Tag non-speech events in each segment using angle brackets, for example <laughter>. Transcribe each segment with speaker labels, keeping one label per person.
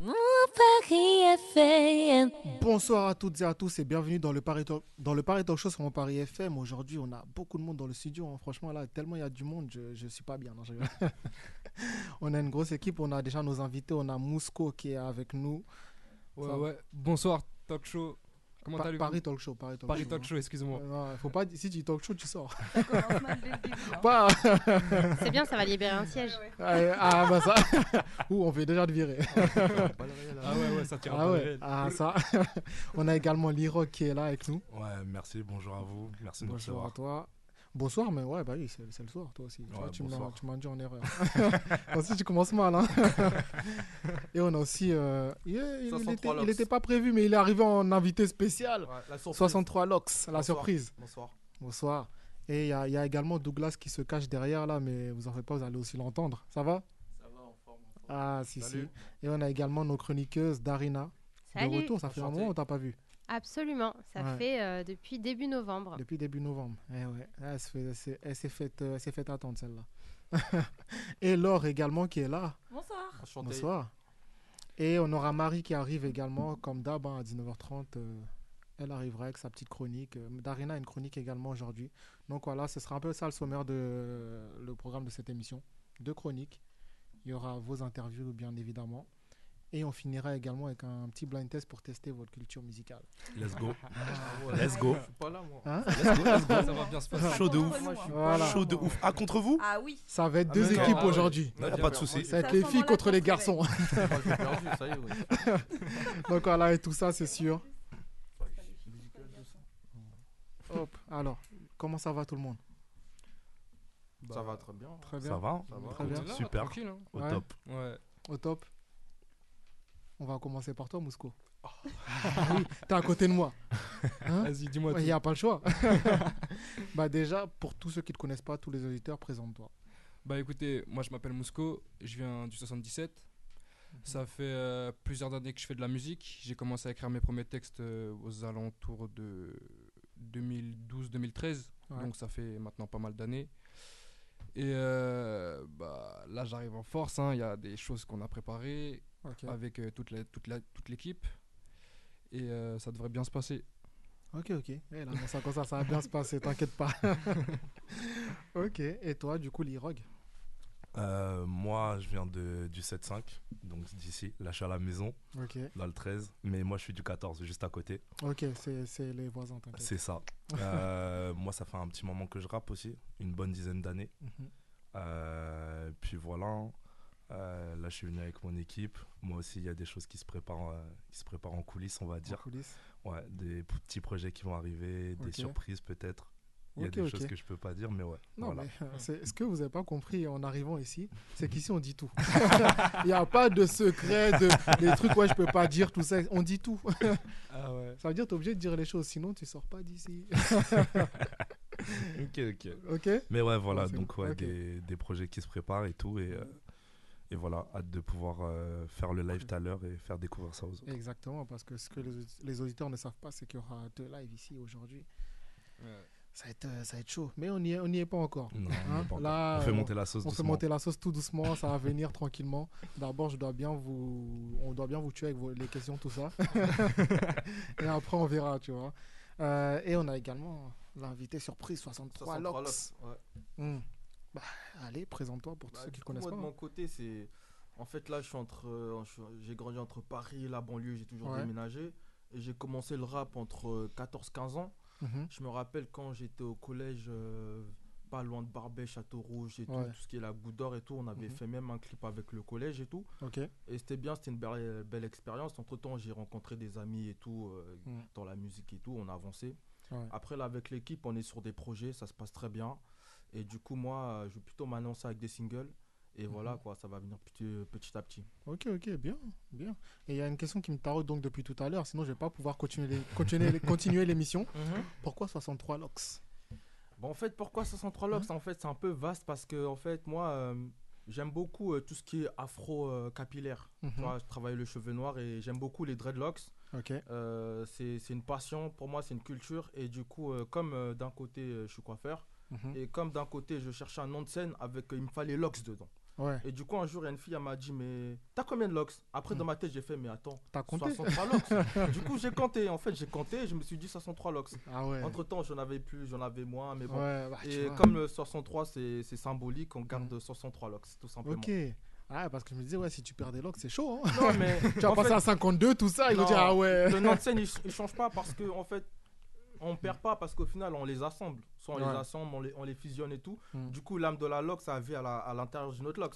Speaker 1: Mon Paris FM.
Speaker 2: Bonsoir à toutes et à tous et bienvenue dans le Paris Talk, dans le Paris Talk Show sur mon Paris FM. Aujourd'hui, on a beaucoup de monde dans le studio. hein. Franchement, là, tellement il y a du monde, je ne suis pas bien. non, je rigole. <laughs> on a une grosse équipe, on a déjà nos invités. On a Mousco qui est avec nous.
Speaker 3: Ouais,
Speaker 2: Ça va.
Speaker 3: ouais. Bonsoir, talk show. Comment
Speaker 2: Pa-
Speaker 3: t'as le
Speaker 2: Paris Talk Show. Paris Talk
Speaker 3: Paris
Speaker 2: Show.
Speaker 3: talk show, excuse-moi.
Speaker 2: Euh, non, faut pas, si tu talk show, tu sors.
Speaker 4: C'est
Speaker 2: Pas-
Speaker 4: bien, ça va libérer un siège.
Speaker 2: ah, ah, bah ça. <laughs> Ouh, on fait déjà te virer.
Speaker 3: Ah ouais, ouais, ça tire
Speaker 2: Ah
Speaker 3: un peu
Speaker 2: ouais, ah, ça. <laughs> on a également Liroc qui est là avec nous.
Speaker 5: Ouais, merci, bonjour à vous. Merci de nous
Speaker 2: Bonjour à
Speaker 5: recevoir.
Speaker 2: toi. Bonsoir, mais ouais, bah oui, c'est c'est le soir, toi aussi. Tu
Speaker 5: Ouais,
Speaker 2: vois, tu m'as-
Speaker 5: bonsoir.
Speaker 2: tu m'as dit en erreur. aussi, tu commences mal. Hein. Et on a aussi. euh, yeah, il- il,
Speaker 6: 63
Speaker 2: était, il
Speaker 6: Lox.
Speaker 2: était pas prévu, mais il est arrivé en invité spécial.
Speaker 6: Ouais, la surprise.
Speaker 2: 63 LOX, la
Speaker 6: Bonsoir.
Speaker 2: surprise.
Speaker 6: Bonsoir.
Speaker 2: Bonsoir. Et il y, a- il y a également Douglas qui se cache derrière là, mais vous en faites pas, vous allez aussi l'entendre. Ça va
Speaker 6: Ça va en forme. en forme.
Speaker 2: Ah, si,
Speaker 6: Salut.
Speaker 2: si. Et on a également nos chroniqueuses Darina. De
Speaker 4: Salut.
Speaker 2: retour, ça fait un
Speaker 6: Enchanté.
Speaker 2: moment qu'on t'a pas vu.
Speaker 4: Absolument, ça
Speaker 2: Ouais.
Speaker 4: fait euh, depuis début novembre.
Speaker 2: Depuis début novembre. Eh ouais. Elle se fait- elle s'est- elle s'est faite euh, elle s'est faite attendre, celle-là. <laughs> et Laure également qui est là.
Speaker 4: Bonsoir.
Speaker 6: Enchanté.
Speaker 2: Bonsoir. Et on aura Marie qui arrive également, comme d'hab, hein, à 19h30. euh, elle arrivera avec sa petite chronique. Euh, Darina a une chronique également aujourd'hui. Donc voilà, ce sera un peu ça le sommaire de euh, le programme de cette émission. Deux chroniques. Il y aura vos interviews, bien évidemment. Et on finira également avec un petit blind test pour tester votre culture musicale.
Speaker 5: Let's go.
Speaker 6: Ah ouais,
Speaker 5: Let's go.
Speaker 6: Je suis pas là, moi.
Speaker 5: Let's go, let's go.
Speaker 3: Ça va bien se passer.
Speaker 5: Chaud de
Speaker 7: Contre
Speaker 5: ouf.
Speaker 7: nous, hein.
Speaker 2: Hein Voilà.
Speaker 5: Chaud de ouf. Ah, contre vous
Speaker 7: Ah oui.
Speaker 2: Ça va être
Speaker 6: Ah,
Speaker 2: deux
Speaker 6: mais non,
Speaker 2: équipes
Speaker 6: ah ouais.
Speaker 2: aujourd'hui.
Speaker 5: Non, y a
Speaker 6: j'ai
Speaker 5: pas de
Speaker 6: peur.
Speaker 5: souci.
Speaker 2: Ça va être
Speaker 7: Ça
Speaker 2: les
Speaker 7: sent
Speaker 2: filles
Speaker 7: la
Speaker 2: contre les
Speaker 7: contrée.
Speaker 2: garçons.
Speaker 6: Moi, je suis perdu, ça y est, oui.
Speaker 2: <laughs> Donc voilà, et tout ça, c'est sûr. Hop, alors, comment ça va tout le monde
Speaker 6: Ça va très bien.
Speaker 2: Bah,
Speaker 6: hein. Bah,
Speaker 2: Très bien.
Speaker 5: Ça va
Speaker 6: Ça va.
Speaker 2: Très bien.
Speaker 3: Écoute, là,
Speaker 5: Super.
Speaker 3: tranquille, hein.
Speaker 5: Au
Speaker 2: Ouais. Bah,
Speaker 5: top.
Speaker 3: Ouais.
Speaker 2: Au top. On va commencer par toi, Mousco. Ah oui, t'es à côté de
Speaker 5: <laughs>
Speaker 2: moi. Hein
Speaker 3: Vas-y, dis-moi.
Speaker 2: Il
Speaker 3: tout.
Speaker 2: n'y a pas le choix. bah déjà, pour tous ceux qui ne te connaissent pas, tous les auditeurs, présente-toi.
Speaker 3: Bah écoutez, moi je m'appelle Mousco, je viens du 77.
Speaker 2: Mhm.
Speaker 3: Ça fait euh, plusieurs années que je fais de la musique. J'ai commencé à écrire mes premiers textes euh, aux alentours de 2012-2013.
Speaker 2: Ouais.
Speaker 3: Donc ça fait maintenant pas mal d'années. Et euh, bah, là j'arrive en force, hein. il y a des choses qu'on a préparées,
Speaker 2: Ok.
Speaker 3: avec euh, toute la- toute la- toute l'équipe. Et euh, ça devrait bien se passer.
Speaker 2: Ok, ok. Eh, là, ça, comme ça, ça va bien se passer, t'inquiète pas. <laughs> ok, et toi, du coup, l'Irog
Speaker 5: Euh, moi, je viens de, du 7-5, donc d'ici. Là, je suis à la maison,
Speaker 2: Ok,
Speaker 5: dans le 13. Mais moi, je suis du 14, juste à côté.
Speaker 2: ok, c'est- c'est les voisins, t'inquiète. <laughs>
Speaker 5: C'est ça. Euh, moi, ça fait un petit moment que je rappe aussi, une bonne dizaine d'années.
Speaker 2: Mhm.
Speaker 5: Euh, puis voilà. Euh, là, je suis venu avec mon équipe. Moi aussi, il y a des choses qui se préparent, euh, qui se préparent en coulisses, on va
Speaker 2: En
Speaker 5: dire.
Speaker 2: coulisses.
Speaker 5: Ouais, des p- petits projets qui vont arriver, des
Speaker 2: Ok.
Speaker 5: surprises peut-être. Il y a
Speaker 2: Ok,
Speaker 5: des
Speaker 2: ok.
Speaker 5: choses que je peux pas dire, mais ouais.
Speaker 2: Non,
Speaker 5: voilà. Mhm.
Speaker 2: mais euh, c'est- ce que vous n'avez pas compris en arrivant ici, c'est qu'ici on dit tout. <laughs> Il n'y a pas de secret, de, des trucs, ouais, je peux pas dire tout ça. On dit tout.
Speaker 3: Ah ouais.
Speaker 2: <laughs> Ça veut dire que tu es obligé de dire les choses, sinon tu sors pas d'ici.
Speaker 5: <laughs> Ok, ok.
Speaker 2: ok
Speaker 5: Mais ouais, voilà,
Speaker 2: Ouais, c'est
Speaker 5: donc
Speaker 2: bon.
Speaker 5: ouais,
Speaker 2: Ok.
Speaker 5: des, des projets qui se préparent et tout. Et, euh, et voilà, hâte de pouvoir euh, faire le live tout à l'heure et faire découvrir ça aux autres.
Speaker 2: Exactement, parce que ce que les, audi- les auditeurs ne savent pas, c'est qu'il y aura deux lives ici aujourd'hui. Ça va, être, euh, ça va être chaud, mais on n'y est, on y est pas encore.
Speaker 5: Non, on y est
Speaker 2: Hein,
Speaker 5: pas encore.
Speaker 2: là,
Speaker 5: on fait
Speaker 2: euh,
Speaker 5: monter la sauce
Speaker 2: On fait
Speaker 5: doucement.
Speaker 2: monter la sauce tout doucement, ça va venir <laughs> tranquillement. D'abord, je dois bien vous, on doit bien vous tuer avec vos- les questions, tout
Speaker 5: <laughs>
Speaker 2: ça. et après, on verra, tu vois. Euh, et on a également l'invité surprise 63,
Speaker 6: 63
Speaker 2: Lox.
Speaker 6: Lox, ouais.
Speaker 2: Hmm. Bah, allez, présente-toi pour tous
Speaker 6: Bah,
Speaker 2: ceux qui
Speaker 6: du
Speaker 2: ne
Speaker 6: coup,
Speaker 2: connaissent
Speaker 6: moi,
Speaker 2: pas.
Speaker 6: de mon côté, c'est. En fait, là, je suis entre. euh, je suis- J'ai grandi entre Paris et la banlieue, j'ai toujours
Speaker 2: Ouais.
Speaker 6: déménagé. Et j'ai commencé le rap entre euh, 14-15 ans.
Speaker 2: Mhm.
Speaker 6: Je me rappelle quand j'étais au collège euh, pas loin de Barbet, Château-Rouge et tout,
Speaker 2: Ouais.
Speaker 6: tout ce qui est la Goudor et tout. On avait
Speaker 2: Mhm.
Speaker 6: fait même un clip avec le collège et tout.
Speaker 2: Ok.
Speaker 6: Et c'était bien, c'était une belle, belle expérience. Entre temps, j'ai rencontré des amis et tout, euh,
Speaker 2: Mhm.
Speaker 6: dans la musique et tout, on a avancé.
Speaker 2: Ouais.
Speaker 6: Après, là, avec l'équipe, on est sur des projets, ça se passe très bien. Et du coup, moi, euh, je vais plutôt m'annoncer avec des singles. Et voilà, quoi, ça va venir petit, petit à petit.
Speaker 2: Ok, ok, bien, bien. Et il y a une question qui me taraude donc depuis tout à l'heure, sinon je vais pas pouvoir continuer, les-
Speaker 6: <laughs>
Speaker 2: continuer, les- continuer l'émission.
Speaker 6: Mhm.
Speaker 2: Pourquoi 63 LOX
Speaker 6: Bon, Bah, en fait, pourquoi 63 Locks
Speaker 2: Hein
Speaker 6: En fait, c'est un peu vaste parce que, en fait, moi, euh, j'aime beaucoup euh, tout ce qui est afro-capillaire.
Speaker 2: Mhm.
Speaker 6: Tu vois, je travaille le cheveu noir et j'aime beaucoup les dreadlocks.
Speaker 2: Ok.
Speaker 6: Euh, c'est c'est une passion, pour moi, c'est une culture. Et du coup, euh, comme euh, d'un côté, euh, je suis coiffeur,
Speaker 2: Mhm.
Speaker 6: et comme d'un côté, je cherchais un nom de scène avec, euh, il me fallait locks dedans.
Speaker 2: Ouais, Hmm.
Speaker 6: Et du coup, un jour, il y a une fille, elle m'a dit, mais t'as combien de locks Après, dans ma tête, j'ai fait, mais attends,
Speaker 2: t'as compté
Speaker 6: 63 locks.
Speaker 2: <laughs>
Speaker 6: du coup, j'ai compté. En fait, j'ai compté et je me suis dit 63 locks.
Speaker 2: Ah ouais.
Speaker 6: Entre temps, j'en avais plus, j'en avais moins, mais bon.
Speaker 2: Ouais, bah, tu
Speaker 6: Et
Speaker 2: vois. Mm.
Speaker 6: comme le 63, c'est c'est symbolique, on garde 63 locks, tout simplement.
Speaker 2: Ok. Ah, parce que je me disais, ouais, si tu perds des locks, c'est chaud. Hein. <laughs>
Speaker 6: Non, mais.
Speaker 2: tu as
Speaker 6: en
Speaker 2: passé
Speaker 6: fait,
Speaker 2: à 52, tout ça, ils vont
Speaker 6: non,
Speaker 2: dire, ah ouais.
Speaker 6: Le nom de
Speaker 2: <laughs>
Speaker 6: scène, il, ch- il change pas parce que, en fait, on perd pas parce qu'au final, on les assemble. Soit on
Speaker 2: Ouais.
Speaker 6: les assemble, on les, on les fusionne et tout.
Speaker 2: Mm.
Speaker 6: Du coup, l'âme de la lock, ça vit à la- à l'intérieur d'une autre lock.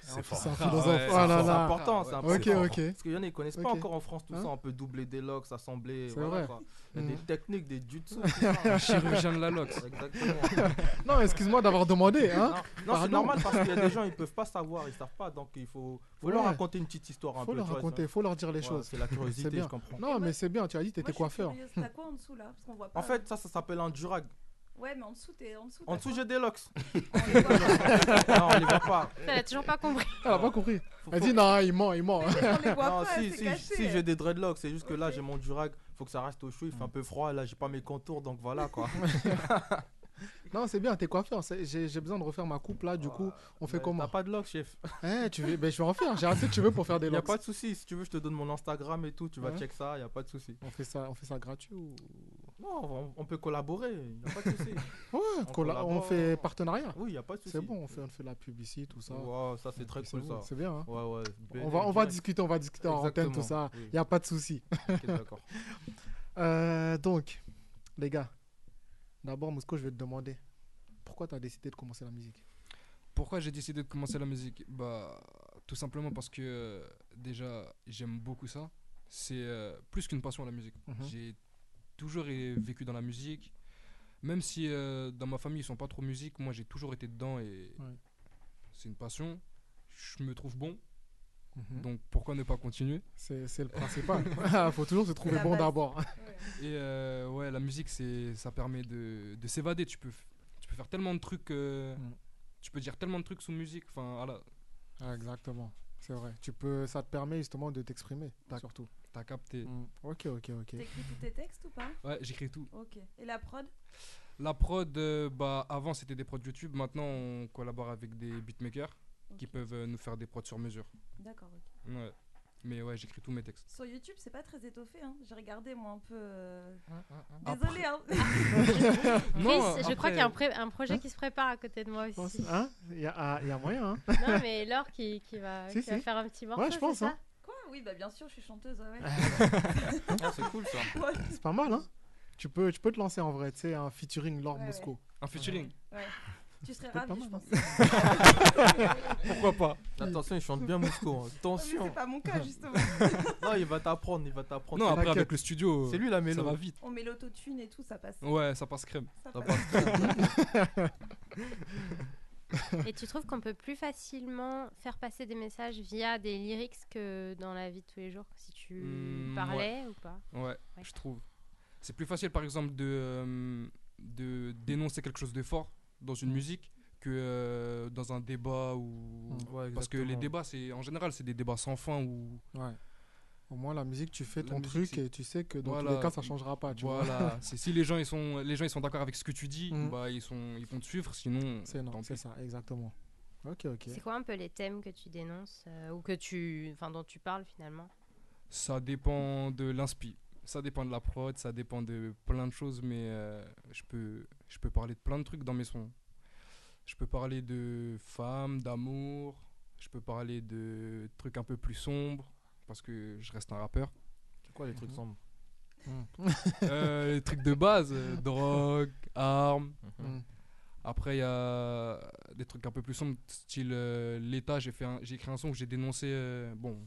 Speaker 5: C'est fort.
Speaker 2: C'est un
Speaker 3: Ah
Speaker 2: philosophe.
Speaker 3: ouais, Ah,
Speaker 2: oh là
Speaker 6: C'est
Speaker 2: là.
Speaker 6: important, c'est important.
Speaker 2: Ok, ok.
Speaker 6: Parce qu'il y en a, ils connaissent pas
Speaker 2: Ok.
Speaker 6: encore en France tout
Speaker 2: Hein
Speaker 6: ça. On peut doubler des locks, assembler.
Speaker 2: C'est
Speaker 6: voilà,
Speaker 2: vrai.
Speaker 6: quoi. Il y a
Speaker 2: Mm.
Speaker 6: des techniques, des
Speaker 2: <laughs>
Speaker 6: jutsu. tout ça.
Speaker 3: Chirurgien de la LOX.
Speaker 6: Exactement.
Speaker 2: Non, excuse-moi d'avoir demandé.
Speaker 6: non,
Speaker 2: Hein.
Speaker 6: non,
Speaker 2: Pardon.
Speaker 6: c'est normal parce qu'il y a des gens, ils peuvent pas savoir, ils savent pas. Donc il faut, faut leur
Speaker 2: Ouais.
Speaker 6: raconter une petite histoire un
Speaker 2: Faut
Speaker 6: peu.
Speaker 2: leur
Speaker 6: tu vois,
Speaker 2: raconter, faut leur dire les
Speaker 6: c'est- ouais,
Speaker 2: choses.
Speaker 6: C'est la
Speaker 2: C'est
Speaker 6: curiosité,
Speaker 2: bien.
Speaker 6: je comprends.
Speaker 2: Non, mais c'est bien, tu as dit, t'étais coiffeur.
Speaker 7: T'as quoi en dessous là Parce qu'on voit pas. euh.
Speaker 6: En fait, ça, ça s'appelle un
Speaker 2: <laughs>
Speaker 6: durag.
Speaker 7: Ouais, mais en dessous, t'es en dessous.
Speaker 6: En
Speaker 7: t'as
Speaker 6: dessous,
Speaker 7: quoi
Speaker 6: j'ai des locks. <laughs>
Speaker 7: On les voit pas.
Speaker 6: non, on les voit
Speaker 4: <laughs>
Speaker 6: pas.
Speaker 4: Ça,
Speaker 7: <laughs>
Speaker 4: elle a toujours pas compris.
Speaker 2: Elle a pas compris.
Speaker 6: Faut-
Speaker 2: Elle
Speaker 6: faut-
Speaker 2: dit, non, il ment, il ment.
Speaker 7: On les voit
Speaker 6: Non,
Speaker 7: pas,
Speaker 6: si,
Speaker 7: c'est
Speaker 6: si,
Speaker 7: caché.
Speaker 6: si, j'ai des dreadlocks. C'est juste que là,
Speaker 7: Ok.
Speaker 6: j'ai mon durag. Faut que ça reste au chaud. Il fait
Speaker 2: Mm.
Speaker 6: un peu froid. Là, j'ai pas mes contours. Donc voilà
Speaker 2: <laughs>
Speaker 6: quoi.
Speaker 2: Non, c'est bien, t'es coiffeur. c'est- J'ai j'ai besoin de refaire ma coupe là, du coup, on fait
Speaker 6: Ouais,
Speaker 2: comment
Speaker 6: T'as pas de locks, chef.
Speaker 2: Eh, tu veux... ben, je vais en faire, j'ai assez de cheveux
Speaker 6: <laughs>
Speaker 2: pour faire des
Speaker 6: Il a
Speaker 2: locks.
Speaker 6: pas de souci, si tu veux je te donne mon Instagram et tout, tu vas
Speaker 2: Ouais.
Speaker 6: check ça, il a pas de souci.
Speaker 2: On fait ça, on fait ça gratuit ou
Speaker 6: Non, on, on peut collaborer, il a pas de souci.
Speaker 2: <laughs>
Speaker 6: On
Speaker 2: Ouais, colla- on
Speaker 6: collabore.
Speaker 2: fait partenariat.
Speaker 6: oui, il a pas de souci.
Speaker 2: C'est bon, on fait, on fait la publicité, tout ça.
Speaker 6: Wow, ça c'est très
Speaker 2: C'est
Speaker 6: cool
Speaker 2: bon,
Speaker 6: ça.
Speaker 2: C'est bien. hein.
Speaker 6: Ouais ouais.
Speaker 2: On va, on va
Speaker 6: ben, direct.
Speaker 2: discuter, on va discuter en antenne, tout ça.
Speaker 6: Exactement,
Speaker 2: Il y a pas de souci.
Speaker 6: oui. Ok,
Speaker 2: <laughs>
Speaker 6: d'accord.
Speaker 2: Euh, donc, les gars, d'abord, Mousko, je vais te demander pourquoi tu as décidé de commencer la musique
Speaker 3: Pourquoi j'ai décidé de commencer la musique Bah, tout simplement parce que euh, déjà, j'aime beaucoup ça. C'est euh, plus qu'une passion la musique.
Speaker 2: Mhm.
Speaker 3: J'ai toujours é- vécu dans la musique. Même si euh, dans ma famille ils sont pas trop musique, moi j'ai toujours été dedans et
Speaker 2: Ouais.
Speaker 3: c'est une passion. Je me trouve bon,
Speaker 2: Mhm. <laughs>
Speaker 3: donc pourquoi ne pas continuer
Speaker 2: C'est c'est le principal. <laughs> Il Ah, faut toujours se trouver
Speaker 7: la
Speaker 2: bon
Speaker 7: base.
Speaker 2: d'abord.
Speaker 3: Et euh, ouais, la musique, c'est, ça permet de, de s'évader. Tu peux, f- tu peux faire tellement de trucs, euh,
Speaker 2: Mm.
Speaker 3: tu peux dire tellement de trucs sous musique. Enfin, voilà,
Speaker 2: Ah, exactement, c'est vrai. Tu peux, ça te permet justement de t'exprimer, surtout.
Speaker 3: t'as capté.
Speaker 2: Ok, ok, ok.
Speaker 7: T'écris tous tes textes ou pas
Speaker 3: Ouais, j'écris tout.
Speaker 7: Ah. Ok. Et la prod
Speaker 3: La prod, euh, bah, avant c'était des prods YouTube, maintenant on collabore avec des beatmakers qui
Speaker 7: Ah. Ok.
Speaker 3: peuvent euh, nous faire des prods sur mesure.
Speaker 7: D'accord, ok.
Speaker 3: Ouais. Mais ouais, j'écris tous mes textes.
Speaker 7: <laughs> Sur YouTube, c'est pas très étoffé. Hein. J'ai regardé, moi, un peu. euh,
Speaker 6: Ah,
Speaker 4: <laughs>
Speaker 2: <laughs>
Speaker 7: Désolé, hein. <laughs>
Speaker 4: Chris,
Speaker 3: Non,
Speaker 4: je crois
Speaker 3: après-
Speaker 4: qu'il y a un, pré- un projet qui se prépare à côté de moi
Speaker 2: euh, hein Je pense-
Speaker 4: aussi.
Speaker 2: Hein Il y, a- ah, il y a moyen, hein <laughs>
Speaker 4: non, mais Laure qui, qui va,
Speaker 2: Si,
Speaker 4: qui va
Speaker 2: si.
Speaker 4: faire un petit morceau.
Speaker 2: je pense,
Speaker 4: c'est ça
Speaker 2: hein.
Speaker 7: Quoi Oui, bah bien sûr, je suis chanteuse. ouais, ouais.
Speaker 6: Ah, c'est cool ça.
Speaker 7: <laughs> Ouais.
Speaker 2: c'est pas mal, hein tu peux, tu peux te lancer en vrai, tu sais, un featuring Lord
Speaker 7: Ouais,
Speaker 2: Mosco.
Speaker 3: Un featuring.
Speaker 7: Tu serais
Speaker 2: Peut-être pas
Speaker 7: ravie, je
Speaker 2: mal, hein.
Speaker 6: <laughs>
Speaker 7: pense.
Speaker 3: <laughs> Pourquoi pas
Speaker 6: Attention, il chante bien Mousco. hein.
Speaker 7: Ah, mais
Speaker 6: Attention.
Speaker 7: c'est pas mon cas, justement.
Speaker 6: <laughs> Non, il va t'apprendre, il va t'apprendre.
Speaker 3: Non,
Speaker 6: C'est-
Speaker 3: après
Speaker 2: T'inquiète.
Speaker 3: avec le studio,
Speaker 6: c'est lui la
Speaker 3: ça va
Speaker 6: mélodie.
Speaker 3: vite.
Speaker 7: On met l'autotune et tout, ça passe.
Speaker 3: Ouais, ça passe crème.
Speaker 7: Ça
Speaker 6: Ça
Speaker 7: passe.
Speaker 4: <laughs> Et tu trouves qu'on peut plus facilement faire passer des messages via des lyrics que dans la vie de tous les jours, si tu
Speaker 3: <laughs> Hmm,
Speaker 4: parlais ou pas
Speaker 3: Ouais, je trouve. C'est plus facile, par exemple, de, euh, de dénoncer quelque chose de fort dans une musique que euh, dans un débat ou.
Speaker 6: Mm, Ouais,
Speaker 3: Parce que les
Speaker 6: exactement.
Speaker 3: débats, c'est en général, c'est des débats sans fin ou.
Speaker 2: Ouais. Au moins, la musique, tu fais
Speaker 3: La
Speaker 2: ton
Speaker 3: musique,
Speaker 2: truc
Speaker 3: c'est-
Speaker 2: et tu sais que dans tous
Speaker 3: Voilà.
Speaker 2: les cas, ça changera pas. Tu vois
Speaker 3: voilà. <laughs> c'est si les gens ils sont, les gens ils sont d'accord avec ce que tu dis,
Speaker 2: Mm.
Speaker 3: bah ils sont, ils vont te suivre. Sinon,
Speaker 2: C'est non,
Speaker 3: tant
Speaker 2: c'est
Speaker 3: pis.
Speaker 2: ça, exactement. Ok, ok.
Speaker 4: C'est quoi un peu les thèmes que tu dénonces euh, ou que tu, enfin dont tu parles finalement
Speaker 3: Ça dépend de l'inspi. Ça dépend de la prod, ça dépend de plein de choses, mais euh, je, peux, je peux parler de plein de trucs dans mes sons. Je peux parler de femmes, d'amour, je peux parler de trucs un peu plus sombres, parce que je reste un rappeur.
Speaker 6: C'est quoi les trucs sombres
Speaker 3: Ah, <laughs> Euh, les trucs de base, euh, drogue, armes.
Speaker 2: Mhm.
Speaker 3: Après, il y a des trucs un peu plus sombres, style euh, l'État. J'ai fait un- j'ai écrit un son où j'ai dénoncé. euh, bon.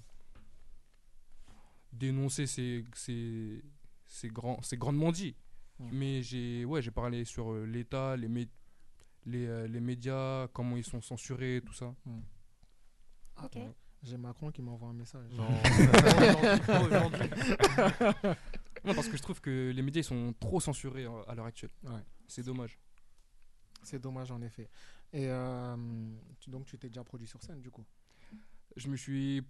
Speaker 3: Dénoncé, c'est- c'est c'est grand, c'est grandement dit.
Speaker 2: Mm.
Speaker 3: Mais j'ai ouais, j'ai parlé sur euh, l'État, les, mé- les, euh, les médias, comment ils sont censurés, tout ça.
Speaker 4: Ok.
Speaker 2: J'ai Macron qui m'envoie un message.
Speaker 3: <laughs>
Speaker 6: Non. Aujourd'hui, pas aujourd'hui.
Speaker 3: Non, parce que je trouve que les médias ils sont trop censurés euh, à l'heure actuelle.
Speaker 2: Ouais.
Speaker 3: C'est dommage.
Speaker 2: C'est dommage en effet. Et euh, tu- donc tu t'es déjà produit sur scène du coup.
Speaker 3: Je me suis.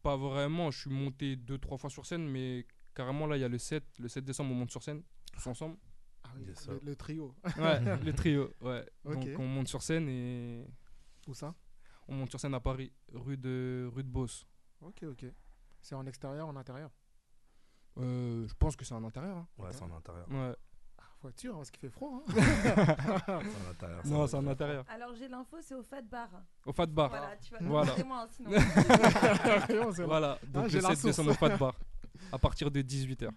Speaker 3: Pas vraiment, je suis monté deux, trois fois sur scène, mais carrément là, il y a le 7, le 7 décembre, on monte sur scène, tous ensemble.
Speaker 2: Ah oui,
Speaker 5: Il y a ça.
Speaker 2: le, le trio. <laughs>
Speaker 3: Ouais, le trio, ouais.
Speaker 2: Ok.
Speaker 3: Donc on monte sur scène et.
Speaker 2: Où ça
Speaker 3: On monte sur scène à Paris, rue de, rue de Beauce. <laughs>
Speaker 2: Ok, ok. C'est en extérieur, en intérieur.
Speaker 3: Euh, je pense que c'est en intérieur. hein.
Speaker 5: Ouais, c'est en intérieur.
Speaker 3: Ouais.
Speaker 2: Ah, voiture, parce qu'il fait
Speaker 5: <laughs>
Speaker 2: froid. hein.
Speaker 5: C'est en intérieur.
Speaker 3: Non, c'est en intérieur.
Speaker 7: Alors j'ai l'info, c'est au Fat Bar.
Speaker 3: Au Fat Bar.
Speaker 7: Voilà, tu vas
Speaker 3: Voilà.
Speaker 7: c'est moi hein, sinon. <laughs>
Speaker 2: Vraiment, c'est
Speaker 3: <laughs>
Speaker 2: vrai.
Speaker 3: Voilà, donc
Speaker 2: Ah,
Speaker 3: le
Speaker 2: j'ai la
Speaker 3: 7
Speaker 2: source.
Speaker 3: décembre au Fat
Speaker 2: <laughs>
Speaker 3: Bar. À partir de 18h.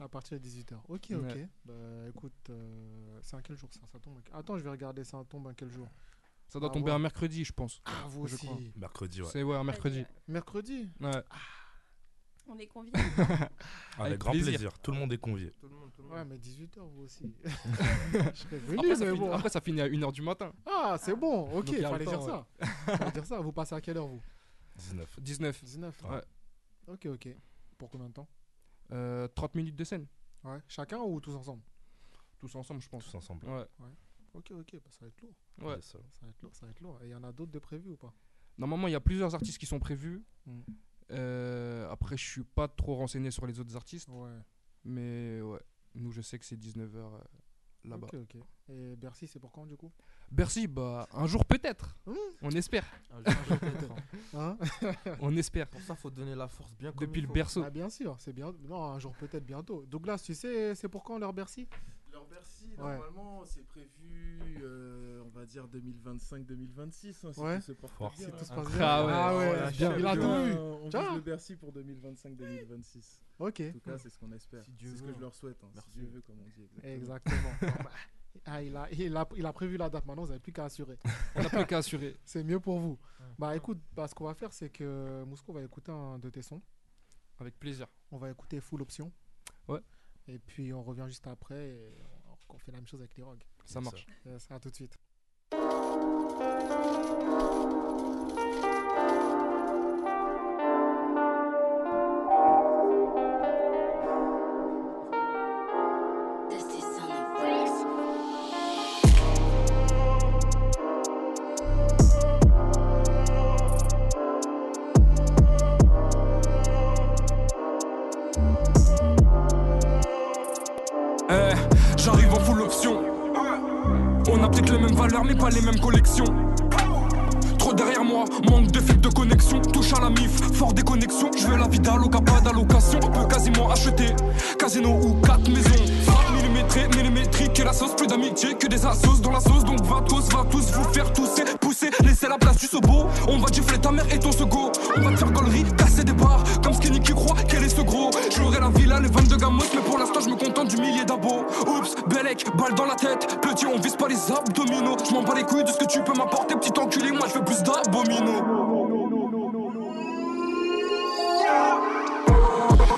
Speaker 2: À partir de 18h. Ok, ok.
Speaker 3: Ouais.
Speaker 2: Bah écoute, euh, c'est un quel jour ça Ça tombe. un- Attends, je vais regarder, ça tombe un quel jour
Speaker 3: Ça doit
Speaker 2: Ah,
Speaker 3: tomber
Speaker 2: ouais.
Speaker 3: un mercredi, je pense.
Speaker 2: Ah, vous
Speaker 3: Je
Speaker 2: aussi.
Speaker 3: crois.
Speaker 5: Mercredi, ouais.
Speaker 3: C'est ouais, un mercredi. <laughs>
Speaker 2: Mercredi Ah,
Speaker 3: Ouais.
Speaker 7: On est conviés.
Speaker 5: Ah, Avec,
Speaker 3: Avec
Speaker 5: grand
Speaker 3: plaisir.
Speaker 5: plaisir. Tout le monde est convié.
Speaker 6: Tout le monde, tout le monde.
Speaker 2: Ouais, mais 18h, vous aussi. <laughs> je serais venu,
Speaker 3: Après, ça
Speaker 2: mais
Speaker 3: finit,
Speaker 2: bon.
Speaker 3: après, ça finit à 1h du matin.
Speaker 2: Ah, c'est bon, ok,
Speaker 3: Donc, il y a
Speaker 2: fallait
Speaker 3: le
Speaker 2: dire
Speaker 3: temps,
Speaker 2: ça. <laughs> fallait dire ça. Vous passez à quelle heure, vous
Speaker 5: 19.
Speaker 3: 19.
Speaker 2: 19
Speaker 3: Ouais.
Speaker 2: Ok, ok. Pour combien de temps
Speaker 3: Euh, 30 minutes de scène.
Speaker 2: Ouais. Chacun ou tous ensemble
Speaker 3: Tous ensemble, je pense.
Speaker 5: Tous ensemble.
Speaker 3: Ouais.
Speaker 2: Ok, ok, bah, ça va être lourd.
Speaker 3: ouais.
Speaker 5: C'est ça.
Speaker 2: Ça va être lourd, ça va être lourd. Et il y en a d'autres de prévus ou pas
Speaker 3: Normalement, il y a plusieurs artistes qui sont prévus.
Speaker 2: Mm.
Speaker 3: Euh, après, je suis pas trop renseigné sur les autres artistes.
Speaker 2: Ouais.
Speaker 3: Mais ouais, nous, je sais que c'est 19h là-bas.
Speaker 2: Ok, ok. Et Bercy, c'est pour quand du coup
Speaker 3: Bercy, bah, un jour peut-être.
Speaker 2: Mm.
Speaker 3: Mmh. On espère.
Speaker 6: Un jour, un jour, peut-être, hein.
Speaker 3: <laughs>
Speaker 2: <laughs> Hein
Speaker 3: On espère.
Speaker 6: Pour ça, faut donner la force bien comme
Speaker 3: Depuis
Speaker 6: il
Speaker 3: le
Speaker 6: faut.
Speaker 3: berceau.
Speaker 2: Ah, bien sûr, c'est bien. Non, un jour peut-être bientôt. Douglas, tu sais, c'est pour quand leur Bercy
Speaker 8: Leur Bercy,
Speaker 2: Ouais.
Speaker 8: normalement, c'est prévu, euh, on va dire 2025-2026, hein, si
Speaker 2: Ouais.
Speaker 8: tout se porte
Speaker 5: Fort.
Speaker 8: bien.
Speaker 2: Si tout se
Speaker 8: hein.
Speaker 2: passe
Speaker 3: Ah
Speaker 2: bien.
Speaker 3: ouais,
Speaker 2: ah ouais,
Speaker 6: ouais,
Speaker 2: bien.
Speaker 6: chef
Speaker 2: il a
Speaker 6: de-
Speaker 2: tout
Speaker 8: Euh,
Speaker 2: eu.
Speaker 8: On
Speaker 2: Tiens.
Speaker 8: vise le Bercy pour 2025-2026.
Speaker 2: Ok.
Speaker 8: En tout cas, c'est ce qu'on espère.
Speaker 6: Si Dieu
Speaker 8: c'est ce que
Speaker 6: veut.
Speaker 8: je leur souhaite. hein,
Speaker 6: Merci.
Speaker 8: Si Dieu veut, comme on dit. Exactement.
Speaker 2: Exactement.
Speaker 8: <laughs>
Speaker 2: Bon, bah, ah, il, a, il, a, il a prévu la date, maintenant vous n'avez plus qu'à assurer.
Speaker 3: On n'a plus qu'à assurer.
Speaker 2: <laughs> C'est mieux pour vous.
Speaker 6: Ouais.
Speaker 2: Bah écoute, bah, ce qu'on va faire, c'est que Mousko va écouter un de tes sons.
Speaker 3: Avec plaisir.
Speaker 2: On va écouter Full Option.
Speaker 3: Ouais.
Speaker 2: Et puis on revient juste après et on, on fait la même chose avec les rogues.
Speaker 3: Ça marche.
Speaker 2: Yes, à tout de suite.
Speaker 9: Eh, j'arrive en full option. On a peut-être les mêmes valeurs, mais pas les mêmes collections. Trop derrière moi, manque de fil de connexion. Touche à la mif, fort déconnexion. Je veux la vie d'Aloca, pas d'allocation. On peut quasiment acheter casino ou quatre maisons. Frappe millimétrée, millimétrique, et la sauce, plus d'amitié que des assos dans la sauce. Donc va tous, va tous vous faire tousser, pousser, laisser la place du sobo. On va gifler ta mère et ton sego. On va te faire gollerie, casser des barres. Comme Skinny qui croit qu'elle est ce gros. J'aurai la villa, les 22 gamos, mais pour l'instant je me contente du millier d'abos. Oups, Belek, balle dans la tête. Petit, on vise pas les abdominaux. Je m'en bats les couilles de ce que tu peux m'apporter, petit enculé. Moi je veux plus d'abominaux.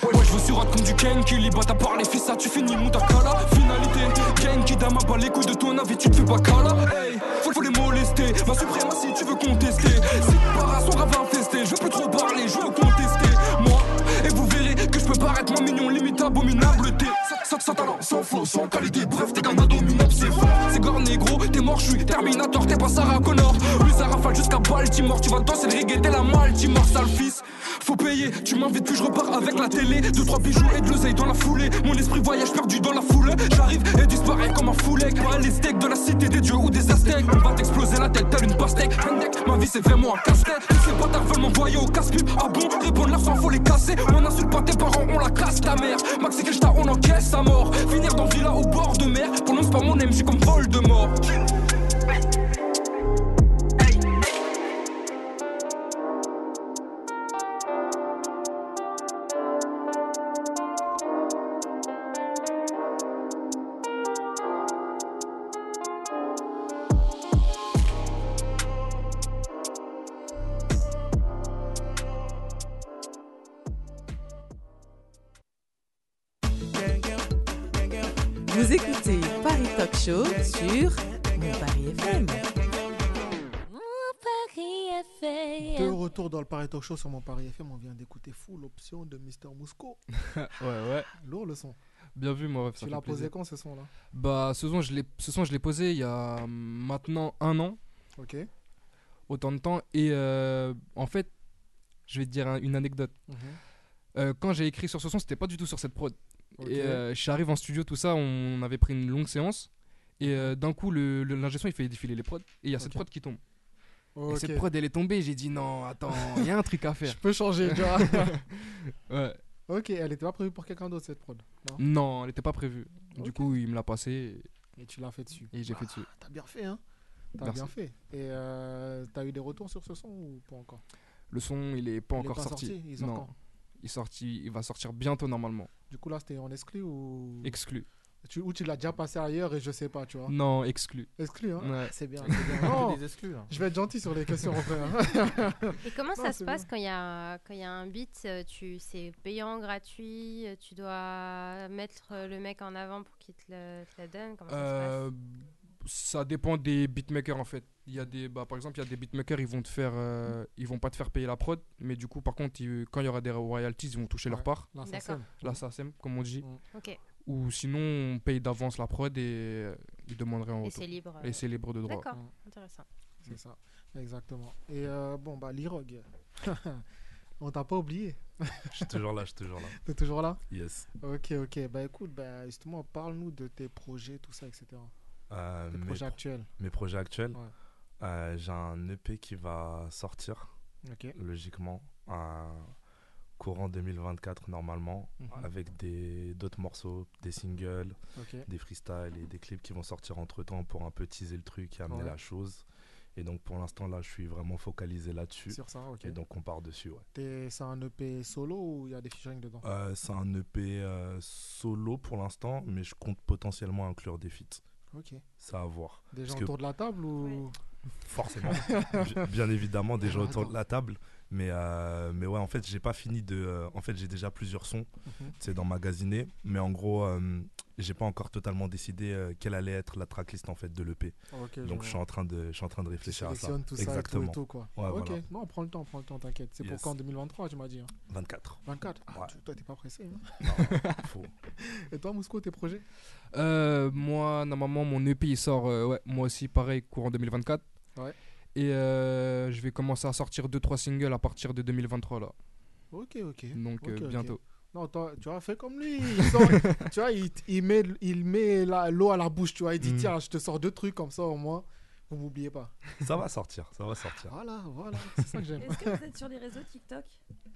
Speaker 9: Ouais, je veux sur comme du Ken qui les bat à part les fils, ça tu finis mon takala. Finalité, Ken qui dame à bas les couilles de ton avis, tu te fais pas cala. Hey, faut, faut les molester, va supprime si tu veux contester. Si par son rave infesté, je veux plus trop parler, je veux contester. Moi, et vous verrez que je peux paraître moins mignon, limite abominable. T'es sans, sans- sans talent, sans flow, sans qualité, bref, t'es qu'un abominable, c'est faux. C'est gore négro, t'es mort, je suis Terminator, t'es pas Sarah Connor. Oui, ça rafale jusqu'à Baltimore, tu vas danser le reggae, t'es la Baltimore, sale fils. Faut payer, tu m'invites puis je repars avec la télé Deux trois bijoux et de l'oseille dans la foulée Mon esprit voyage perdu dans la foule J'arrive et disparaît comme un foulec Pas les steaks de la cité des dieux ou des aztèques On va t'exploser la tête telle une pastèque Un deck, ma vie c'est vraiment un casse-tête Tous ces bâtards veulent m'envoyer au casse-pipe Ah bon, répondre leur sang faut les casser On insulte pas tes parents, on la casse ta mère Maxi Kelsta on encaisse à mort Finir dans villa au bord de mer Prononce pas mon MJ comme Voldemort
Speaker 10: Vous écoutez Paris Talk Show sur Mon Paris FM.
Speaker 2: De retour dans le Paris Talk Show sur mon Paris FM, on vient d'écouter Full Option de Mister Mosco.
Speaker 3: <laughs> ouais, ouais.
Speaker 2: Lourd le son.
Speaker 3: Bien vu, moi.
Speaker 2: Tu l'as posé quand ce son-là
Speaker 3: Bah, ce son, je l'ai, ce son, je l'ai posé il y a hum, maintenant un an.
Speaker 2: Ok.
Speaker 3: Autant de temps. Et euh, en fait, je vais te dire un- une anecdote.
Speaker 2: Mhm.
Speaker 3: Euh, quand j'ai écrit sur ce son, c'était pas du tout sur cette prod.
Speaker 2: Ok.
Speaker 3: Et euh, je suis arrivé en studio, tout ça, on avait pris une longue séance. Et euh, d'un coup, le, le l'ingé son, il fait défiler les prods. Et il y a cette
Speaker 2: Mhm. Ok.
Speaker 3: prod qui tombe.
Speaker 2: Ok.
Speaker 3: Et cette prod, elle est tombée. J'ai dit non, attends, il y a un truc à faire.
Speaker 2: <laughs> Je peux changer, tu vois.
Speaker 3: <laughs> ouais. Mm.
Speaker 2: Ok, elle était pas prévue pour quelqu'un d'autre cette prod. Non.
Speaker 3: Non, elle était pas prévue. Du
Speaker 2: Ok.
Speaker 3: coup, il me l'a passé.
Speaker 2: Et tu l'as fait dessus. Ah,
Speaker 3: Et j'ai fait dessus.
Speaker 2: T'as bien fait, hein T'as
Speaker 3: Merci.
Speaker 2: bien fait. Et euh, t'as eu des retours sur ce son ou pas encore
Speaker 3: Le son, il est pas
Speaker 2: Il est
Speaker 3: encore
Speaker 2: pas
Speaker 3: sorti.
Speaker 2: sorti, il sort
Speaker 3: non.
Speaker 2: quand
Speaker 3: il, sorti, il va sortir bientôt normalement.
Speaker 2: Du coup, là, c'était en exclu ou.
Speaker 3: Exclu.
Speaker 2: Tu, ou tu l'as déjà passé ailleurs et je sais pas, tu vois.
Speaker 3: Non, exclu.
Speaker 2: Exclu, hein
Speaker 3: Ouais.
Speaker 2: Ah, C'est bien.
Speaker 3: Il y a
Speaker 2: <laughs> c'est bien.
Speaker 3: que
Speaker 2: Non,
Speaker 3: des exclus, hein.
Speaker 2: Je vais être gentil sur les questions en vrai, <laughs> hein.
Speaker 4: Et comment
Speaker 2: Non,
Speaker 4: ça se
Speaker 2: c'est
Speaker 4: passe quand il y a quand il y a un beat, euh, tu c'est payant, gratuit, euh, tu dois mettre euh, le mec en avant pour qu'il te le, te la donne. Comment ça
Speaker 3: Euh, ça dépend des beatmakers en fait. Il y a des, bah, par exemple, il y a des beatmakers, ils vont te faire, euh, ils vont pas te faire payer la prod, mais du coup, par contre, ils- quand il y aura des royalties, ils vont toucher leur
Speaker 2: Ouais,
Speaker 3: part.
Speaker 2: la SACEM. Mm.
Speaker 3: La SACEM, comme on dit.
Speaker 4: Ok.
Speaker 3: Ou sinon, on paye d'avance la prod et euh, ils demanderaient en
Speaker 4: Et
Speaker 3: retour.
Speaker 4: c'est libre, euh,
Speaker 3: Et c'est libre de droit. Mm.
Speaker 4: D'accord, intéressant.
Speaker 2: C'est ça, exactement. Et euh, bon, bah, l'Irog, <laughs> on t'a pas oublié.
Speaker 5: Je suis <laughs> toujours là, je suis toujours là.
Speaker 2: T'es toujours là
Speaker 5: Yes.
Speaker 2: Ok, ok. Bah écoute, bah, justement, parle-nous de tes projets, tout ça, etc.
Speaker 5: Euh,
Speaker 2: Tes
Speaker 5: mes
Speaker 2: projets
Speaker 5: pro-
Speaker 2: actuels.
Speaker 5: Mes projets actuels.
Speaker 2: Ouais.
Speaker 5: Euh, J'ai un EP qui va sortir,
Speaker 2: Ok.
Speaker 5: logiquement, un courant 2024 normalement,
Speaker 2: Mhm.
Speaker 5: avec des d'autres morceaux, des singles,
Speaker 2: Ok.
Speaker 5: des freestyles et des clips qui vont sortir entre temps pour un peu teaser le truc et amener
Speaker 2: Ouais.
Speaker 5: la chose. Et donc pour l'instant là, je suis vraiment focalisé là-dessus.
Speaker 2: Sur ça, ok.
Speaker 5: Et donc on part dessus, ouais.
Speaker 2: T'es- C'est un EP solo ou il y a des featuring dedans
Speaker 5: Euh, c'est un EP euh, solo pour l'instant, mais je compte potentiellement inclure des feats.
Speaker 2: Ok.
Speaker 5: Ça à voir.
Speaker 2: Des
Speaker 5: Parce
Speaker 2: gens
Speaker 5: que
Speaker 2: autour de la table ou <laughs>
Speaker 5: Forcément. Bi- Bien évidemment, des gens
Speaker 2: Alors,
Speaker 5: autour
Speaker 2: attends.
Speaker 5: de la table. Mais, euh, mais ouais, en fait, j'ai pas fini de. euh, en fait, j'ai déjà plusieurs sons,
Speaker 2: Mhm.
Speaker 5: c'est d'emmagasiner. Mais en gros, euh, j'ai pas encore totalement décidé euh, quelle allait être la tracklist en fait de l'EP.
Speaker 2: Ok, je
Speaker 5: Donc
Speaker 2: vois.
Speaker 5: je suis en train de, je suis en train de réfléchir à ça.
Speaker 2: sélectionnes tout ça et tout et
Speaker 5: Exactement.
Speaker 2: tout, quoi.
Speaker 5: Ouais,
Speaker 2: Ok,
Speaker 5: voilà.
Speaker 2: non, prends le temps, prends le temps, t'inquiète. C'est pour
Speaker 5: Yes.
Speaker 2: quand 2023, tu m'as dit. hein
Speaker 5: 24.
Speaker 2: 24 Ah,
Speaker 5: Ouais.
Speaker 2: tu- Toi, t'es pas pressé. hein
Speaker 5: Faut-
Speaker 2: <laughs> Et toi, Mousco, tes projets
Speaker 3: Euh, moi, normalement, mon EP il sort, euh, ouais, moi aussi, pareil, courant 2024.
Speaker 2: Ouais.
Speaker 3: Et euh, je vais commencer à sortir 2-3 singles à partir de 2023 là.
Speaker 2: Ok, ok.
Speaker 3: Donc, euh,
Speaker 2: Ok, ok.
Speaker 3: bientôt.
Speaker 2: Non, toi, tu vois, fais comme lui. il sort- <laughs> tu vois, il, il met, il met la- l'eau à la bouche, tu vois. Il dit,
Speaker 3: Hmm.
Speaker 5: Mm.
Speaker 2: tiens, je te sors deux trucs comme ça, au moins, vous m'oubliez pas.
Speaker 5: Ça va sortir, ça va sortir.
Speaker 2: Voilà, voilà, c'est ça que j'aime.
Speaker 7: Est-ce que vous êtes sur les réseaux TikTok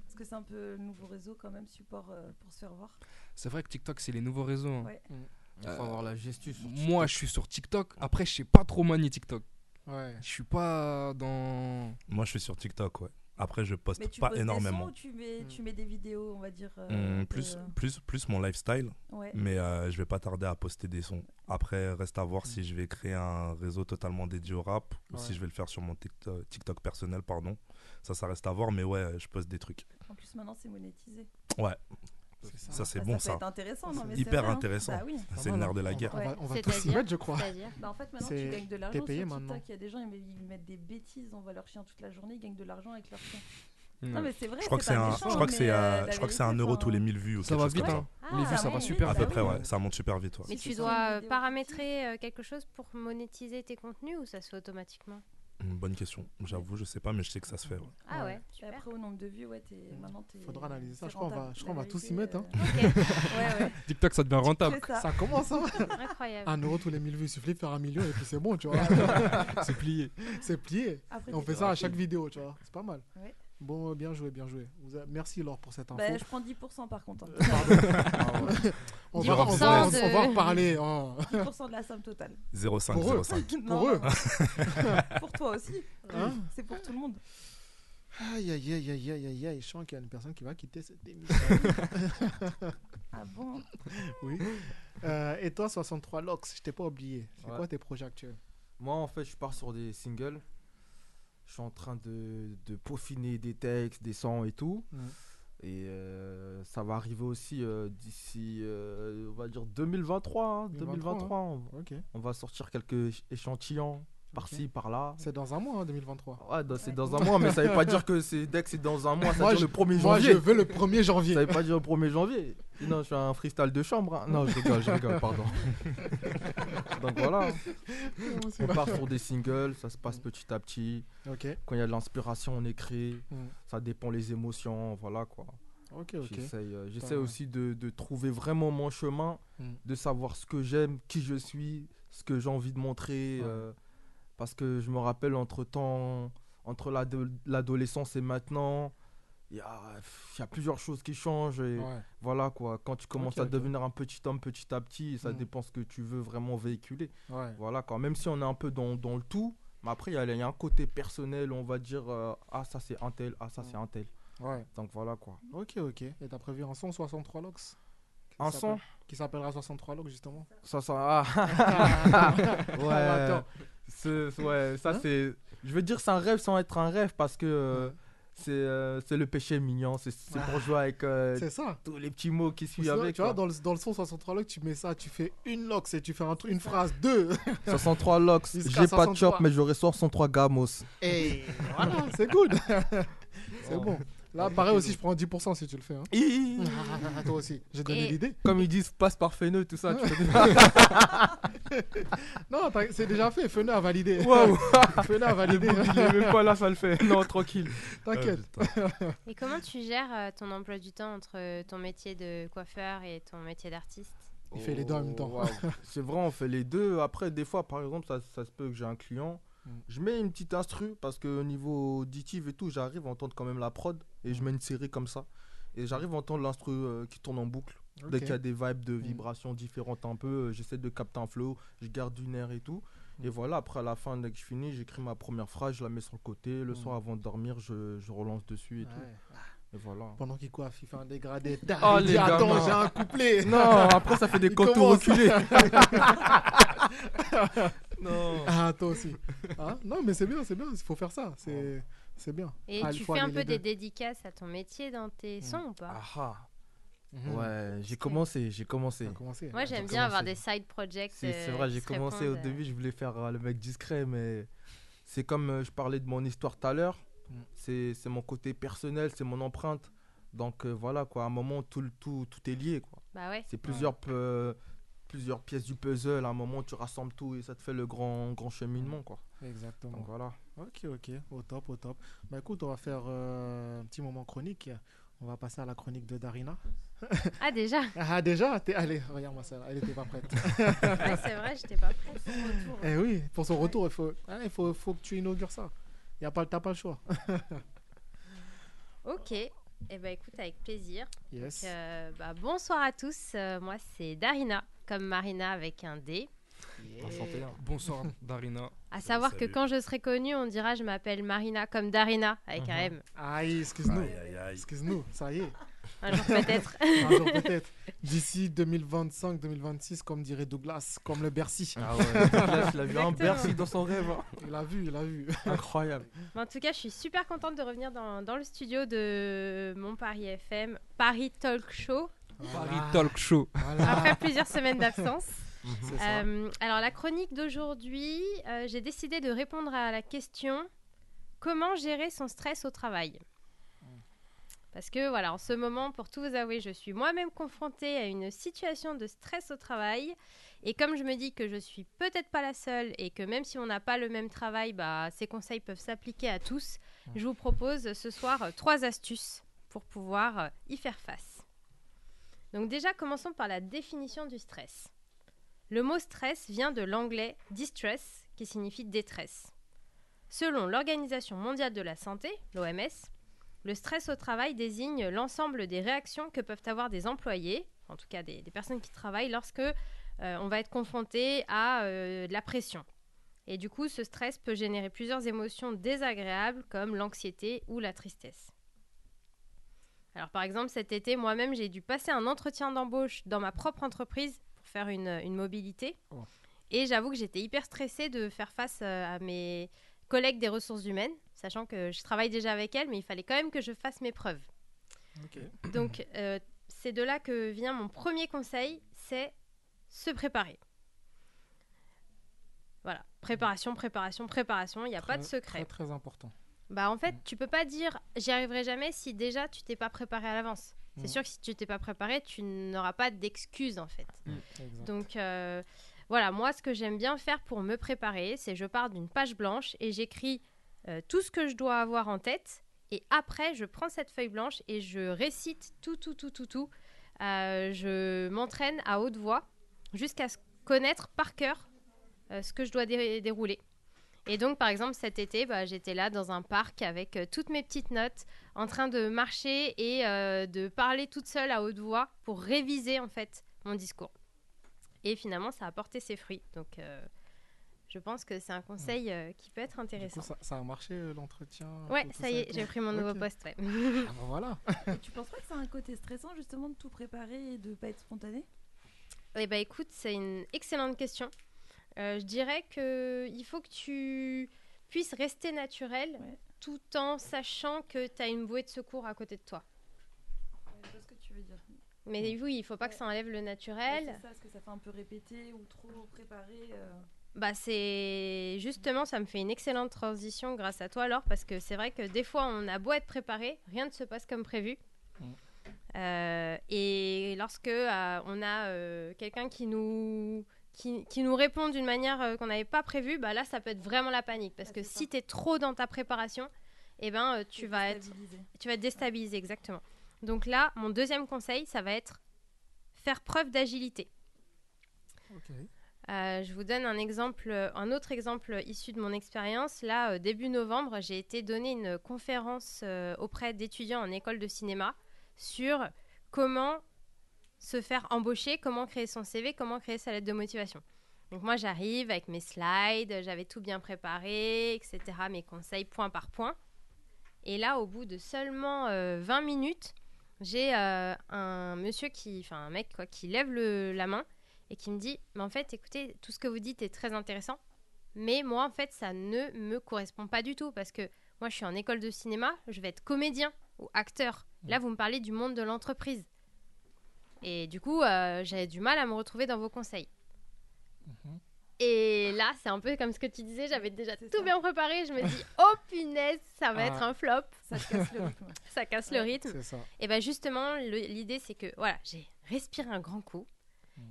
Speaker 7: Parce que c'est un peu le nouveau réseau quand même, support euh, pour se faire voir.
Speaker 3: C'est vrai que TikTok, c'est les nouveaux réseaux. hein.
Speaker 7: Ouais. Mm.
Speaker 6: Il faut avoir la gestu sur
Speaker 3: Moi, je suis sur TikTok. Après, je sais pas trop manier TikTok.
Speaker 2: Ouais.
Speaker 3: Je suis pas dans.
Speaker 5: Moi, je suis sur TikTok, ouais. Après, je poste
Speaker 7: Mais tu
Speaker 5: pas
Speaker 7: postes
Speaker 5: énormément.
Speaker 7: Des sons ou tu mets,
Speaker 2: Mm.
Speaker 7: tu mets des vidéos, on va dire. euh,
Speaker 5: Hum,
Speaker 7: de-
Speaker 5: plus, plus, plus mon lifestyle.
Speaker 7: Ouais.
Speaker 5: Mais euh, je vais pas tarder à poster des sons. Après, reste à voir si je vais créer un réseau totalement dédié au rap ou
Speaker 7: Ouais.
Speaker 5: si je vais le faire sur mon TikTok, TikTok personnel, pardon. Ça, ça reste à voir, mais ouais, je poste des trucs.
Speaker 7: En plus, maintenant, c'est monétisé.
Speaker 5: Ouais.
Speaker 7: ça.
Speaker 5: Ça, c'est
Speaker 7: Ah, ça
Speaker 5: bon,
Speaker 7: peut
Speaker 5: ça.
Speaker 7: être intéressant, non, mais c'est
Speaker 5: Hyper
Speaker 7: vrai, hein.
Speaker 5: intéressant.
Speaker 7: Bah oui.
Speaker 5: C'est le nerf de la guerre.
Speaker 2: On va- on va
Speaker 7: C'est-à-dire
Speaker 2: tous y mettre, je crois.
Speaker 7: C'est-à-dire Bah, En fait, maintenant,
Speaker 2: C'est-
Speaker 7: tu gagnes de l'argent.
Speaker 2: T'es payé
Speaker 7: sur
Speaker 2: maintenant.
Speaker 7: TikTok, Il y a des gens, ils mettent- ils mettent des bêtises, on voit leur chien toute la journée, ils gagnent de l'argent avec leur chien. Non, mais c'est vrai.
Speaker 5: Mm. Je crois que c'est
Speaker 7: pas
Speaker 5: un,
Speaker 7: méchant,
Speaker 5: je crois que
Speaker 7: mais,
Speaker 5: c'est,
Speaker 7: euh,
Speaker 5: euh,
Speaker 7: la
Speaker 5: je crois que c'est un
Speaker 7: vérité,
Speaker 5: euro
Speaker 7: enfin,
Speaker 5: tous les 1000 vues ou
Speaker 3: Ça
Speaker 5: quelque
Speaker 3: va
Speaker 5: chose
Speaker 3: vite,
Speaker 5: comme
Speaker 3: hein.
Speaker 5: ça.
Speaker 3: Les Ah, vues, ça va oui, super
Speaker 5: À peu
Speaker 3: vite.
Speaker 5: près,
Speaker 3: Ah oui.
Speaker 5: ouais. Ça monte super vite, ouais.
Speaker 4: bah Mais tu dois euh, paramétrer euh, quelque chose pour monétiser tes contenus ou ça se fait automatiquement
Speaker 5: Une bonne question. J'avoue, je sais pas, mais je sais que ça se fait. ouais.
Speaker 4: Ah ouais,
Speaker 7: Et après, au nombre de vues, ouais, t'es- maintenant, t'es.
Speaker 2: Mm. Faudra analyser ça.
Speaker 7: c'est
Speaker 2: Je crois qu'on va,
Speaker 7: rentable,
Speaker 2: je crois qu'on va
Speaker 7: la
Speaker 2: tous y mettre.
Speaker 7: vérité,
Speaker 2: Hein.
Speaker 4: <laughs>
Speaker 7: Ouais, ouais.
Speaker 3: <laughs> TikTok, ça devient rentable.
Speaker 7: C'est ça.
Speaker 2: Ça commence, hein
Speaker 7: <laughs> Incroyable.
Speaker 2: Un euro tous les 1000 vues, il suffit de faire un million et puis c'est bon, tu vois.
Speaker 3: <laughs> C'est plié.
Speaker 2: C'est plié.
Speaker 7: Après,
Speaker 2: Et on
Speaker 7: t'es
Speaker 2: fait ça à
Speaker 7: tranquille.
Speaker 2: chaque vidéo, tu vois. C'est pas mal.
Speaker 7: Ouais.
Speaker 2: Bon, bien joué, bien joué. Vous avez- Merci Laure pour cette info.
Speaker 7: Bah, je prends 10% par contre.
Speaker 2: <laughs>
Speaker 7: hein.
Speaker 2: on, va,
Speaker 7: 10%
Speaker 2: <laughs> on, va,
Speaker 7: de-
Speaker 2: on va en reparler. hein.
Speaker 7: 10% de la somme totale.
Speaker 5: 0,5,
Speaker 2: Pour eux.
Speaker 7: <laughs>
Speaker 5: 0,5.
Speaker 7: Non,
Speaker 2: <laughs> Pour eux.
Speaker 7: non. <laughs> pour toi aussi.
Speaker 2: Hein
Speaker 7: <laughs> c'est pour tout le monde.
Speaker 2: Aïe, aïe, aïe, aïe, aïe, aïe, aïe. Je sens qu'il y a une personne qui va quitter cette émission.
Speaker 7: <laughs> ah bon
Speaker 2: <laughs> Oui. Euh, et toi, 63 Lox, je t'ai pas oublié. C'est
Speaker 6: Ouais.
Speaker 2: quoi tes projets actuels
Speaker 6: Moi, en fait, je pars sur des singles. Je suis en train de, de peaufiner des textes, des sons et tout.
Speaker 2: Mhm.
Speaker 6: Et euh, ça va arriver aussi euh, d'ici, euh, on va dire 2023. hein,
Speaker 2: 2023,
Speaker 6: 2023,
Speaker 2: hein.
Speaker 6: on,
Speaker 2: Ok.
Speaker 6: on va sortir quelques éch- échantillons par-ci, par-là.
Speaker 2: C'est dans un mois, hein, 2023.
Speaker 6: Ouais, dans- c'est dans un mois, mais ça veut pas dire que c'est dès que c'est dans un mois, ça
Speaker 2: Moi,
Speaker 6: veut dire
Speaker 2: je-
Speaker 6: le 1er janvier.
Speaker 2: moi, je veux le 1er janvier.
Speaker 6: Ça veut pas dire le 1er janvier. Non, je suis un freestyle de chambre. hein. Non, je rigole, je rigole,
Speaker 2: <laughs>
Speaker 6: pardon. Donc voilà.
Speaker 2: Non, c'est
Speaker 6: On
Speaker 2: pas- Mm.
Speaker 6: part sur des singles, ça se passe petit à petit.
Speaker 2: Ok.
Speaker 6: Quand il y a de l'inspiration, on écrit.
Speaker 2: Mm.
Speaker 6: Ça dépend les émotions, voilà quoi.
Speaker 2: Ok, ok.
Speaker 6: J'essaye, euh, j'essaie
Speaker 2: Pas mal.
Speaker 6: aussi de, de trouver vraiment mon chemin,
Speaker 2: Mm.
Speaker 6: de savoir ce que j'aime, qui je suis, ce que j'ai envie de montrer.
Speaker 2: Ouais.
Speaker 6: euh, parce que je me rappelle entre temps, entre l'ado- l'adolescence et maintenant, il y a, pff, il y a plusieurs choses qui changent. Et
Speaker 2: Ouais.
Speaker 6: Voilà quoi, quand tu commences
Speaker 2: Ok,
Speaker 6: à
Speaker 2: ok.
Speaker 6: devenir un petit homme petit à petit, ça
Speaker 2: Mm.
Speaker 6: dépend ce que tu veux vraiment véhiculer.
Speaker 2: Ouais.
Speaker 6: Voilà quoi, même si on est un peu dans, dans le tout, mais après il y, a- il y a un côté personnel, on va dire euh, ah ça c'est un tel, ah ça c'est un tel.
Speaker 2: Mm. Ouais.
Speaker 6: Donc voilà quoi.
Speaker 2: Ok, ok. Et t'as prévu un son 63 Lox Qui
Speaker 6: Un
Speaker 2: s'appelle-
Speaker 6: son
Speaker 2: Qui s'appellera 63 Lox, justement
Speaker 6: Ça, ça.
Speaker 2: <laughs>
Speaker 6: Ah. <laughs> ouais.
Speaker 2: Attends.
Speaker 6: Ce- ce- ouais, ça,
Speaker 2: Hein
Speaker 6: c'est. Je veux dire, c'est un rêve sans être un rêve parce que euh, c'est euh, c'est le péché mignon. C'est c'est pour jouer avec euh,
Speaker 2: Ah. C'est ça.
Speaker 6: tous les petits mots qui
Speaker 2: Parce
Speaker 6: suivent
Speaker 2: que là,
Speaker 6: avec.
Speaker 2: tu vois,
Speaker 6: quoi.
Speaker 2: dans le, dans le son 63 Lox, tu mets ça, tu fais une Lox et tu fais un truc- une phrase,
Speaker 6: <laughs>
Speaker 2: deux.
Speaker 6: 63 locks.
Speaker 2: Jusqu'à
Speaker 6: J'ai pas de chop,
Speaker 2: 63.
Speaker 6: mais j'aurai 63 gamos. <laughs>
Speaker 2: Et voilà, c'est good. <laughs> c'est
Speaker 6: Oh.
Speaker 2: bon. Là, pareil
Speaker 6: euh,
Speaker 2: aussi, je prends 10% si tu le fais. hein. Ah, Toi aussi, j'ai donné
Speaker 6: <laughs>
Speaker 2: l'idée.
Speaker 6: Comme ils disent, passe par Feneux, tout ça. tu
Speaker 2: <laughs> non, t'as- c'est déjà fait. Feneu a validé. <laughs>
Speaker 6: Waouh.
Speaker 2: Feneu a validé.
Speaker 6: Le bouc, il est même pas là, ça le fait. Non, tranquille.
Speaker 2: T'inquiète.
Speaker 6: Ah, putain.
Speaker 2: <laughs>
Speaker 4: Et comment tu gères euh, ton emploi du temps entre euh, ton métier de coiffeur et ton métier d'artiste
Speaker 3: Oh.
Speaker 2: Il fait les deux en même temps.
Speaker 6: waouh. Oh, C'est vrai, on fait les deux. Après, des fois, par exemple, ça, ça se peut que j'ai un client.
Speaker 2: Mm.
Speaker 6: Je mets une petite instru parce que au niveau auditif et tout, j'arrive à entendre quand même la prod et
Speaker 2: Mm.
Speaker 6: je mets une série comme ça. Et j'arrive à entendre l'instru euh, qui tourne en boucle.
Speaker 2: Ok.
Speaker 6: Dès qu'il y a des vibes de
Speaker 2: Mm.
Speaker 6: vibrations différentes un peu, euh, j'essaie de capter un flow, je garde une air et tout.
Speaker 2: Mm.
Speaker 6: Et voilà, après à la fin, dès que je finis, j'écris ma première phrase, je la mets sur le côté. Le
Speaker 2: Mm.
Speaker 6: soir avant de dormir, je, je relance dessus et
Speaker 2: Ah ouais.
Speaker 6: tout. Et voilà.
Speaker 2: Pendant qu'il coiffe, il fait un dégradé. Tac,
Speaker 6: Oh,
Speaker 2: il
Speaker 6: les
Speaker 2: dit, Attends,
Speaker 6: gamins.
Speaker 2: j'ai un
Speaker 6: <laughs>
Speaker 2: couplet.
Speaker 6: Non, après, ça fait des
Speaker 2: Il
Speaker 6: contours
Speaker 2: commence. <laughs>
Speaker 6: reculés. Non.
Speaker 2: Ah, toi aussi. Hein non, mais c'est bien, c'est bien. Il faut faire ça. C'est, c'est bien.
Speaker 4: Et
Speaker 2: Ah, il
Speaker 4: tu
Speaker 2: faut
Speaker 4: fais un
Speaker 2: allier
Speaker 4: peu
Speaker 2: les
Speaker 4: des
Speaker 2: deux.
Speaker 4: dédicaces à ton métier dans
Speaker 3: Hmm.
Speaker 4: tes sons ou
Speaker 3: Ah.
Speaker 4: pas
Speaker 2: Mhm. hein.
Speaker 6: Ouais, j'ai commencé, j'ai commencé.
Speaker 4: Moi j'aime bien avoir des side projects.
Speaker 6: Si, c'est
Speaker 4: euh,
Speaker 6: vrai,
Speaker 4: qui
Speaker 6: j'ai
Speaker 4: se
Speaker 6: commencé au
Speaker 4: répondent, euh.
Speaker 6: début, je voulais faire euh, le mec discret, mais c'est comme euh, je parlais de mon histoire tout à l'heure,
Speaker 2: Mm.
Speaker 6: c'est c'est mon côté personnel, c'est mon empreinte. Donc euh, voilà, quoi, à un moment, tout, le- tout, tout est lié. Quoi.
Speaker 4: Bah ouais.
Speaker 6: C'est plusieurs, pe- plusieurs pièces du puzzle, à un moment, tu rassembles tout et ça te fait le grand, grand cheminement. Quoi.
Speaker 2: Exactement.
Speaker 6: Donc voilà.
Speaker 2: Ok, ok. Au top, au top. Bah écoute, on va faire euh, un petit moment chronique. On va passer à la chronique de Darina.
Speaker 4: Ah déjà
Speaker 2: <laughs> Ah déjà T'es- Allez, regarde-moi ça. là. Elle était pas prête.
Speaker 4: <laughs> Ouais, c'est vrai, j'étais pas prête. Pour son retour.
Speaker 2: <laughs>
Speaker 4: hein.
Speaker 2: Eh oui, pour son retour, il faut, hein, il faut, faut que tu inaugures ça. Y a pas, t'as pas le choix.
Speaker 4: Ok, et eh ben écoute avec plaisir.
Speaker 2: Yes.
Speaker 4: Donc, euh, bah, bonsoir à tous, Euh, moi c'est Darina, comme Marina avec un D.
Speaker 3: Enchanté, hein.
Speaker 6: <laughs>
Speaker 3: Bonsoir Darina.
Speaker 4: À savoir que quand je serai connue, on dira je m'appelle Marina comme Darina avec
Speaker 6: Mhm.
Speaker 4: un M.
Speaker 2: Aïe, Ah, excuse-nous.
Speaker 4: Aïe, aïe, aïe.
Speaker 2: Excuse-nous, ça y est.
Speaker 4: Un jour peut-être.
Speaker 2: Un jour peut-être. D'ici 2025-2026, comme dirait Douglas, comme le Bercy.
Speaker 6: Ah ouais, Douglas, il a vu un Exactement. Bercy dans son rêve, hein.
Speaker 2: Il a vu, il a vu.
Speaker 6: Incroyable.
Speaker 4: Mais en tout cas, je suis super contente de revenir dans, dans le studio de mon Paris FM, Paris Talk Show.
Speaker 3: Paris Talk Show.
Speaker 6: Ah.
Speaker 4: Après plusieurs semaines d'absence.
Speaker 6: <laughs>
Speaker 3: C'est ça.
Speaker 4: Euh, alors, la chronique d'aujourd'hui, euh, j'ai décidé de répondre à la question comment gérer son stress au travail Parce que, voilà, en ce moment, pour tout vous avouer, je suis moi-même confrontée à une situation de stress au travail. Et comme je me dis que je suis peut-être pas la seule et que même si on n'a pas le même travail, bah, ces conseils peuvent s'appliquer à tous, je vous propose ce soir euh, trois astuces pour pouvoir euh, y faire face. Donc déjà, commençons par la définition du stress. Le mot stress vient de l'anglais distress, qui signifie détresse. Selon l'Organisation mondiale de la santé, l'OMS, le stress au travail désigne l'ensemble des réactions que peuvent avoir des employés, en tout cas des, des personnes qui travaillent, lorsque euh, on va être confronté à euh, de la pression. Et du coup, ce stress peut générer plusieurs émotions désagréables comme l'anxiété ou la tristesse. Alors par exemple, cet été, moi-même, j'ai dû passer un entretien d'embauche dans ma propre entreprise pour faire une, une mobilité.
Speaker 2: Oh.
Speaker 4: Et j'avoue que j'étais hyper stressée de faire face euh, à mes
Speaker 2: <clears throat>
Speaker 4: collègues des ressources humaines, sachant que je travaille déjà avec elles, mais il fallait quand même que je fasse mes preuves. Donc, euh, c'est de là que vient mon premier conseil, c'est se préparer. Voilà, préparation, préparation, préparation, il n'y a pas de
Speaker 2: Très-
Speaker 4: secret.
Speaker 2: Très, Mm. très important.
Speaker 4: Bah en fait, tu peux pas dire j'y arriverai jamais si déjà tu t'es pas préparé à l'avance. C'est
Speaker 2: Mm.
Speaker 4: sûr que si tu t'es pas préparé, tu n'auras pas d'excuses en fait.
Speaker 2: Exact.
Speaker 4: Donc euh, voilà, moi ce que j'aime bien faire pour me préparer, c'est je pars d'une page blanche et j'écris euh, tout ce que je dois avoir en tête. Et après, je prends cette feuille blanche et je récite tout, tout, tout, tout, tout. Euh, je m'entraîne à haute voix jusqu'à ce- connaître par cœur euh, ce que je dois dé- dérouler. Et donc, par exemple, cet été, bah, j'étais là dans un parc avec euh, toutes mes petites notes, en train de marcher et euh, de parler toute seule à haute voix pour réviser en fait mon discours. Et finalement, ça a porté ses fruits. Donc, euh, je pense que c'est un conseil euh, qui peut être
Speaker 2: Du coup,
Speaker 4: intéressant.
Speaker 2: ça, ça a marché euh, l'entretien
Speaker 4: Ouais,
Speaker 2: tout- tout
Speaker 4: ça y
Speaker 2: et
Speaker 4: est,
Speaker 2: tout
Speaker 4: j'ai pris mon nouveau
Speaker 2: Ok.
Speaker 4: poste, ouais.
Speaker 2: Ah bah
Speaker 6: <laughs>
Speaker 2: voilà.
Speaker 7: Et tu penses pas que c'est un côté stressant justement de tout préparer et de pas être spontané
Speaker 4: Eh ben écoute, c'est une excellente question. Euh, je dirais que il faut que tu puisses rester naturel tout en sachant que tu as une bouée de secours à côté de toi.
Speaker 7: Je vois ce que tu veux dire.
Speaker 4: Mais oui, il faut pas que ça enlève le naturel.
Speaker 7: Ouais, c'est ça, parce que ça fait un peu répéter ou trop préparé. euh.
Speaker 4: Bah c'est justement, ça me fait une excellente transition grâce à toi Laure, parce que c'est vrai que des fois on a beau être préparé, rien ne se passe comme prévu. Euh, et lorsque euh, on a euh, quelqu'un qui nous qui, qui nous répond d'une manière euh, qu'on n'avait pas prévue, bah là ça peut être vraiment la panique parce que si tu es trop dans ta préparation, eh ben euh, tu vas être tu vas être déstabilisé exactement. Donc là, mon deuxième conseil, ça va être faire preuve d'agilité. Euh, je vous donne un exemple, euh, un autre exemple issu de mon expérience. Là, euh, début novembre, j'ai été donner une conférence euh, auprès d'étudiants en école de cinéma sur comment se faire embaucher, comment créer son CV, comment créer sa lettre de motivation. Donc moi, j'arrive avec mes slides, j'avais tout bien préparé, etc., mes conseils point par point. Et là, au bout de seulement euh, 20 minutes, j'ai euh, un monsieur qui, enfin un mec quoi, qui lève le- la main et qui me dit, mais en fait, écoutez, tout ce que vous dites est très intéressant, mais moi, en fait, ça ne me correspond pas du tout parce que moi, je suis en école de cinéma, je vais être comédien ou acteur. Là, vous me parlez du monde de l'entreprise. Et du coup, euh, j'avais du mal à me retrouver dans vos conseils.
Speaker 2: Mhm.
Speaker 4: Et là, c'est un peu comme ce que tu disais, j'avais déjà tout bien préparé. Je me
Speaker 2: <laughs>
Speaker 4: dis, oh punaise, ça va
Speaker 1: Ah.
Speaker 4: être un flop.
Speaker 7: Ça casse le rythme.
Speaker 4: <laughs> ça casse le rythme.
Speaker 2: C'est ça.
Speaker 4: Et bien justement, le- l'idée, c'est que voilà, j'ai respiré un grand coup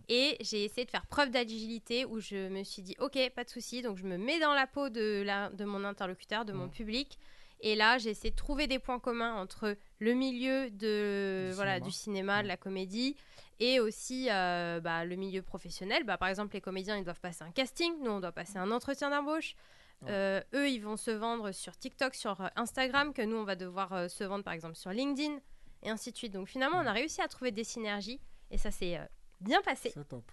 Speaker 4: et j'ai essayé de faire preuve d'agilité où je me suis dit, ok, pas de souci. Donc je me mets dans la peau de, la, de mon interlocuteur, de mon
Speaker 1: Mm.
Speaker 4: public. Et là, j'ai essayé de trouver des points communs entre le milieu de,
Speaker 1: Du
Speaker 4: voilà,
Speaker 1: cinéma. Mm.
Speaker 4: du cinéma, de la comédie, et aussi euh, bah, le milieu professionnel. Bah, par exemple, les comédiens, ils doivent passer un casting, nous, on doit passer un entretien d'embauche. Euh, eux, ils vont se vendre sur TikTok, sur euh, Instagram, que nous, on va devoir euh, se vendre, par exemple, sur LinkedIn, et ainsi de suite. Donc
Speaker 1: Mm.
Speaker 4: finalement, on a réussi à trouver des synergies, et ça s'est euh, bien passé.
Speaker 2: C'est top.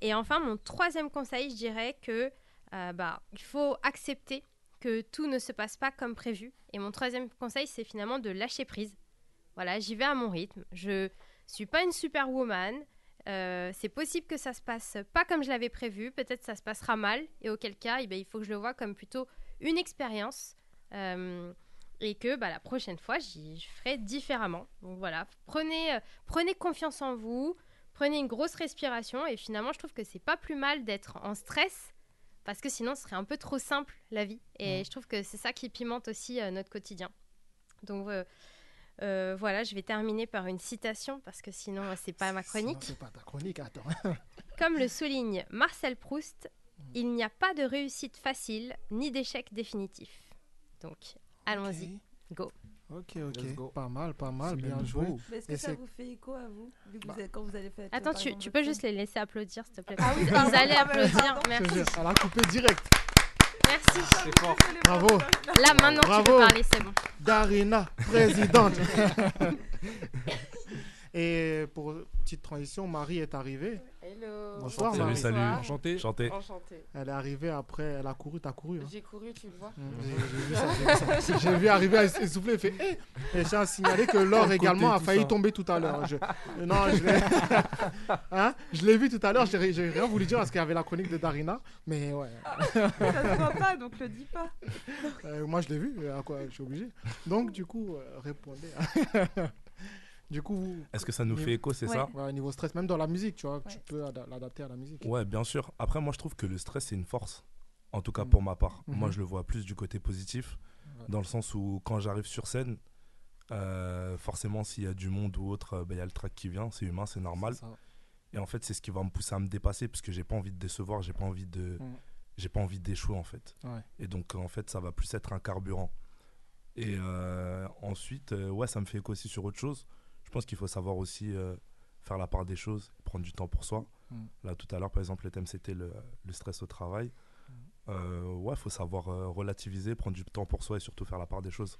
Speaker 4: Et enfin, mon troisième conseil, je dirais que euh, bah, il faut accepter que tout ne se passe pas comme prévu. Et mon troisième conseil, c'est finalement de lâcher prise. Voilà, j'y vais à mon rythme. Je suis pas une superwoman. Euh, c'est possible que ça se passe pas comme je l'avais prévu. Peut-être ça se passera mal. Et auquel cas, eh ben, il faut que je le vois comme plutôt une expérience. Euh, et que bah, la prochaine fois, j'y je ferai différemment. Donc voilà, prenez, euh, prenez confiance en vous, prenez une grosse respiration, et finalement, je trouve que c'est pas plus mal d'être en stress, parce que sinon, ce serait un peu trop simple la vie. Et je trouve que c'est ça qui pimente aussi euh, notre quotidien. Donc euh, euh, voilà, je vais terminer par une citation, parce que sinon, euh, c'est pas ma
Speaker 2: Sinon,
Speaker 4: chronique.
Speaker 2: C'est pas ta chronique, attends.
Speaker 4: Comme le souligne Marcel Proust,
Speaker 2: Mm.
Speaker 4: il n'y a pas de réussite facile ni d'échec définitif. Donc, allons-y, go.
Speaker 2: ok, ok. Pas mal, pas mal, bien
Speaker 3: même
Speaker 2: joué.
Speaker 3: beau.
Speaker 7: Mais est-ce
Speaker 2: Et
Speaker 7: que ça
Speaker 2: c'est- Bah.
Speaker 7: vous fait écho à vous, vu que vous êtes- quand vous allez faire.
Speaker 4: Attends, tu, tu peux juste les laisser applaudir, s'il te plaît.
Speaker 7: Ah
Speaker 4: <laughs>
Speaker 7: oui,
Speaker 4: vous
Speaker 7: pardon,
Speaker 4: allez
Speaker 7: pardon,
Speaker 4: applaudir,
Speaker 7: pardon.
Speaker 2: Je te
Speaker 4: merci.
Speaker 2: jure, Elle a coupé direct.
Speaker 4: Merci.
Speaker 2: C'est fort. Bravo.
Speaker 4: Là, maintenant, tu peux
Speaker 2: Bravo.
Speaker 4: parler, c'est bon.
Speaker 2: Darina, présidente. <laughs> Et pour petite transition, Marie est arrivée.
Speaker 11: Hello.
Speaker 2: Bonsoir,
Speaker 5: Salut,
Speaker 2: Marie.
Speaker 5: salut. Enchantée. Enchantée.
Speaker 11: Enchantée.
Speaker 2: Elle est arrivée après, elle a couru, t'as couru. hein.
Speaker 11: J'ai couru, tu le vois.
Speaker 2: Mm, j'ai- j'ai vu
Speaker 5: <laughs>
Speaker 2: ça,
Speaker 11: <laughs>
Speaker 2: j'ai vu ça. J'ai vu arriver à essouffler, fait Eh Et je tiens à signaler que Laure
Speaker 3: Quel
Speaker 2: également
Speaker 3: côté,
Speaker 2: a
Speaker 3: tout
Speaker 2: failli
Speaker 3: ça.
Speaker 2: tomber tout à l'heure. Je... Non, je l'ai <laughs> Hein Je l'ai vu tout à l'heure, j'ai j'ai rien voulu dire parce qu'il y avait la chronique de Darina, mais ouais.
Speaker 7: Ça se voit pas, donc le dis pas.
Speaker 2: Euh, moi, je l'ai vu, à quoi je suis obligé. Donc, du coup, euh, répondez. <laughs> Du coup, vous-
Speaker 5: Est-ce que ça nous
Speaker 2: ni-
Speaker 5: fait écho, c'est ça
Speaker 2: Ouais, niveau stress, même dans la musique, tu vois, tu peux ada- l'adapter à la musique.
Speaker 5: Ouais, bien sûr. Après, moi, je trouve que le stress, c'est une force. En tout cas, pour ma part.
Speaker 2: Mhm.
Speaker 5: Moi, je le vois plus du côté positif.
Speaker 2: Ouais.
Speaker 5: Dans le sens où, quand j'arrive sur scène, euh, forcément, s'il y a du monde ou autre, euh, bah, il y a le track qui vient. C'est humain, c'est normal.
Speaker 2: ça.
Speaker 5: Et en fait, c'est ce qui va me pousser à me dépasser. Parce que j'ai pas envie de décevoir. J'ai pas envie de.
Speaker 2: Mhm.
Speaker 5: J'ai pas envie d'échouer, en fait.
Speaker 2: Ouais.
Speaker 5: Et donc, en fait, ça va plus être un carburant. Et euh, ensuite, euh, ouais, ça me fait écho aussi sur autre chose. Je pense qu'il faut savoir aussi euh, faire la part des choses, prendre du temps pour soi.
Speaker 2: Mm.
Speaker 5: Là, tout à l'heure, par exemple, le thème, c'était le, le stress au travail.
Speaker 2: Mm.
Speaker 5: Euh, ouais, il faut savoir euh, relativiser, prendre du temps pour soi et surtout faire la part des choses.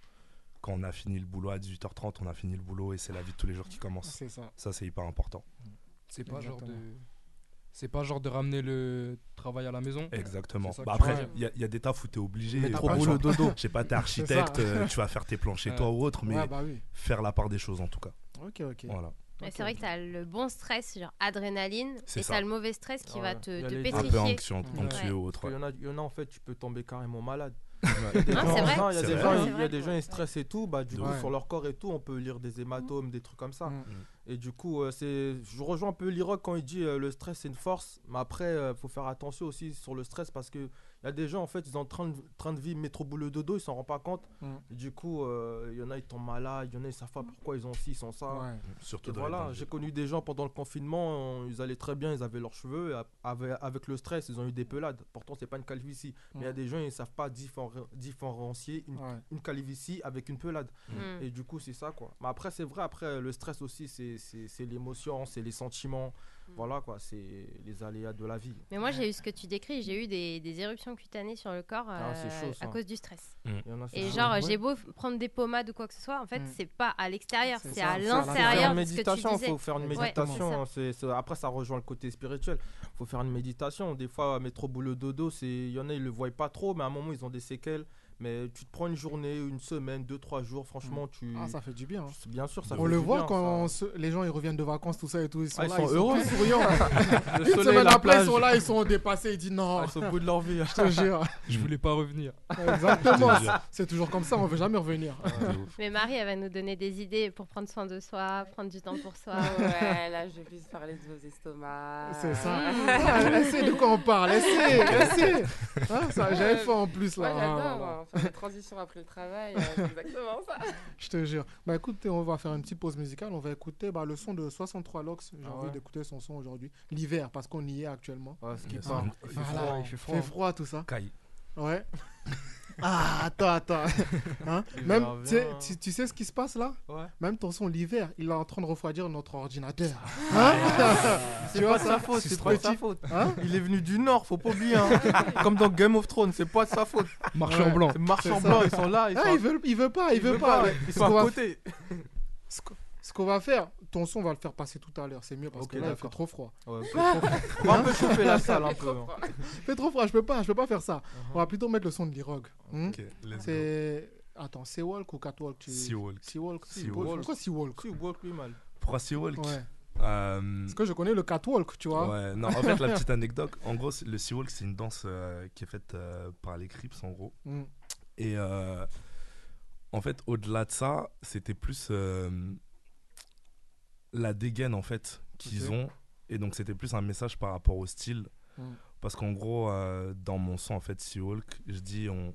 Speaker 5: Quand on a fini le boulot à 18h30, on a fini le boulot et c'est la vie de tous les jours qui commence.
Speaker 2: C'est ça.
Speaker 5: Ça, c'est hyper important.
Speaker 3: C'est pas genre de.
Speaker 2: Exactement.
Speaker 3: C'est pas genre de ramener le travail à la maison.
Speaker 5: Exactement.
Speaker 3: C'est ça
Speaker 5: Bah
Speaker 3: que je veux
Speaker 5: après,
Speaker 3: dire.
Speaker 5: il y, a- il y a des tafs où t'es obligé.
Speaker 3: Mais
Speaker 5: euh,
Speaker 3: t'as
Speaker 5: par
Speaker 3: pas le
Speaker 5: exemple,
Speaker 3: dodo.
Speaker 5: Je sais pas, t'es architecte,
Speaker 3: C'est ça.
Speaker 5: euh, tu vas faire tes plans chez toi
Speaker 3: Ouais.
Speaker 5: ou autre, mais
Speaker 3: Ouais, bah oui.
Speaker 5: faire la part des choses en tout cas.
Speaker 2: Ok, ok.
Speaker 5: Voilà.
Speaker 4: Mais c'est vrai que t'as le bon stress, genre adrénaline,
Speaker 5: C'est
Speaker 4: et
Speaker 5: ça.
Speaker 4: t'as le mauvais stress qui
Speaker 6: Ah
Speaker 4: va
Speaker 6: ouais.
Speaker 4: te,
Speaker 6: Il y a
Speaker 4: te
Speaker 6: les deux.
Speaker 4: pétrifier. Ouais.
Speaker 5: autre,
Speaker 6: Parce qu'il y en a- Il y, en a, en fait, tu peux tomber carrément malade.
Speaker 5: <laughs> Ouais.
Speaker 6: Il y a des
Speaker 5: Non,
Speaker 6: gens-
Speaker 5: Ah, c'est vrai.
Speaker 6: non, Il y a
Speaker 5: C'est
Speaker 6: des
Speaker 5: vrai.
Speaker 6: gens,
Speaker 5: Ouais,
Speaker 6: il y
Speaker 5: c'est
Speaker 6: a des gens, ils stressent et tout. Bah, du
Speaker 5: De
Speaker 6: coup,
Speaker 5: ouf.
Speaker 6: sur leur corps et tout, on peut lire des hématomes, des trucs comme ça.
Speaker 5: Mm.
Speaker 6: Et du coup, euh, c'est, je rejoins un peu l'Iroc quand il dit euh, le stress c'est une force. Mais après, euh, faut faire attention aussi sur le stress parce que il y a des gens, en fait, ils sont en train de, train de vivre métro boulot dodo, ils s'en rendent pas compte.
Speaker 2: Mm.
Speaker 6: Et du coup, euh, il y en a, ils tombent malades, il y en a, ils
Speaker 5: Mm.
Speaker 6: savent pas pourquoi ils ont ci, ils ont ça.
Speaker 2: Ouais.
Speaker 5: Surtout
Speaker 6: Et
Speaker 5: dans les
Speaker 6: voilà,
Speaker 5: temps de
Speaker 6: j'ai connu des gens pendant le confinement, on- ils allaient très bien, ils avaient leurs cheveux, et ap- avec, avec le stress, ils ont eu des pelades. Pourtant, c'est pas une calvitie. Mais il y a
Speaker 2: Mm.
Speaker 6: des gens, ils savent pas différen- différencier une,
Speaker 2: Ouais.
Speaker 6: une calvitie avec une pelade.
Speaker 4: Mm.
Speaker 6: Et du coup, c'est ça, quoi. Mais après, c'est vrai, après, le stress aussi, c'est- c'est c'est l'émotion, c'est les sentiments.
Speaker 5: Mm.
Speaker 6: Voilà, quoi, c'est les aléas de la vie.
Speaker 4: Mais moi, j'ai eu ce que tu décris, j'ai eu des, des éruptions cutanées sur le corps
Speaker 6: Ah, c'est
Speaker 4: euh,
Speaker 6: chaud, ça.
Speaker 4: à cause du stress.
Speaker 6: Mm. Il y en a, c'est
Speaker 4: Et
Speaker 6: chaud.
Speaker 4: genre,
Speaker 6: Ah ouais.
Speaker 4: j'ai beau f- prendre des pommades ou quoi que ce soit, en fait,
Speaker 6: Mm.
Speaker 4: c'est pas à l'extérieur, c'est à
Speaker 6: Faut faire
Speaker 4: l'intérieur.
Speaker 6: une
Speaker 4: ce que tu
Speaker 6: méditation,
Speaker 4: disais.
Speaker 6: faut faire une
Speaker 4: Ouais, c'est
Speaker 6: méditation.
Speaker 4: ça.
Speaker 6: hein, c'est- c'est- après, ça rejoint le côté spirituel. Faut faire une méditation. Des fois, métro boulot dodo, c'est, il y en a, ils le voient pas trop, mais à un moment, ils ont des séquelles. Mais tu te prends une journée, une semaine, deux, trois jours, franchement, tu.
Speaker 2: Ah, ça fait du bien. hein.
Speaker 6: Bien sûr, ça
Speaker 2: on
Speaker 6: fait
Speaker 2: le
Speaker 6: du
Speaker 2: voit
Speaker 6: bien, <laughs>
Speaker 2: quand se- les gens ils reviennent de vacances, tout ça et tout. Ils sont,
Speaker 6: Ah, ils
Speaker 2: là,
Speaker 6: sont heureux.
Speaker 2: plus souriants.
Speaker 6: <laughs> Le
Speaker 2: Une
Speaker 6: soleil,
Speaker 2: semaine
Speaker 6: la
Speaker 2: après, ils sont
Speaker 6: plage.
Speaker 2: là, ils sont dépassés. Ils disent non.
Speaker 6: Ah, ils sont au bout de leur vie.
Speaker 2: Je te jure.
Speaker 3: Je voulais pas revenir.
Speaker 2: Exactement.
Speaker 3: Je te jure.
Speaker 2: C'est toujours comme ça, on veut jamais revenir.
Speaker 4: Mais Marie, elle va nous donner des idées pour prendre soin de soi, prendre du temps pour soi.
Speaker 11: Ouais, là, je vais plus parler de vos estomacs.
Speaker 2: C'est ça. Ah,
Speaker 4: Mm.
Speaker 6: <laughs>
Speaker 2: laissez de quoi on parle. Laissez,
Speaker 11: <laughs>
Speaker 2: laissez. Hein, ça, J'avais faim en plus là.
Speaker 11: Ouais,
Speaker 2: Ah,
Speaker 11: j'adore.
Speaker 2: là, là.
Speaker 11: hein. Faire la transition après le travail, euh, c'est exactement ça.
Speaker 2: Je te jure. Bah écoute, on va faire une petite pause musicale. On va écouter bah, le son de 63 Lox. J'ai
Speaker 6: Ah
Speaker 2: envie
Speaker 6: ouais.
Speaker 2: d'écouter son son aujourd'hui. L'hiver, parce qu'on y est actuellement.
Speaker 6: Ouais, ce qui
Speaker 2: Ah,
Speaker 6: parle. Il fait
Speaker 2: voilà.
Speaker 6: froid, il fait froid.
Speaker 2: tout ça.
Speaker 5: Caille.
Speaker 2: Ouais. <laughs> Ah,
Speaker 6: <laughs>
Speaker 2: attends, attends. Hein
Speaker 6: L'hiver
Speaker 2: Même,
Speaker 6: vient.
Speaker 2: tu sais- tu, tu sais ce qui se passe là
Speaker 6: Ouais.
Speaker 2: Même ton son, l'hiver, il est en train de refroidir notre ordinateur. Hein
Speaker 6: Ah. C'est
Speaker 2: <laughs> Tu
Speaker 6: pas
Speaker 2: vois
Speaker 6: de sa
Speaker 2: ça
Speaker 6: faute,
Speaker 2: Petit-
Speaker 6: c'est pas de sa faute.
Speaker 2: Hein
Speaker 6: Il est venu du Nord, faut pas oublier. hein. Comme dans Game of Thrones, c'est pas de sa faute.
Speaker 2: Marchand
Speaker 6: Ouais.
Speaker 2: blanc.
Speaker 6: C'est Marchand
Speaker 2: C'est ça.
Speaker 6: blanc, ils sont là. Ils
Speaker 2: Ah,
Speaker 6: sont à-
Speaker 2: il veut- il veut pas, il veut pas, ouais.
Speaker 6: Ils
Speaker 2: Ce
Speaker 6: sont
Speaker 2: qu'on
Speaker 6: à
Speaker 2: va-
Speaker 6: côté.
Speaker 2: Ce qu'- ce qu'on va faire, ton son, on va le faire passer tout à l'heure. C'est mieux parce
Speaker 6: Ok,
Speaker 2: que là, il fait
Speaker 6: d'accord.
Speaker 2: trop froid.
Speaker 6: Ouais,
Speaker 2: <laughs>
Speaker 6: ok, trop froid. On va un peu chauffer la salle, un peu.
Speaker 2: fait trop froid, je peux pas, je peux pas faire ça. On va plutôt mettre le son de l'Irog. Hmm
Speaker 5: Ok, let's go.
Speaker 2: C'est. Attends, Sea Walk ou Catwalk tu...
Speaker 5: Seawalk.
Speaker 2: Sea Walk.
Speaker 5: Sea
Speaker 2: Sea
Speaker 5: Walk.
Speaker 2: Walk. Pourquoi Sea Walk
Speaker 6: Walk lui mal.
Speaker 5: Pourquoi Sea Walk
Speaker 2: Ouais.
Speaker 5: Euh,
Speaker 2: Parce que je connais le Catwalk, tu vois.
Speaker 5: Ouais, non, en fait,
Speaker 2: <laughs>
Speaker 5: la petite anecdote, en gros, c'est- le Sea Walk, c'est une danse euh, qui est faite euh, par les Crips, en gros.
Speaker 2: Mm.
Speaker 5: Et euh, en fait, au-delà de ça, c'était plus euh, la dégaine, en fait, qu'ils
Speaker 9: Ok.
Speaker 5: ont. Et donc, c'était plus un message par rapport au style.
Speaker 9: Mm.
Speaker 5: Parce qu'en gros, euh, dans mon son, en fait, Sea Walk, je dis, on,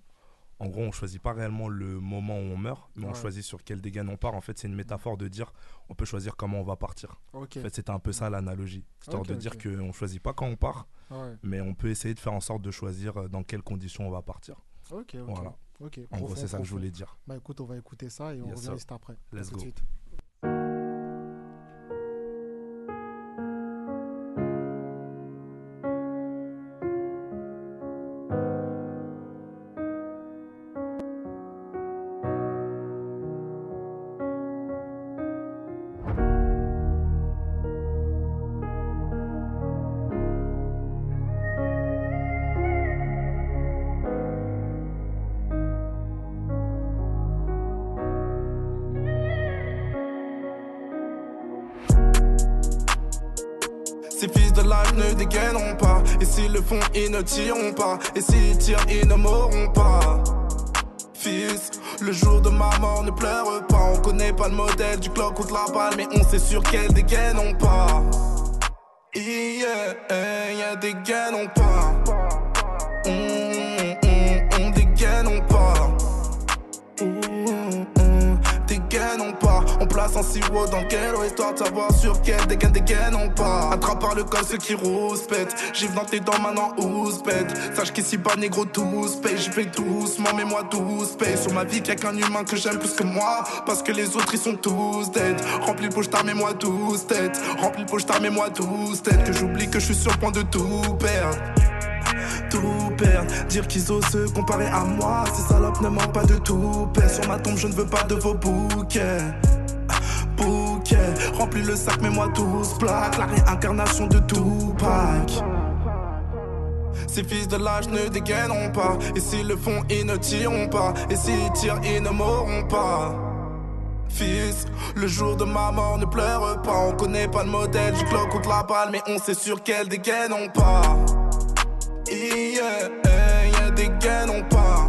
Speaker 5: en gros, on choisit pas réellement le moment où on meurt, mais on
Speaker 9: Ouais.
Speaker 5: choisit sur quelle dégaine on part. En fait, c'est une métaphore de dire, on peut choisir comment on va partir.
Speaker 2: Ok.
Speaker 5: En fait, c'était un peu ça l'analogie. Histoire
Speaker 2: Ok,
Speaker 5: de
Speaker 2: ok. Ah
Speaker 5: dire qu'on choisit pas quand on part,
Speaker 2: Ouais.
Speaker 5: mais on peut essayer de faire en sorte de choisir euh, dans quelles conditions on va partir.
Speaker 2: Ok, ok.
Speaker 5: Voilà.
Speaker 2: Ok,
Speaker 5: En gros,
Speaker 2: profond,
Speaker 5: c'est ça que je
Speaker 2: profond.
Speaker 5: voulais dire.
Speaker 2: Bah écoute, on va écouter ça et on
Speaker 5: Yes,
Speaker 2: revient
Speaker 5: sir.
Speaker 2: juste après. À
Speaker 5: Let's
Speaker 2: tout de
Speaker 5: go.
Speaker 2: suite.
Speaker 12: Ces fils de lâche ne dégaineront pas. Et s'ils le font, ils ne tireront pas. Et s'ils tirent, ils ne mourront pas. Fils, Le jour de ma mort ne pleure pas. On connaît pas le modèle du clock ou de la balle, mais on sait sur quelle dégaine on part. Yeah, eh, y a des gaines, on part. On, mm, on, on dégaine, on part. Ouh, ouh, Dégaine, on part. On place en sirop dans quel eau, histoire de savoir sur quelle dégaine, dégaine, on part. Attrape par le col ceux qui rouspètent. J'ai dans tes dents maintenant ouspète. Sache qu'ici pas négro tous paye. J'y vais doucement, mais moi tous paye. Sur ma vie, qu'il y a qu'un humain que j'aime plus que moi. Parce que les autres ils sont tous dead. Remplis le pochetard, mais moi tous tête. Remplis le pochetard, mais moi tous tête. Que j'oublie que je suis sur le point de tout perdre tout perdre. Dire qu'ils osent se comparer à moi, ces salopes ne manquent pas de tout perdre. Sur ma tombe, je ne veux pas de vos bouquets. Bouquets, remplis le sac, mets-moi tous plaques. La réincarnation de Tupac. Ces fils de l'âge ne dégaineront pas. Et s'ils le font, ils ne tireront pas. Et s'ils tirent, ils ne mourront pas. Fils, le jour de ma mort ne pleure pas. On connaît pas le modèle du clock ou de la balle, mais on sait sur quelle dégaine on part. Yeah, eh, y a des gaines, on part.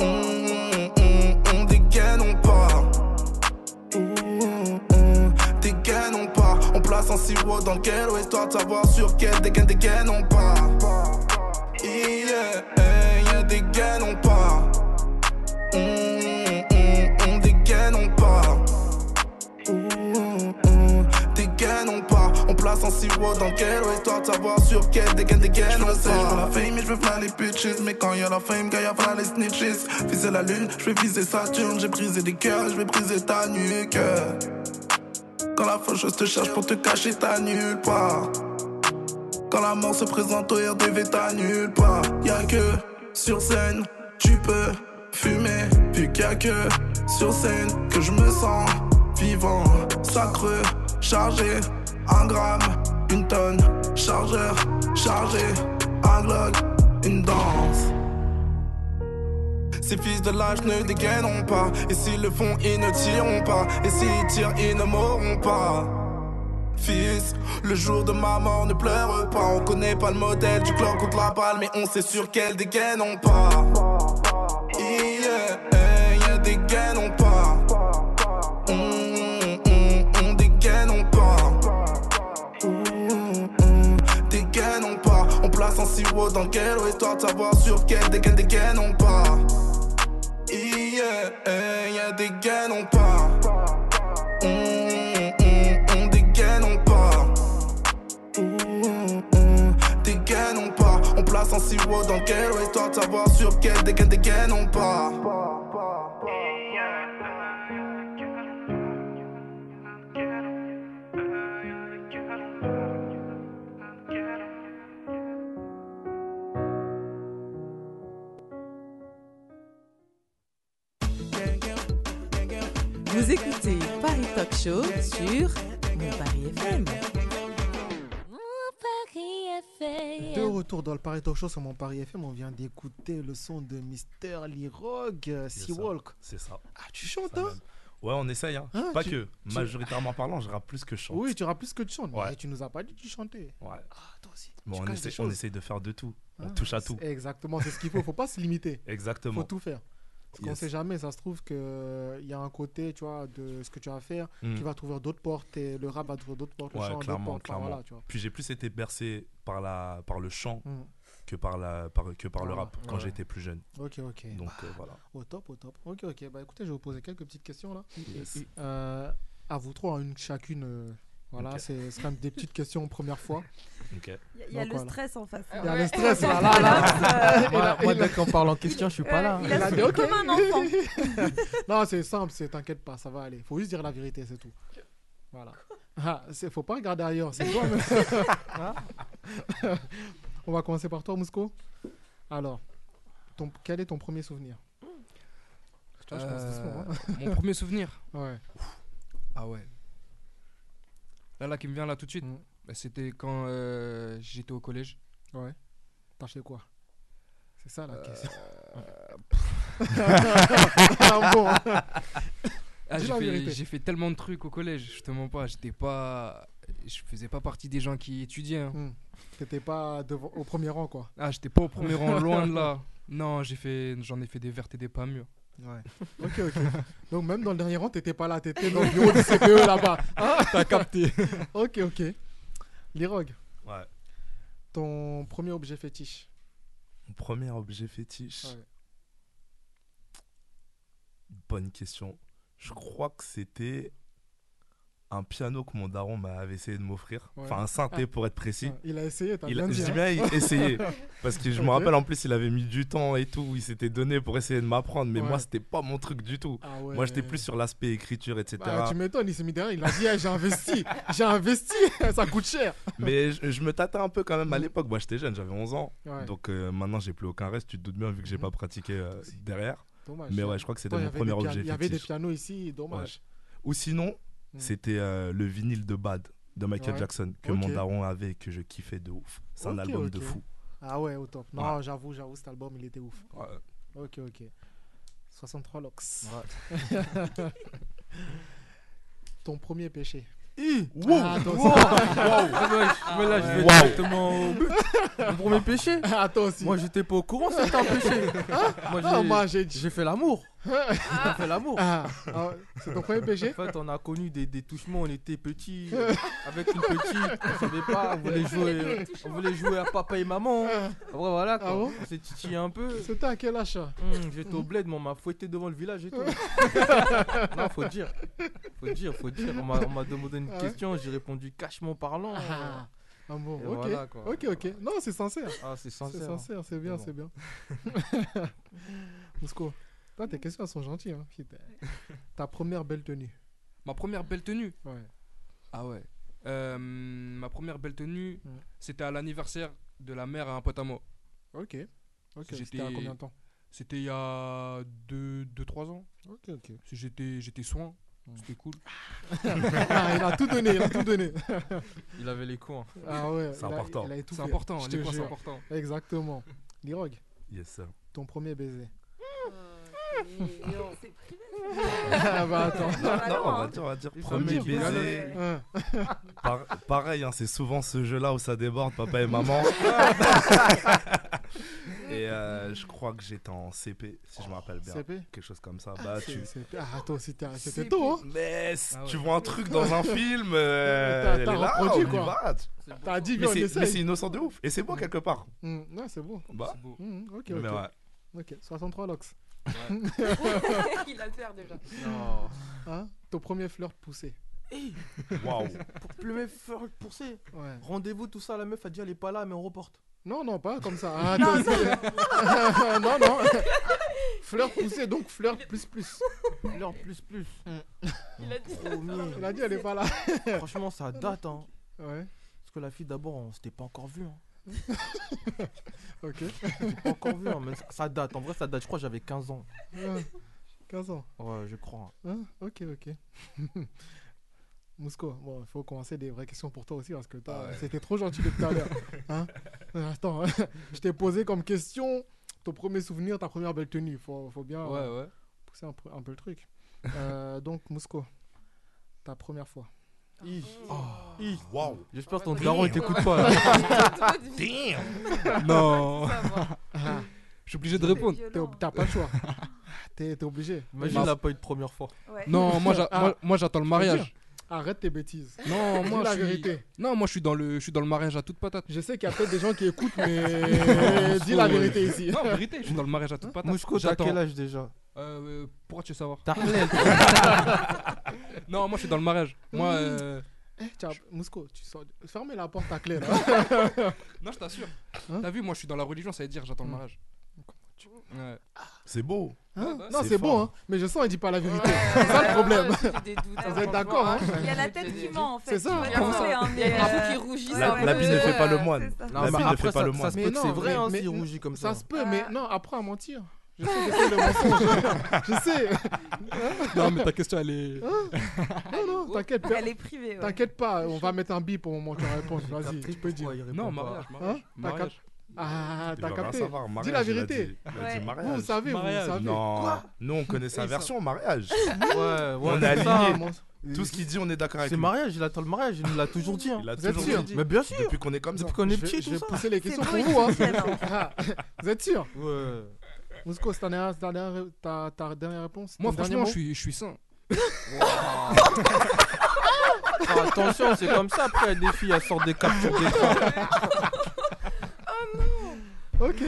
Speaker 12: On, on, on dégaine, on part. Ouh, on dégaine, on part. On place un sirop dans quel eau, histoire de savoir sur quelle dégaine, dégaine, on part. Yeah, eh, y a des gaines, on part. Mmh, On, on, on dégaine, on part. Ouh, on dégaine, on part. On place un sirop dans quel eau, histoire de savoir sur quelle dégaine, dégaine, on part. Je veux la fame et je veux plein les bitches Mais quand y'a la fame, gars, y'a plein les snitches Viser la lune, je vais viser Saturne J'ai brisé des cœurs, je vais briser ta nuque Quand la faucheuse te cherche pour te cacher, t'as nulle part Quand la mort se présente au RDV, t'as nulle part Y'a que sur scène, tu peux fumer Vu qu'il y a que sur scène que je me sens vivant Sacré, chargé, un gramme, une tonne Chargeur, chargé, un glock, une danse. Ces fils de l'âge ne dégaineront pas. Et s'ils le font, ils ne tireront pas. Et s'ils tirent, ils ne mourront pas. Fils, le jour de ma mort ne pleure pas. On connaît pas le modèle du clock ou de la balle, mais on sait sur quelle dégaine on part. Yeah, eh, y a des gaines, on part. On, hum, on, on dégaine, on part. Ouh, ouh, Dégaine, on part. On place un sirop dans quel eau, histoire de savoir sur quelle dégaine, dégaine, on part. Yeah, eh, y a des gaines, on part. On, mm, on, on dégaine, on part. Ouh, ouh, Dégaine, on part. On place un sirop dans quel eau, histoire de savoir sur quelle dégaine, dégaine, on part.
Speaker 10: Vous écoutez Paris Talk Show sur Mon Paris FM.
Speaker 2: De retour dans le Paris Talk Show sur mon Paris FM, on vient d'écouter le son de Mr. Lirog, euh,
Speaker 5: C'est ça,
Speaker 2: Seawalk.
Speaker 5: C'est ça.
Speaker 2: Ah, tu chantes,
Speaker 5: Ça
Speaker 2: hein
Speaker 5: même. Ouais, on essaye. Hein.
Speaker 2: Hein,
Speaker 5: pas
Speaker 2: tu-
Speaker 5: que.
Speaker 2: tu-
Speaker 5: Majoritairement parlant, je rappe plus que je chante.
Speaker 2: Oui, tu auras plus que tu chantes.
Speaker 5: Ouais.
Speaker 2: Mais tu nous as pas dit que tu chantais.
Speaker 5: Ouais.
Speaker 2: Ah, toi aussi.
Speaker 5: Bon,
Speaker 2: tu
Speaker 5: on,
Speaker 2: caches des
Speaker 5: essaie, on
Speaker 2: choses.
Speaker 5: essaie de faire de tout.
Speaker 2: Ah,
Speaker 5: on touche à tout.
Speaker 2: c'est- Exactement, c'est ce qu'il faut. Faut pas se limiter.
Speaker 5: <laughs> Exactement.
Speaker 2: Faut tout faire. Parce qu'on
Speaker 5: Yes.
Speaker 2: sait jamais, ça se trouve qu'il y a un côté, tu vois, de ce que tu vas faire
Speaker 5: Mm.
Speaker 2: qui va t'ouvrir d'autres portes et le rap va t'ouvrir d'autres portes, le
Speaker 5: Ouais,
Speaker 2: chant d'autres
Speaker 5: clairement,
Speaker 2: portes. enfin,
Speaker 5: clairement.
Speaker 2: voilà, tu vois.
Speaker 5: Puis j'ai plus été bercé par, la, par le chant
Speaker 2: Mm.
Speaker 5: que par, la, par, que par le
Speaker 2: Ah,
Speaker 5: rap quand
Speaker 2: ouais.
Speaker 5: j'étais plus jeune.
Speaker 2: Ok, ok.
Speaker 5: Donc
Speaker 2: Bah,
Speaker 5: euh, voilà.
Speaker 2: Au top, au top. Ok, ok. Bah écoutez, je vais vous poser quelques petites questions là.
Speaker 5: Yes.
Speaker 2: Euh, à vous trois, une chacune. euh, voilà,
Speaker 5: Ok.
Speaker 2: c'est c'est quand même des
Speaker 7: <laughs>
Speaker 2: petites questions première fois.
Speaker 7: Il
Speaker 5: Ok.
Speaker 7: y a- il y a
Speaker 2: Donc,
Speaker 7: le stress en face, hein.
Speaker 2: Il y a le
Speaker 7: Ouais.
Speaker 2: stress,
Speaker 7: Ouais.
Speaker 2: là, là, <laughs> là.
Speaker 7: Moi-
Speaker 2: Et là,
Speaker 7: moi,
Speaker 2: et là-
Speaker 7: dès qu'on parle en question, je suis pas là, hein.
Speaker 2: Il a
Speaker 7: euh, Il a
Speaker 2: dit,
Speaker 7: souri
Speaker 2: ok.
Speaker 7: comme un enfant.
Speaker 2: <laughs> non, c'est simple, c'est t'inquiète pas, ça va aller. Faut juste dire la vérité, c'est tout. Voilà. Ah, c'est- faut pas regarder ailleurs, c'est toi.
Speaker 7: <laughs>
Speaker 2: mais- <laughs> On va commencer par toi, Mousko. Alors, ton, quel est ton premier souvenir Putain, je commence doucement, hein.
Speaker 3: mon premier souvenir
Speaker 2: Ouais.
Speaker 3: Ah ouais. Là, là, qui me vient là tout de suite,
Speaker 2: Mm.
Speaker 3: bah, c'était quand euh, j'étais au collège.
Speaker 2: Ouais. T'as chez quoi C'est ça
Speaker 3: Euh,
Speaker 2: la
Speaker 3: <laughs>
Speaker 2: question. Ah, bon.
Speaker 3: Ah,
Speaker 2: Dis
Speaker 3: j'ai
Speaker 2: la
Speaker 3: fait,
Speaker 2: vérité.
Speaker 3: j'ai fait tellement de trucs au collège, je te mens pas. J'étais pas. Je faisais pas partie des gens qui étudiaient. hein.
Speaker 2: Hmm. T'étais pas devant- au premier rang, quoi. <laughs>
Speaker 3: Ah, j'étais pas au premier rang, loin de là. Non, j'ai fait, j'en ai fait des vertes et des pas mûres.
Speaker 2: Ouais. <laughs> Ok, ok. Donc même dans le dernier rang, t'étais pas là, t'étais dans le bureau du CPE là-bas. Hein
Speaker 5: T'as capté.
Speaker 2: <laughs> ok, ok. Lirog.
Speaker 5: Ouais.
Speaker 2: Ton premier objet fétiche.
Speaker 5: Mon premier objet fétiche.
Speaker 2: Ouais.
Speaker 5: Bonne question. Je crois que c'était un piano que mon daron m'avait essayé de m'offrir.
Speaker 2: Ouais.
Speaker 5: Enfin, un synthé
Speaker 2: Ah.
Speaker 5: pour être précis.
Speaker 2: Ah, il a essayé, t'as
Speaker 5: Il
Speaker 2: bien
Speaker 5: a-
Speaker 2: dit,
Speaker 5: Je dis
Speaker 2: hein.
Speaker 5: bien
Speaker 2: <laughs>
Speaker 5: il- essayé. Parce que je me
Speaker 2: Ok.
Speaker 5: rappelle en plus, il avait mis du temps et tout. Il s'était donné pour essayer de m'apprendre. Mais
Speaker 2: Ouais.
Speaker 5: moi, c'était pas mon truc du tout.
Speaker 2: Ah ouais.
Speaker 5: Moi, j'étais plus sur l'aspect écriture, etc.
Speaker 2: Bah, tu m'étonnes, il s'est mis derrière, il a dit Eh, j'ai
Speaker 5: <laughs>
Speaker 2: investi, j'ai investi, <laughs> ça coûte cher.
Speaker 5: Mais je, je me tâtais un peu quand même à l'époque. Moi, j'étais jeune, j'avais 11 ans.
Speaker 2: Mm. Ouais. Mm-hmm.
Speaker 5: Donc euh, maintenant, j'ai plus aucun reste. Tu te doutes bien, vu que j'ai pas pratiqué euh, derrière.
Speaker 2: Dommage.
Speaker 5: Mais ouais, je crois que c'était
Speaker 2: Attends,
Speaker 5: mon
Speaker 2: il y avait
Speaker 5: premier
Speaker 2: des pia-
Speaker 5: objet.
Speaker 2: Il y avait des
Speaker 5: fétiche.
Speaker 2: pianos ici, dommage.
Speaker 5: Ouais. Ou sinon,
Speaker 2: Hmm.
Speaker 5: c'était euh, le vinyle de Bad de Michael
Speaker 2: Ouais.
Speaker 5: Jackson que
Speaker 2: Ok.
Speaker 5: mon daron avait et que je kiffais de ouf. C'est un
Speaker 2: Ok,
Speaker 5: album de
Speaker 2: ok.
Speaker 5: fou.
Speaker 2: Ah ouais, au top. Non, j'avoue, j'avoue, cet album, il était ouf. Ok, ok. 63 locks. <laughs> Ton premier péché.
Speaker 6: Wow,
Speaker 2: Ah,
Speaker 6: wow,
Speaker 2: attends,
Speaker 6: wow.
Speaker 2: ça-
Speaker 6: Mais là, je vais
Speaker 2: Ah ouais.
Speaker 6: directement au but. Mon premier péché.
Speaker 2: <laughs> Attends, si.
Speaker 6: Moi, j'étais pas au courant, c'était un <laughs> péché.
Speaker 2: Hein
Speaker 6: Moi,
Speaker 2: Ah, moi,
Speaker 6: j'ai, j'ai fait l'amour. J'ai fait l'amour.
Speaker 2: Ah, ah, c'est ton premier péché
Speaker 6: En fait, on a connu des, des touchements, on était petits, euh, avec une petite, on savait pas, on voulait jouer, on voulait jouer à papa et maman. Après, voilà, quoi.
Speaker 2: Ah bon
Speaker 6: on s'est titillé un peu.
Speaker 2: <laughs> C'était à quel âge
Speaker 6: Hum, J'étais au bled, mais on m'a fouetté devant le village et tout. non, faut dire. Faut dire, faut dire. On m'a- on m'a demandé une
Speaker 2: Ah ouais
Speaker 6: question, j'ai répondu cachement parlant.
Speaker 2: Ah, ah bon,
Speaker 6: Et
Speaker 2: ok.
Speaker 6: voilà, quoi.
Speaker 2: ok, ok. Non, c'est sincère.
Speaker 6: Ah, c'est sincère.
Speaker 2: C'est sincère, c'est bien,
Speaker 6: C'est
Speaker 2: c'est bien. <laughs> Mousko, toi, tes questions elles sont gentilles. Hein. Putain. Ta première belle tenue.
Speaker 3: Ma première belle tenue
Speaker 2: Ouais.
Speaker 3: Ah ouais. Euh, ma première belle tenue, c'était à l'anniversaire de la mère à un pote à moi.
Speaker 2: Ok. Ok,
Speaker 3: J'étais-
Speaker 2: c'était à combien de temps
Speaker 3: C'était il y a 2-3 deux, deux, trois ans.
Speaker 2: Ok, ok.
Speaker 3: J'étais j'étais soin, c'était cool.
Speaker 2: Ah, <laughs> il a tout donné, il a tout
Speaker 5: <laughs>
Speaker 2: donné.
Speaker 6: Il avait les hein. coins.
Speaker 5: hein.
Speaker 2: Ah ouais,
Speaker 3: C'est
Speaker 2: il a-
Speaker 3: important.
Speaker 2: il a tout
Speaker 3: C'est
Speaker 2: fait,
Speaker 3: important,
Speaker 2: je
Speaker 3: les
Speaker 2: te
Speaker 3: points, c'est
Speaker 2: jure. Eh,
Speaker 3: important.
Speaker 2: Exactement. Lirog,
Speaker 5: Yes, sir.
Speaker 2: ton premier baiser.
Speaker 11: Mignon.
Speaker 2: Ah bah attends.
Speaker 5: Non, on
Speaker 13: Hein
Speaker 5: va dire, on va dire premier baiser. <laughs> Par- pareil, hein, c'est souvent ce jeu-là où ça déborde, papa et maman. et euh, je crois que j'étais en CP, si je me rappelle bien.
Speaker 2: CP?
Speaker 5: Quelque chose comme ça. Bah,
Speaker 2: C'est-
Speaker 5: tu...
Speaker 2: c'est- Ah, attends, c'était c'était tôt, hein
Speaker 5: Mais si tu vois un truc
Speaker 2: <laughs>
Speaker 5: dans un film, euh,
Speaker 2: T'as-
Speaker 5: elle est
Speaker 2: t'as
Speaker 5: là,
Speaker 2: reproduit,
Speaker 5: on y
Speaker 2: quoi.
Speaker 5: va.
Speaker 2: T'as dit,
Speaker 5: mais
Speaker 2: viens, on
Speaker 5: c'est,
Speaker 2: essaye.
Speaker 5: mais c'est innocent de ouf. Et c'est beau quelque part.
Speaker 2: Hmm, ouais, c'est beau.
Speaker 5: Bah.
Speaker 2: C'est beau. Hmm, ok, ok.
Speaker 5: Mais ouais.
Speaker 2: Ok, 63 locks. <laughs>
Speaker 11: Il a le faire déjà.
Speaker 6: Non.
Speaker 2: Hein Ton premier flirt poussé. Oh.
Speaker 5: Waouh.
Speaker 6: Pour le meuf faire pousser.
Speaker 2: Ouais.
Speaker 6: Rendez-vous, tout ça, la meuf a dit elle est pas là, mais on reporte.
Speaker 2: Non, non, pas comme
Speaker 6: <laughs>
Speaker 2: ça. Ah,
Speaker 6: Non,
Speaker 2: attends,
Speaker 6: non.
Speaker 2: c'est- <laughs> non, non. Flirt poussé, donc flirt plus plus.
Speaker 6: Flirt plus plus.
Speaker 11: Il a
Speaker 6: <laughs>
Speaker 11: dit.
Speaker 6: Premier.
Speaker 2: Il a dit, elle est pas là.
Speaker 6: <laughs> Franchement, ça date, hein.
Speaker 2: Ouais.
Speaker 6: Parce que la fille, d'abord, on s'était pas encore vu, hein.
Speaker 2: <laughs> Ok.
Speaker 6: On s'était pas encore vu, hein, mais ça- ça date. En vrai, ça date. Je crois que j'avais 15 ans.
Speaker 2: Ouais. 15 ans.
Speaker 6: Ouais, je crois.
Speaker 2: Hein ok, ok. <laughs> Mousko, bon, il faut commencer des vraies questions pour toi aussi parce que t'as-
Speaker 6: Ah ouais.
Speaker 2: c'était trop gentil depuis tout à l'heure. Hein Euh, Attends, <laughs> je t'ai posé comme question ton premier souvenir, ta première belle tenue. Faut, faut bien
Speaker 3: Ouais,
Speaker 2: euh,
Speaker 3: ouais.
Speaker 2: pousser un, peu- un peu le truc. Euh, donc, Mousko, ta première fois.
Speaker 5: Waouh.
Speaker 6: J'espère
Speaker 2: que
Speaker 6: ton daron, il t'écoute pas, là. Damn.
Speaker 3: Non. Je suis obligé de répondre.
Speaker 2: Ah. T'es ob- T'as pas le choix. Ah, T'es t'es obligé.
Speaker 6: Imagine, il a pas eu de première fois.
Speaker 3: Non, moi, j'a-
Speaker 2: <laughs> Ah,
Speaker 3: moi- moi, j'attends le
Speaker 2: je veux dire,
Speaker 3: mariage.
Speaker 2: Arrête tes bêtises. <laughs>
Speaker 3: Non,
Speaker 2: Dis
Speaker 3: moi,
Speaker 2: la
Speaker 3: je suis...
Speaker 2: vérité.
Speaker 3: non, moi je suis dans le, je suis dans le mariage à toute patate.
Speaker 2: Je sais qu'il y a peut-être des gens qui écoutent,
Speaker 3: <laughs>
Speaker 2: mais dis la vérité ici.
Speaker 3: Non, vérité, je suis dans le mariage à toute patate.
Speaker 6: Mousko, t'as
Speaker 3: J'attends.
Speaker 6: quel âge déjà
Speaker 3: euh, euh, Pourquoi tu veux savoir
Speaker 6: T'as l'air.
Speaker 3: <laughs> <laughs> Non, moi je suis dans le mariage. Moi, euh,
Speaker 2: Eh, tiens, Mousko, tu sors. Fermez la porte à clé là.
Speaker 3: <laughs> non, je t'assure.
Speaker 2: Hein?
Speaker 3: T'as vu, moi je suis dans la religion, ça veut dire j'attends le mariage. Ouais.
Speaker 5: C'est beau.
Speaker 2: Hein
Speaker 3: Ouais,
Speaker 2: non,
Speaker 3: c'est
Speaker 2: c'est bon,
Speaker 3: fort.
Speaker 2: hein, mais je sens qu'il dit pas la vérité. c'est ça le problème. <laughs> Vous êtes d'accord hein
Speaker 7: Il y a la tête qui ment en fait.
Speaker 2: C'est ça,
Speaker 7: Tu vois,
Speaker 2: comment
Speaker 7: il y
Speaker 2: ça
Speaker 7: a un-
Speaker 2: Il y <laughs> a
Speaker 7: euh,
Speaker 2: un peu qui
Speaker 7: rougit,
Speaker 2: rougissent
Speaker 7: ça
Speaker 2: un
Speaker 7: va.
Speaker 2: peu.
Speaker 5: L'habit ne fait pas le moine.
Speaker 7: c'est ça.
Speaker 6: Non, mais
Speaker 5: L'habit ne
Speaker 6: après,
Speaker 5: fait
Speaker 6: ça-
Speaker 5: pas le
Speaker 6: ça
Speaker 5: moine.
Speaker 6: se peut que c'est vrai, hein,
Speaker 2: mais-
Speaker 6: s'il
Speaker 2: mais-
Speaker 6: rougit comme ça.
Speaker 2: Ça se peut,
Speaker 7: Ah.
Speaker 2: mais non, apprends à mentir. Je sais que c'est le mensonge. Je sais. Hein
Speaker 3: Non, mais ta question elle est.
Speaker 2: Non, non, t'inquiète pas.
Speaker 7: Elle est privée, ouais.
Speaker 2: T'inquiète pas, on va mettre un bip au moment où tu réponds. Vas-y,
Speaker 6: capté
Speaker 2: tu peux dire.
Speaker 6: pourquoi il répond Non, pas. mariage, mariage,
Speaker 2: Hein T'as
Speaker 6: mariage.
Speaker 2: cap- Ah,
Speaker 5: Il
Speaker 2: t'as
Speaker 5: va rien
Speaker 2: capté.
Speaker 5: savoir,
Speaker 2: Dis
Speaker 5: mariage,
Speaker 2: la
Speaker 5: il a
Speaker 2: vérité.
Speaker 5: dit- il a dit
Speaker 2: Vous,
Speaker 5: mariage.
Speaker 2: Vous, savez, vous,
Speaker 5: Mariage.
Speaker 2: savez.
Speaker 5: Non, nous on connaît sa
Speaker 2: Ils
Speaker 5: version
Speaker 2: sont-
Speaker 5: mariage.
Speaker 6: Ouais, ouais,
Speaker 5: on est
Speaker 6: c'est ça,
Speaker 5: aligné.
Speaker 6: moi.
Speaker 5: Tout ce qu'il dit, on est d'accord avec
Speaker 6: C'est
Speaker 5: lui.
Speaker 6: mariage, il attend le mariage, il nous l'a toujours dit. Hein.
Speaker 5: Il a
Speaker 6: Vous êtes
Speaker 5: toujours
Speaker 6: sûr
Speaker 5: dit.
Speaker 6: Mais bien sûr.
Speaker 5: Depuis qu'on est comme ça.
Speaker 6: Depuis qu'on est
Speaker 2: Je vais-
Speaker 6: petit,
Speaker 2: je
Speaker 6: tout
Speaker 2: <laughs> vais
Speaker 6: ça.
Speaker 2: pousser les questions pour vous. hein. Ah, Vous êtes sûr
Speaker 6: Ouais.
Speaker 2: Mousco, c'est ta dernière, ta dernière- ta- ta dernière réponse
Speaker 3: Moi,
Speaker 2: ton dernier
Speaker 3: franchement,
Speaker 2: mot
Speaker 3: je suis, je suis sain.
Speaker 6: <laughs> Faire Ah, attention, c'est
Speaker 2: <laughs>
Speaker 6: comme ça après les filles elles sortent des captures d'écran.
Speaker 7: oh,
Speaker 2: Ok,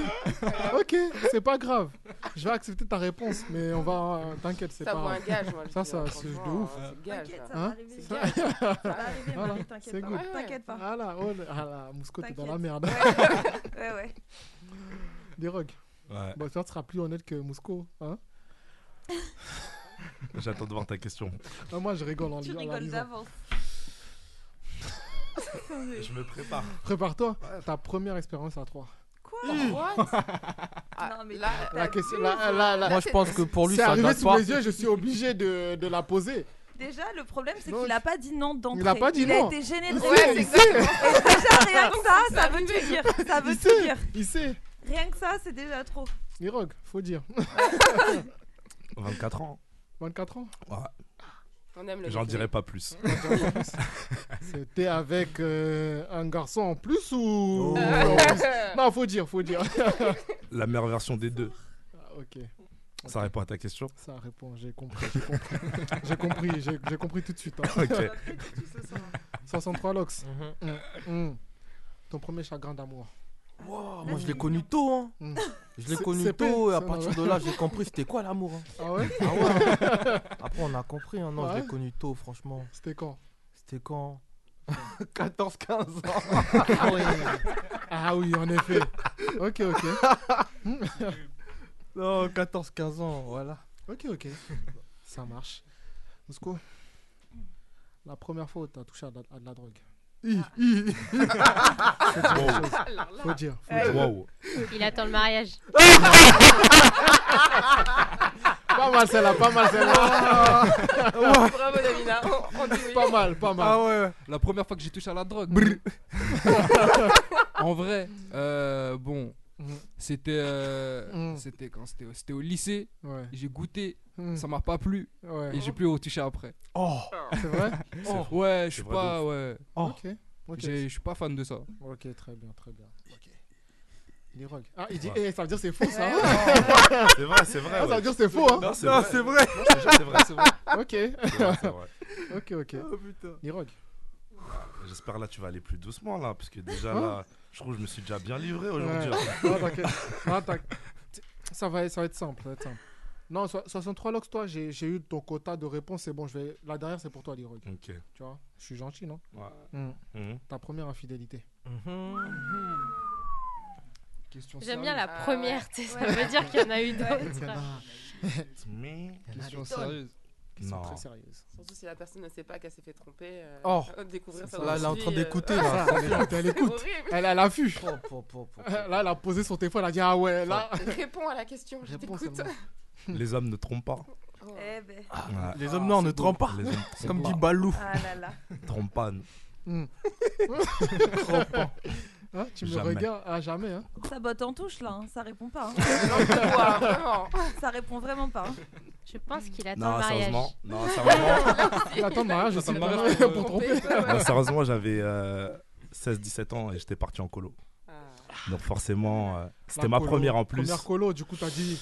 Speaker 2: <laughs> ok, c'est pas grave. Je vais accepter ta réponse, mais on va. euh, T'inquiète, c'est
Speaker 11: Ça
Speaker 2: pas
Speaker 11: vaut un
Speaker 2: grave.
Speaker 11: gage, moi, je
Speaker 2: Ça,
Speaker 11: dis,
Speaker 2: ça,
Speaker 11: hein,
Speaker 2: c'est de
Speaker 11: franchement,
Speaker 2: ouf.
Speaker 11: euh, c'est gage, T'inquiète, là. ça va
Speaker 2: Hein
Speaker 11: arriver,
Speaker 2: C'est
Speaker 11: Marie,
Speaker 2: gage.
Speaker 11: ça va
Speaker 2: <laughs>
Speaker 11: arriver,
Speaker 2: Voilà,
Speaker 11: Marie, t'inquiète
Speaker 2: c'est
Speaker 11: pas.
Speaker 2: good.
Speaker 11: Ouais, ouais.
Speaker 2: T'inquiète pas. Ah là, oh là, ah là, Mousco, t'es dans la
Speaker 11: T'inquiète.
Speaker 2: merde.
Speaker 11: Ouais. Ouais, ouais.
Speaker 2: Des rogues.
Speaker 5: Ouais.
Speaker 2: Bon, toi, tu seras plus honnête que Mousco, hein
Speaker 5: J'attends de voir ta question.
Speaker 2: Ah, Moi, je rigole en
Speaker 7: Tu
Speaker 2: lisant- en la
Speaker 7: rigoles
Speaker 2: lisant.
Speaker 7: d'avance.
Speaker 5: Je me prépare.
Speaker 2: Prépare-toi, ta première expérience à 3.
Speaker 7: Quoi
Speaker 11: <laughs> Ah,
Speaker 7: là,
Speaker 2: La question, là, là, là-
Speaker 6: Moi, je pense que pour lui,
Speaker 2: c'est
Speaker 6: ça
Speaker 2: arrivé
Speaker 6: date
Speaker 2: sous
Speaker 6: pas.
Speaker 2: mes yeux, je suis obligé de, de la poser.
Speaker 7: Déjà, le problème, c'est qu'il a pas dit non d'entrée.
Speaker 2: Il a pas dit non.
Speaker 7: a été gêné
Speaker 2: Il
Speaker 7: de
Speaker 2: sait,
Speaker 7: répondre.
Speaker 2: il sait.
Speaker 7: Et déjà, rien que ça, ça veut tout dire. Ça veut
Speaker 2: il
Speaker 7: tout
Speaker 2: sait,
Speaker 7: dire.
Speaker 2: Il sait.
Speaker 7: Rien que ça, c'est déjà trop.
Speaker 2: Les rogues, faut
Speaker 5: <laughs>
Speaker 2: dire.
Speaker 5: 24 ans.
Speaker 2: 24 ans
Speaker 5: Ouais.
Speaker 11: On aime le
Speaker 5: J'en
Speaker 11: métier.
Speaker 5: dirai pas plus.
Speaker 2: On en dirait pas
Speaker 5: <laughs>
Speaker 2: plus. C'était avec euh, un garçon en plus ou.
Speaker 5: Oh.
Speaker 2: en plus non, faut dire, faut
Speaker 11: <laughs>
Speaker 2: dire.
Speaker 5: La meilleure version des deux.
Speaker 2: Ah, ok.
Speaker 5: Ça répond à ta question
Speaker 2: Ça répond, j'ai compris, j'ai compris. <laughs> j'ai compris, j'ai- j'ai compris tout de suite. hein.
Speaker 5: Ok. On a
Speaker 2: 63 locks.
Speaker 6: Mhm.
Speaker 2: Mm, mm. Ton premier chagrin d'amour.
Speaker 6: Moi, je l'ai connu tôt. Hein.
Speaker 2: Mm.
Speaker 6: Je l'ai
Speaker 2: C'est-
Speaker 6: connu
Speaker 2: c'est
Speaker 6: tôt et à
Speaker 2: ça,
Speaker 6: partir
Speaker 2: non.
Speaker 6: de là, j'ai compris c'était quoi l'amour. hein.
Speaker 2: Ah ouais
Speaker 6: Ah
Speaker 2: <laughs>
Speaker 6: ouais. Après, on a compris. hein. Non, je
Speaker 2: Ouais.
Speaker 6: l'ai connu tôt, franchement. <laughs>
Speaker 2: C'était quand
Speaker 6: C'était quand 14-15 ans.
Speaker 2: ah, oui. ah oui, en effet. Ok, <laughs> ok.
Speaker 6: Non, 14-15 ans, voilà.
Speaker 2: ok, ok. Ça marche. Mousko, la première fois où t'as touché à de la, à de la drogue. Hi,
Speaker 4: Ah.
Speaker 2: hi.
Speaker 4: <laughs>
Speaker 2: Faut dire les
Speaker 5: Wow.
Speaker 2: choses.
Speaker 5: Alors là.
Speaker 2: Faut dire. Faut
Speaker 5: Eh.
Speaker 2: dire.
Speaker 5: Wow.
Speaker 4: Il attend le mariage.
Speaker 2: <laughs> Pas mal celle-là, pas mal celle-là.
Speaker 4: <laughs>
Speaker 11: Bravo,
Speaker 2: <laughs>
Speaker 11: Davina. On- on dit oui.
Speaker 2: Pas mal, pas mal.
Speaker 3: La première fois que j'ai touché à la drogue. <laughs> en vrai, euh, bon,
Speaker 2: Mm.
Speaker 3: c'était euh, c'était quand c'était c'était au lycée.
Speaker 2: Ouais.
Speaker 3: J'ai goûté,
Speaker 2: Mm.
Speaker 3: ça m'a pas plu
Speaker 2: Ouais.
Speaker 3: et j'ai plus retouché après.
Speaker 2: Oh.
Speaker 11: Ah.
Speaker 2: C'est vrai C'est
Speaker 3: Oh.
Speaker 2: vrai.
Speaker 3: Ouais, je
Speaker 2: C'est
Speaker 3: suis
Speaker 2: vrai
Speaker 3: pas
Speaker 2: de ouf.
Speaker 3: ouais.
Speaker 2: Ok, ok.
Speaker 3: J'ai- Je suis pas fan de ça.
Speaker 2: Ok, très bien, très bien. Ok. Les rogues. Ah, il dit,
Speaker 3: Ouais.
Speaker 2: eh, ça veut dire c'est faux ça.
Speaker 5: <laughs> C'est vrai, c'est vrai,
Speaker 2: Ah, ça
Speaker 5: ouais.
Speaker 2: veut dire c'est faux. Hein.
Speaker 5: Non, c'est Non, vrai. c'est vrai. Non, je te jure, c'est vrai, c'est vrai.
Speaker 2: <laughs> Ok.
Speaker 5: C'est vrai, c'est vrai.
Speaker 2: ok, ok.
Speaker 6: Oh, putain.
Speaker 2: Les rogues.
Speaker 5: J'espère là tu vas aller plus doucement là, parce que déjà
Speaker 2: Hein
Speaker 5: là, je trouve que je me suis déjà bien livré aujourd'hui.
Speaker 2: Ouais.
Speaker 5: <laughs> hein.
Speaker 2: Non, t'inquiète. Non, t'inquiète. Ça va, être- ça va être simple, ça va être simple. Non, so- 63 locks, toi, j'ai j'ai eu ton quota de réponses, c'est bon, je vais... La dernière, c'est pour toi, Leroy.
Speaker 5: Ok.
Speaker 2: Tu vois, je suis gentil, non
Speaker 5: Ouais.
Speaker 2: Mm.
Speaker 5: Mhm.
Speaker 2: Ta première infidélité.
Speaker 3: Question
Speaker 4: J'aime bien la première, tu sais, ça veut dire qu'il y en
Speaker 2: <laughs>
Speaker 4: a eu
Speaker 2: Il y en
Speaker 5: <laughs>
Speaker 4: d'autres.
Speaker 2: a.
Speaker 3: Question
Speaker 11: des tonnes.
Speaker 3: sérieuse.
Speaker 2: Question
Speaker 5: Non.
Speaker 2: très sérieuse.
Speaker 11: Surtout si la personne ne sait pas qu'elle s'est fait tromper. euh,
Speaker 2: Oh.
Speaker 11: <laughs> Découvrir ça
Speaker 2: Là,
Speaker 11: dans
Speaker 2: elle est en
Speaker 11: une
Speaker 2: train
Speaker 11: vie, euh,
Speaker 2: d'écouter,
Speaker 11: <laughs>
Speaker 2: là. Elle écoute, elle écoute.
Speaker 11: horrible.
Speaker 2: Elle a l'affût.
Speaker 6: Po, po, po, po.
Speaker 2: <laughs> Là, elle a posé son téléphone, elle a dit Ah ouais, là.
Speaker 11: <laughs>
Speaker 2: <laughs>
Speaker 11: Réponds à la question, je
Speaker 2: Réponds
Speaker 11: t'écoute.
Speaker 2: seulement.
Speaker 5: Les hommes ne trompent pas.
Speaker 7: Eh ben.
Speaker 5: Ouais.
Speaker 6: Les hommes noirs ne trompent pas.
Speaker 5: Les hommes
Speaker 6: C'est comme
Speaker 5: trompent
Speaker 6: dit
Speaker 5: pas.
Speaker 6: Balou.
Speaker 7: Ah là là.
Speaker 5: Trompent pas.
Speaker 2: Mm.
Speaker 5: Trompant.
Speaker 2: Hein, tu me
Speaker 5: Jamais.
Speaker 2: regardes à jamais. Hein.
Speaker 7: Ça botte en touche là, hein. ça répond <laughs> pas. hein.
Speaker 11: Ouah, vraiment.
Speaker 7: ça répond vraiment pas. hein.
Speaker 4: Je pense qu'il attend
Speaker 5: Non,
Speaker 4: le mariage.
Speaker 5: sérieusement.
Speaker 7: <laughs>
Speaker 5: Non, sérieusement.
Speaker 2: Il attend le mariage aussi
Speaker 3: Attends le
Speaker 2: pour-
Speaker 3: mariage
Speaker 2: pour,
Speaker 3: pour
Speaker 2: tromper.
Speaker 5: Non, bah, sérieusement, j'avais euh, 16-17 ans et j'étais parti en colo. Donc forcément, euh, c'était
Speaker 2: La
Speaker 5: ma
Speaker 2: Ah. Bah, colo,
Speaker 5: première en plus.
Speaker 2: Première colo, du coup, t'as dit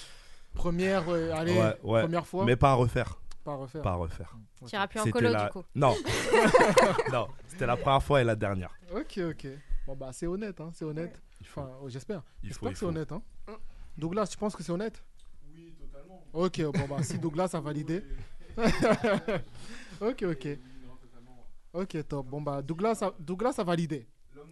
Speaker 2: Première, euh, allez,
Speaker 5: Ouais, ouais.
Speaker 2: première fois.
Speaker 5: Mais pas à refaire.
Speaker 2: Pas à refaire.
Speaker 5: Pas à refaire.
Speaker 2: Ok.
Speaker 4: T'iras plus en
Speaker 5: C'était
Speaker 4: colo
Speaker 5: la-
Speaker 4: du coup. <laughs>
Speaker 2: <laughs>
Speaker 5: Non. <laughs> non, c'était la première fois et la dernière.
Speaker 2: Ok, ok. Bon, bah, c'est honnête, hein, c'est honnête. Enfin, oh, j'espère.
Speaker 5: Il
Speaker 2: J'espère
Speaker 5: faut, il
Speaker 2: que c'est
Speaker 5: faut. Mm.
Speaker 2: honnête. Hein. Douglas, tu penses que c'est honnête
Speaker 6: <laughs>
Speaker 2: Oui, totalement. Ok, bon, bah, si Douglas a validé. <laughs> ok, ok. Ok, top. Bon, bah, Douglas a, Douglas a validé.
Speaker 6: <laughs>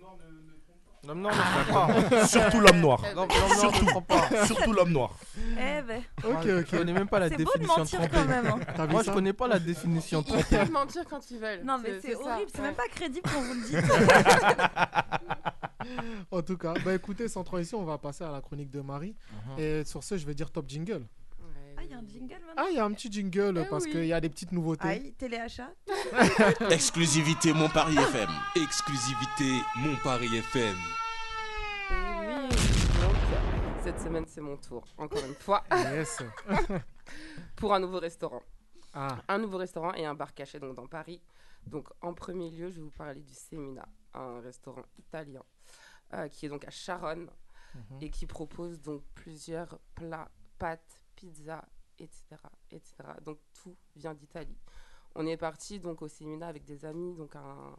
Speaker 6: L'homme noir ne trompe pas.
Speaker 5: <laughs> Surtout l'homme noir.
Speaker 6: L'homme l'homme noir ne trompe pas.
Speaker 5: Surtout l'homme noir.
Speaker 7: Eh ben.
Speaker 2: Ok,
Speaker 6: Je
Speaker 2: ok.
Speaker 6: connais même pas la
Speaker 7: C'est beau de
Speaker 6: définition
Speaker 7: mentir
Speaker 6: tromper.
Speaker 7: quand même, hein.
Speaker 2: T'as vu
Speaker 6: Moi,
Speaker 2: ça
Speaker 6: je connais pas la définition de
Speaker 11: Ils
Speaker 6: tromper.
Speaker 11: peuvent mentir quand ils veulent.
Speaker 7: Non mais c'est
Speaker 11: ça.
Speaker 7: horrible, c'est même
Speaker 11: Ouais.
Speaker 7: pas crédible quand vous le dites.
Speaker 2: <laughs> En tout cas, bah, écoutez, sans transition, on va passer à la chronique de Marie.
Speaker 5: Uh-huh.
Speaker 2: Et sur ce, je vais dire top jingle.
Speaker 7: ah, il y a un jingle maintenant.
Speaker 2: Ah, il y a un petit jingle
Speaker 7: Eh
Speaker 2: parce
Speaker 7: oui.
Speaker 2: qu'il y a des petites nouveautés.
Speaker 7: Aïe, téléachat.
Speaker 14: Exclusivité Mon Paris FM. Exclusivité Mon Paris FM.
Speaker 11: Et oui, donc, cette semaine, c'est mon tour, encore une fois.
Speaker 2: Yes.
Speaker 11: <laughs> Pour un nouveau restaurant.
Speaker 2: Ah.
Speaker 11: Un nouveau restaurant et un bar caché donc dans Paris. Donc, en premier lieu, je vais vous parler du Semina, un restaurant italien
Speaker 2: Mhm.
Speaker 11: euh, qui est donc à Charonne et qui propose donc plusieurs plats pâtes, pizza, etc., etc. Donc tout vient d'Italie. On est parti donc au séminaire avec des amis, donc un-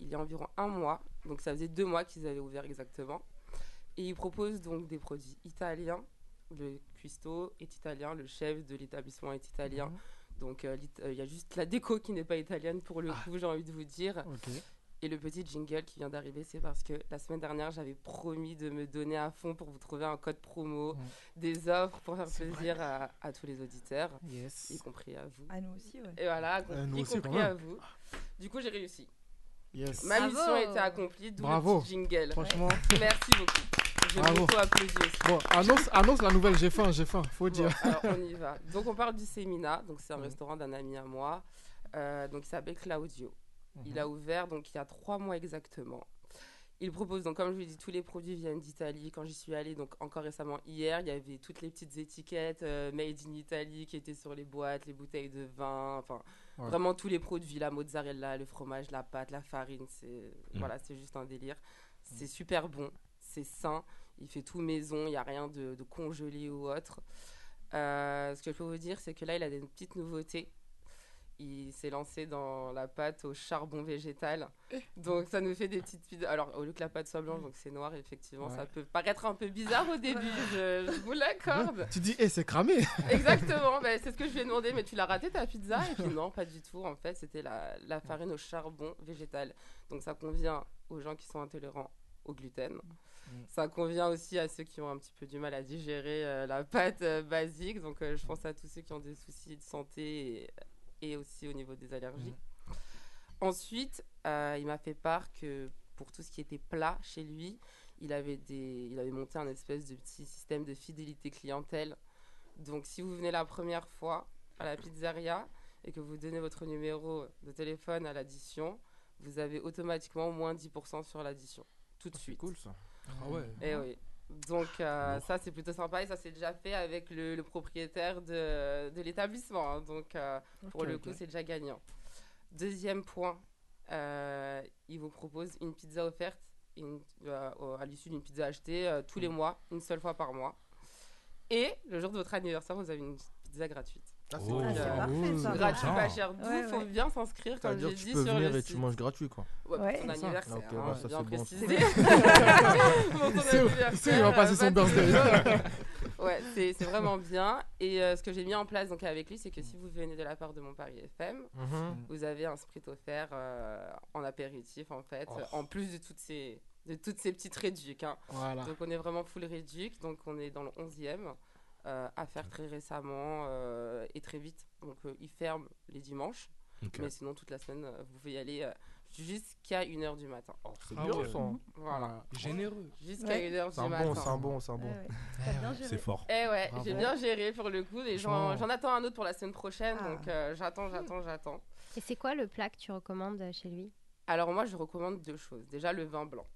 Speaker 11: il y a environ un mois. Donc ça faisait deux mois qu'ils avaient ouvert exactement. Et ils proposent donc des produits italiens. Le cuistot est italien, le chef de l'établissement est italien.
Speaker 13: Mhm.
Speaker 11: Donc euh, l'It- euh, il y a juste la déco qui n'est pas italienne pour
Speaker 2: Ah.
Speaker 11: le coup, j'ai envie de vous dire.
Speaker 13: Ok.
Speaker 11: Et le petit jingle qui vient d'arriver, c'est parce que la semaine dernière, j'avais promis de me donner à fond pour vous trouver un code promo, des offres pour faire plaisir à, à tous les auditeurs,
Speaker 2: Yes.
Speaker 11: y compris à vous.
Speaker 7: À Ah, nous aussi, ouais.
Speaker 11: Et voilà,
Speaker 2: Euh, nous
Speaker 11: y
Speaker 2: aussi, quand
Speaker 11: compris
Speaker 2: même.
Speaker 11: à vous. Du coup, j'ai réussi.
Speaker 2: Yes.
Speaker 11: Ma
Speaker 2: Bravo.
Speaker 11: mission a été accomplie, d'où le
Speaker 2: Bravo.
Speaker 11: petit jingle.
Speaker 2: Franchement.
Speaker 11: Merci beaucoup. Je vous applaudis aussi.
Speaker 2: Bon, annonce, annonce la nouvelle, j'ai faim, j'ai faim, faut
Speaker 11: Bon,
Speaker 2: dire.
Speaker 11: alors, on y va. Donc on parle du Sémina, donc c'est un restaurant d'un ami à moi, euh, donc il s'appelle Claudio.
Speaker 13: Mhm.
Speaker 11: Il a ouvert donc il y a trois mois exactement. Il propose donc comme je vous l'ai dit tous les produits viennent d'Italie. Quand j'y suis allée donc encore récemment hier, il y avait toutes les petites étiquettes euh, made in Italy qui étaient sur les boîtes, les bouteilles de vin, enfin
Speaker 13: Ouais.
Speaker 11: vraiment tous les produits, la mozzarella, le fromage, la pâte, la farine, c'est
Speaker 13: Mhm.
Speaker 11: voilà c'est juste un délire. C'est super bon, c'est sain, il fait tout maison, il n'y a rien de, de congelé ou autre. Euh, ce que je peux vous dire, c'est que là, il a des petites nouveautés. Il s'est lancé dans la pâte au charbon végétal. Donc ça nous fait des petites vidéos. Alors au lieu que la pâte soit blanche, donc c'est noir, effectivement,
Speaker 2: Ouais.
Speaker 11: ça peut paraître un peu bizarre au début, je, je vous l'accorde.
Speaker 2: Tu dis, eh, c'est cramé.
Speaker 11: <laughs> Exactement, ben, c'est ce que je lui ai demandé, mais tu l'as raté ta pizza Et puis non, pas du tout, en fait, c'était la, la farine au charbon végétal. Donc ça convient aux gens qui sont intolérants au gluten. Ça convient aussi à ceux qui ont un petit peu du mal à digérer euh, la pâte euh, basique. Donc euh, je pense à tous ceux qui ont des soucis de santé et, et aussi au niveau des allergies.
Speaker 6: Mhm.
Speaker 11: Ensuite, euh, il m'a fait part que pour tout ce qui était plat chez lui, il avait, des, il avait monté un espèce de petit système de fidélité clientèle. Donc si vous venez la première fois à la pizzeria et que vous donnez votre numéro de téléphone à l'addition, vous avez automatiquement au moins 10% sur l'addition. Tout de suite.
Speaker 6: cool ça.
Speaker 3: Ah ouais.
Speaker 11: Eh oui. Donc euh,
Speaker 6: Lourd.
Speaker 11: ça c'est plutôt sympa et ça s'est déjà fait avec le, le propriétaire de, de l'établissement. hein. Donc euh, pour
Speaker 13: Ok,
Speaker 11: le
Speaker 13: ok.
Speaker 11: coup c'est déjà gagnant. Deuxième point, euh, il vous propose une pizza offerte une- euh, au- à l'issue d'une pizza achetée euh, tous les mois, une seule fois par mois. Et le jour de votre anniversaire, vous avez une pizza gratuite. euh,
Speaker 6: Ah, c'est cool. Ah, c'est parfait, ça.
Speaker 11: gratuit,
Speaker 6: Putain.
Speaker 11: pas cher. D'où
Speaker 6: Ouais,
Speaker 11: faut
Speaker 6: ouais.
Speaker 11: bien s'inscrire, comme
Speaker 6: C'est-à-dire
Speaker 11: j'ai
Speaker 6: que tu
Speaker 11: dit
Speaker 6: peux
Speaker 11: sur
Speaker 6: venir
Speaker 11: le
Speaker 6: et tu
Speaker 11: site.
Speaker 6: manges gratuit, quoi.
Speaker 11: Ouais, pour
Speaker 6: Ouais.
Speaker 11: ton
Speaker 6: Ah,
Speaker 11: anniversaire.
Speaker 6: ok,
Speaker 11: hein,
Speaker 6: ouais, ça,
Speaker 11: bien
Speaker 6: c'est bon.
Speaker 11: précisé. <laughs> Pour ton
Speaker 2: C'est-
Speaker 11: anniversaire,
Speaker 2: c'est- il va passer son
Speaker 11: euh, pas de
Speaker 2: birthday.
Speaker 11: jeu. <laughs> ouais, c'est c'est vraiment bien. Et euh, ce que j'ai mis en place donc avec lui, c'est que si vous venez de la part de mon Paris FM,
Speaker 13: Mhm.
Speaker 11: vous avez un sprit offert euh, en apéritif en fait,
Speaker 13: Oh.
Speaker 11: en plus de toutes ces de toutes ces petites réducs. hein.
Speaker 13: Voilà.
Speaker 11: Donc on est vraiment full réduc, donc on est dans le 11e euh, à faire très récemment euh, et très vite. Donc euh, ils ferment les dimanches,
Speaker 13: Ok.
Speaker 11: mais sinon toute la semaine euh, vous pouvez y aller euh, jusqu'à 1h du matin.
Speaker 6: c'est Ah bien, ouais. ça.
Speaker 11: Voilà.
Speaker 3: Généreux.
Speaker 11: Jusqu'à
Speaker 6: Ouais.
Speaker 11: 1h
Speaker 6: C'est
Speaker 11: du
Speaker 6: un
Speaker 11: matin.
Speaker 6: bon, c'est un bon, c'est un bon. Ouais, ouais. <laughs> T'as bien géré. C'est fort.
Speaker 11: Eh ouais,
Speaker 6: Bravo.
Speaker 11: j'ai bien géré pour le coup. Les gens,
Speaker 6: Franchement.
Speaker 11: j'en attends un autre pour la semaine prochaine,
Speaker 6: Ah.
Speaker 11: donc euh, j'attends, j'attends, j'attends.
Speaker 4: <laughs> Et c'est quoi le plat que tu recommandes euh, chez lui
Speaker 11: Alors moi, je recommande deux choses. Déjà, le vin blanc.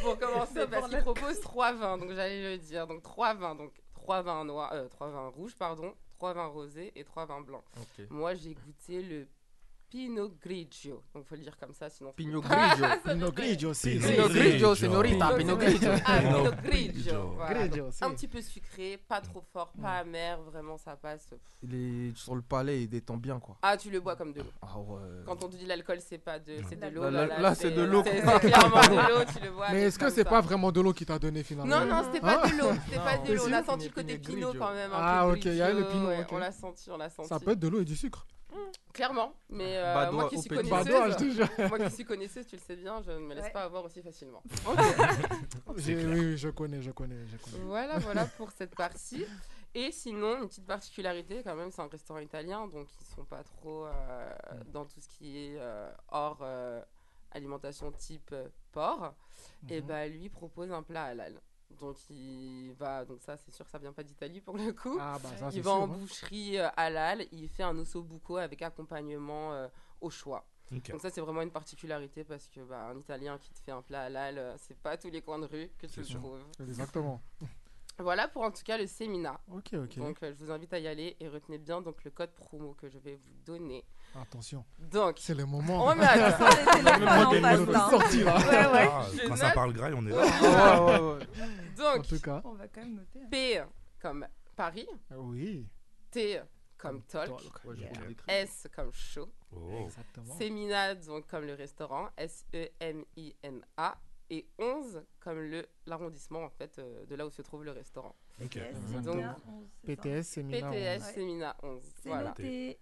Speaker 11: pour commencer,
Speaker 13: C'est
Speaker 11: parce
Speaker 13: pour
Speaker 11: qu'il
Speaker 13: la-
Speaker 11: propose trois vins, donc j'allais le dire. Donc trois vins, donc trois vins noirs, euh, trois vins rouges, pardon, trois vins rosés et trois vins blancs.
Speaker 6: Ok.
Speaker 11: Moi, j'ai goûté le Pinot Grigio. Donc faut le dire comme ça, sinon. c'est-
Speaker 6: Pinot
Speaker 11: <laughs> Ça
Speaker 6: Grigio.
Speaker 11: fait
Speaker 6: Pinot
Speaker 11: plaisir.
Speaker 6: Grigio, si. Pinot Pinot Grigio, Grigio. signorita,
Speaker 11: Donc,
Speaker 6: Pinot
Speaker 11: c'est-
Speaker 6: Grigio.
Speaker 11: Ah,
Speaker 6: Pinot
Speaker 11: Pinot Grigio.
Speaker 6: Grigio.
Speaker 11: voilà.
Speaker 6: Grigio,
Speaker 11: Donc,
Speaker 6: si.
Speaker 11: Un petit peu sucré, pas trop fort, pas amer, vraiment ça passe.
Speaker 6: Il est sur le palais, il détend bien, quoi.
Speaker 11: Ah, tu le bois comme de l'eau.
Speaker 6: Ah ouais.
Speaker 11: Quand on te dit l'alcool, c'est pas de, c'est de l'eau.
Speaker 6: Là, là, là, c'est de l'eau.
Speaker 11: C'est c'est clairement de l'eau, tu le vois.
Speaker 2: Mais est-ce que
Speaker 11: comme
Speaker 2: c'est
Speaker 11: ça.
Speaker 2: pas vraiment de l'eau qui t'a donné finalement
Speaker 11: Non, non, c'était pas
Speaker 2: Hein
Speaker 11: de l'eau. C'était pas
Speaker 2: Non.
Speaker 11: de l'eau. On a
Speaker 2: Mais
Speaker 11: senti
Speaker 2: si.
Speaker 11: le côté pinot quand même. un
Speaker 2: Ah,
Speaker 11: peu
Speaker 2: ok, il y a le
Speaker 11: grigio,
Speaker 2: pinot.
Speaker 11: ouais,
Speaker 2: ok.
Speaker 11: On l'a senti, on l'a senti.
Speaker 2: Ça peut être de l'eau et du
Speaker 11: <laughs>
Speaker 2: sucre.
Speaker 11: Clairement, mais euh,
Speaker 2: Badois
Speaker 11: moi qui
Speaker 2: au
Speaker 11: suis
Speaker 2: pays.
Speaker 11: connaisseuse,
Speaker 2: Badois, je te jure.
Speaker 11: moi qui suis connaisseuse, tu le sais bien, je ne me laisse
Speaker 13: Ouais.
Speaker 11: pas avoir aussi
Speaker 2: <laughs>
Speaker 11: facilement.
Speaker 2: J'ai- Oui, oui, je connais, je connais, je connais.
Speaker 13: <laughs>
Speaker 11: Voilà, voilà
Speaker 2: <laughs>
Speaker 11: pour cette partie. Et sinon, une petite particularité quand même, c'est un restaurant italien, donc ils sont pas trop euh,
Speaker 13: Mm.
Speaker 11: dans tout ce qui est euh, hors euh, alimentation type euh, porc. Et
Speaker 13: Mhm.
Speaker 11: bah lui propose un plat halal. Donc il va, donc ça c'est sûr, que ça vient pas d'Italie pour le coup.
Speaker 13: Ah, bah, ça,
Speaker 11: il
Speaker 13: c'est
Speaker 11: va
Speaker 13: sûr,
Speaker 11: en
Speaker 13: hein.
Speaker 11: boucherie euh, halal, il fait un osso buco avec accompagnement euh, au choix.
Speaker 13: Ok.
Speaker 11: Donc ça c'est vraiment une particularité parce que bah, un Italien qui te fait un plat halal, euh, c'est pas tous les coins de rue que tu le trouves.
Speaker 2: Exactement.
Speaker 11: Voilà pour en tout cas le séminaire.
Speaker 2: Ok, ok.
Speaker 11: Donc euh, je vous invite à y aller et retenez bien donc le code promo que je vais vous donner.
Speaker 2: Attention.
Speaker 11: Donc Oh,
Speaker 2: C'est le moment.
Speaker 11: On est à
Speaker 5: <laughs>
Speaker 2: Ça, les téléphones en face, là. Sorti, là.
Speaker 11: Ouais, ouais.
Speaker 5: Ah,
Speaker 11: Je
Speaker 5: quand ça
Speaker 11: note.
Speaker 5: parle graille, on est là.
Speaker 11: Ouais.
Speaker 5: Ouais, ouais, ouais.
Speaker 11: Donc,
Speaker 2: En tout cas.
Speaker 7: On va quand même noter. hein.
Speaker 11: P comme Paris,
Speaker 2: Oui.
Speaker 11: T comme Talk,
Speaker 2: Ouais, je voulais l'écrire.
Speaker 11: S comme Show,
Speaker 2: Oh. Exactement.
Speaker 11: Semina donc comme le restaurant, E S-E-M-I-N-A, et 11 comme le l'arrondissement en fait euh, de là où se trouve le restaurant.
Speaker 2: Ok.
Speaker 11: Donc,
Speaker 2: Semina, 11, c'est ça PTS, Semina, 11.
Speaker 11: PTS,
Speaker 2: Ouais.
Speaker 11: Semina 11.
Speaker 2: C'est
Speaker 11: voilà.
Speaker 2: noté.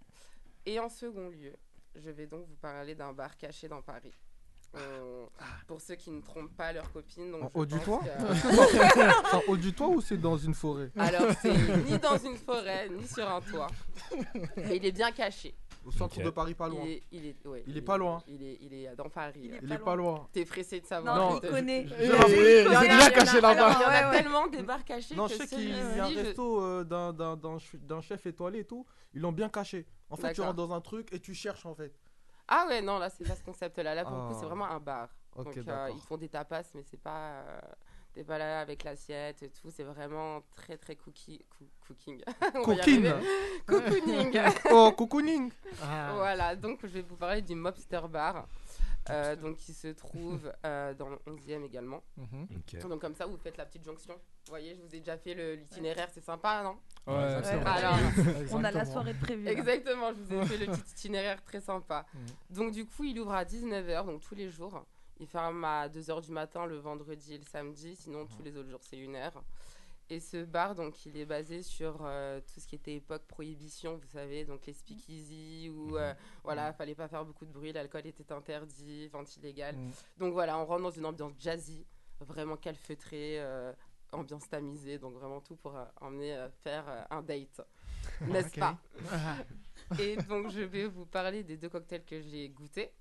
Speaker 11: Et en second lieu, je vais donc vous parler d'un bar caché dans Paris. Euh, pour ceux qui ne trompent pas leurs copines. donc
Speaker 6: En
Speaker 11: je
Speaker 6: haut du toit
Speaker 11: pense <laughs>
Speaker 6: <laughs>
Speaker 11: que-
Speaker 6: En haut du toit ou c'est dans une forêt
Speaker 11: <laughs> Alors, c'est ni dans une forêt, ni sur un toit. Et il est bien caché.
Speaker 6: Au centre
Speaker 11: Ok.
Speaker 6: de Paris, pas loin.
Speaker 11: Il est, il est, ouais,
Speaker 6: Il est pas loin.
Speaker 11: Il est, euh, il est dans Paris.
Speaker 6: Il est Il pas est pas loin. loin.
Speaker 11: T'es pressé de savoir.
Speaker 6: Non,
Speaker 11: Je te-
Speaker 6: il connaît.
Speaker 11: je-
Speaker 6: Eh,
Speaker 11: je-
Speaker 6: eh, eh, il est
Speaker 11: en
Speaker 6: bien
Speaker 11: alors,
Speaker 6: caché là-bas.
Speaker 11: Il y en a
Speaker 6: Ouais, ouais.
Speaker 11: tellement des bars cachés.
Speaker 6: Non,
Speaker 11: que
Speaker 6: je sais
Speaker 11: c'est-
Speaker 6: qu'il y a un
Speaker 11: si je-
Speaker 6: resto euh, d'un- d'un d'un ch- d'un chef étoilé et tout. Ils l'ont bien caché. En fait, tu
Speaker 11: D'accord.
Speaker 6: rentres dans un truc et tu cherches en fait.
Speaker 11: Ah ouais, non, là, c'est pas ce concept-là. Là, pour le coup,
Speaker 6: Ah.
Speaker 11: c'est vraiment un bar.
Speaker 6: Ok,
Speaker 11: Donc, euh,
Speaker 6: d'accord.
Speaker 11: ils font des tapas, mais c'est pas. euh, T'es pas là avec l'assiette et tout, c'est vraiment très très cookie, coo- cooking. <laughs> On va y
Speaker 6: Cooking. <laughs>
Speaker 11: arriver. Cocooning.
Speaker 6: Oh, cocooning.
Speaker 2: Ah.
Speaker 11: Voilà, donc je vais vous parler du Mobster Bar, euh, donc qui se trouve euh, dans le 11e également.
Speaker 2: Mhm.
Speaker 6: Mm-hmm.
Speaker 5: Ok.
Speaker 11: Donc comme ça, vous faites la petite jonction. Vous voyez, je vous ai déjà fait le- l'itinéraire, c'est sympa, non
Speaker 5: Ouais, Ouais, c'est
Speaker 7: <laughs>
Speaker 5: vrai.
Speaker 11: Alors,
Speaker 7: On a la soirée prévue. hein. là.
Speaker 11: Exactement, je vous ai
Speaker 6: <laughs>
Speaker 11: fait le <laughs> petit itinéraire très sympa. Donc du coup, il ouvre à 19h, donc tous les jours. Il ferme à 2h du matin le vendredi et le samedi, sinon tous les autres jours c'est 1h. Et ce bar, donc il est basé sur euh, tout ce qui était époque prohibition, vous savez, donc les speakeasy, où euh, voilà, fallait pas faire beaucoup de bruit, l'alcool était interdit, vente illégale.
Speaker 1: Mhm.
Speaker 11: Donc voilà, on rentre dans une ambiance jazzy, vraiment calfeutrée, euh, ambiance tamisée, donc vraiment tout pour euh, emmener euh, faire euh, un date, n'est-ce
Speaker 1: Ok.
Speaker 11: pas
Speaker 1: <laughs>
Speaker 11: Et donc je vais vous parler des deux cocktails que j'ai goûtés.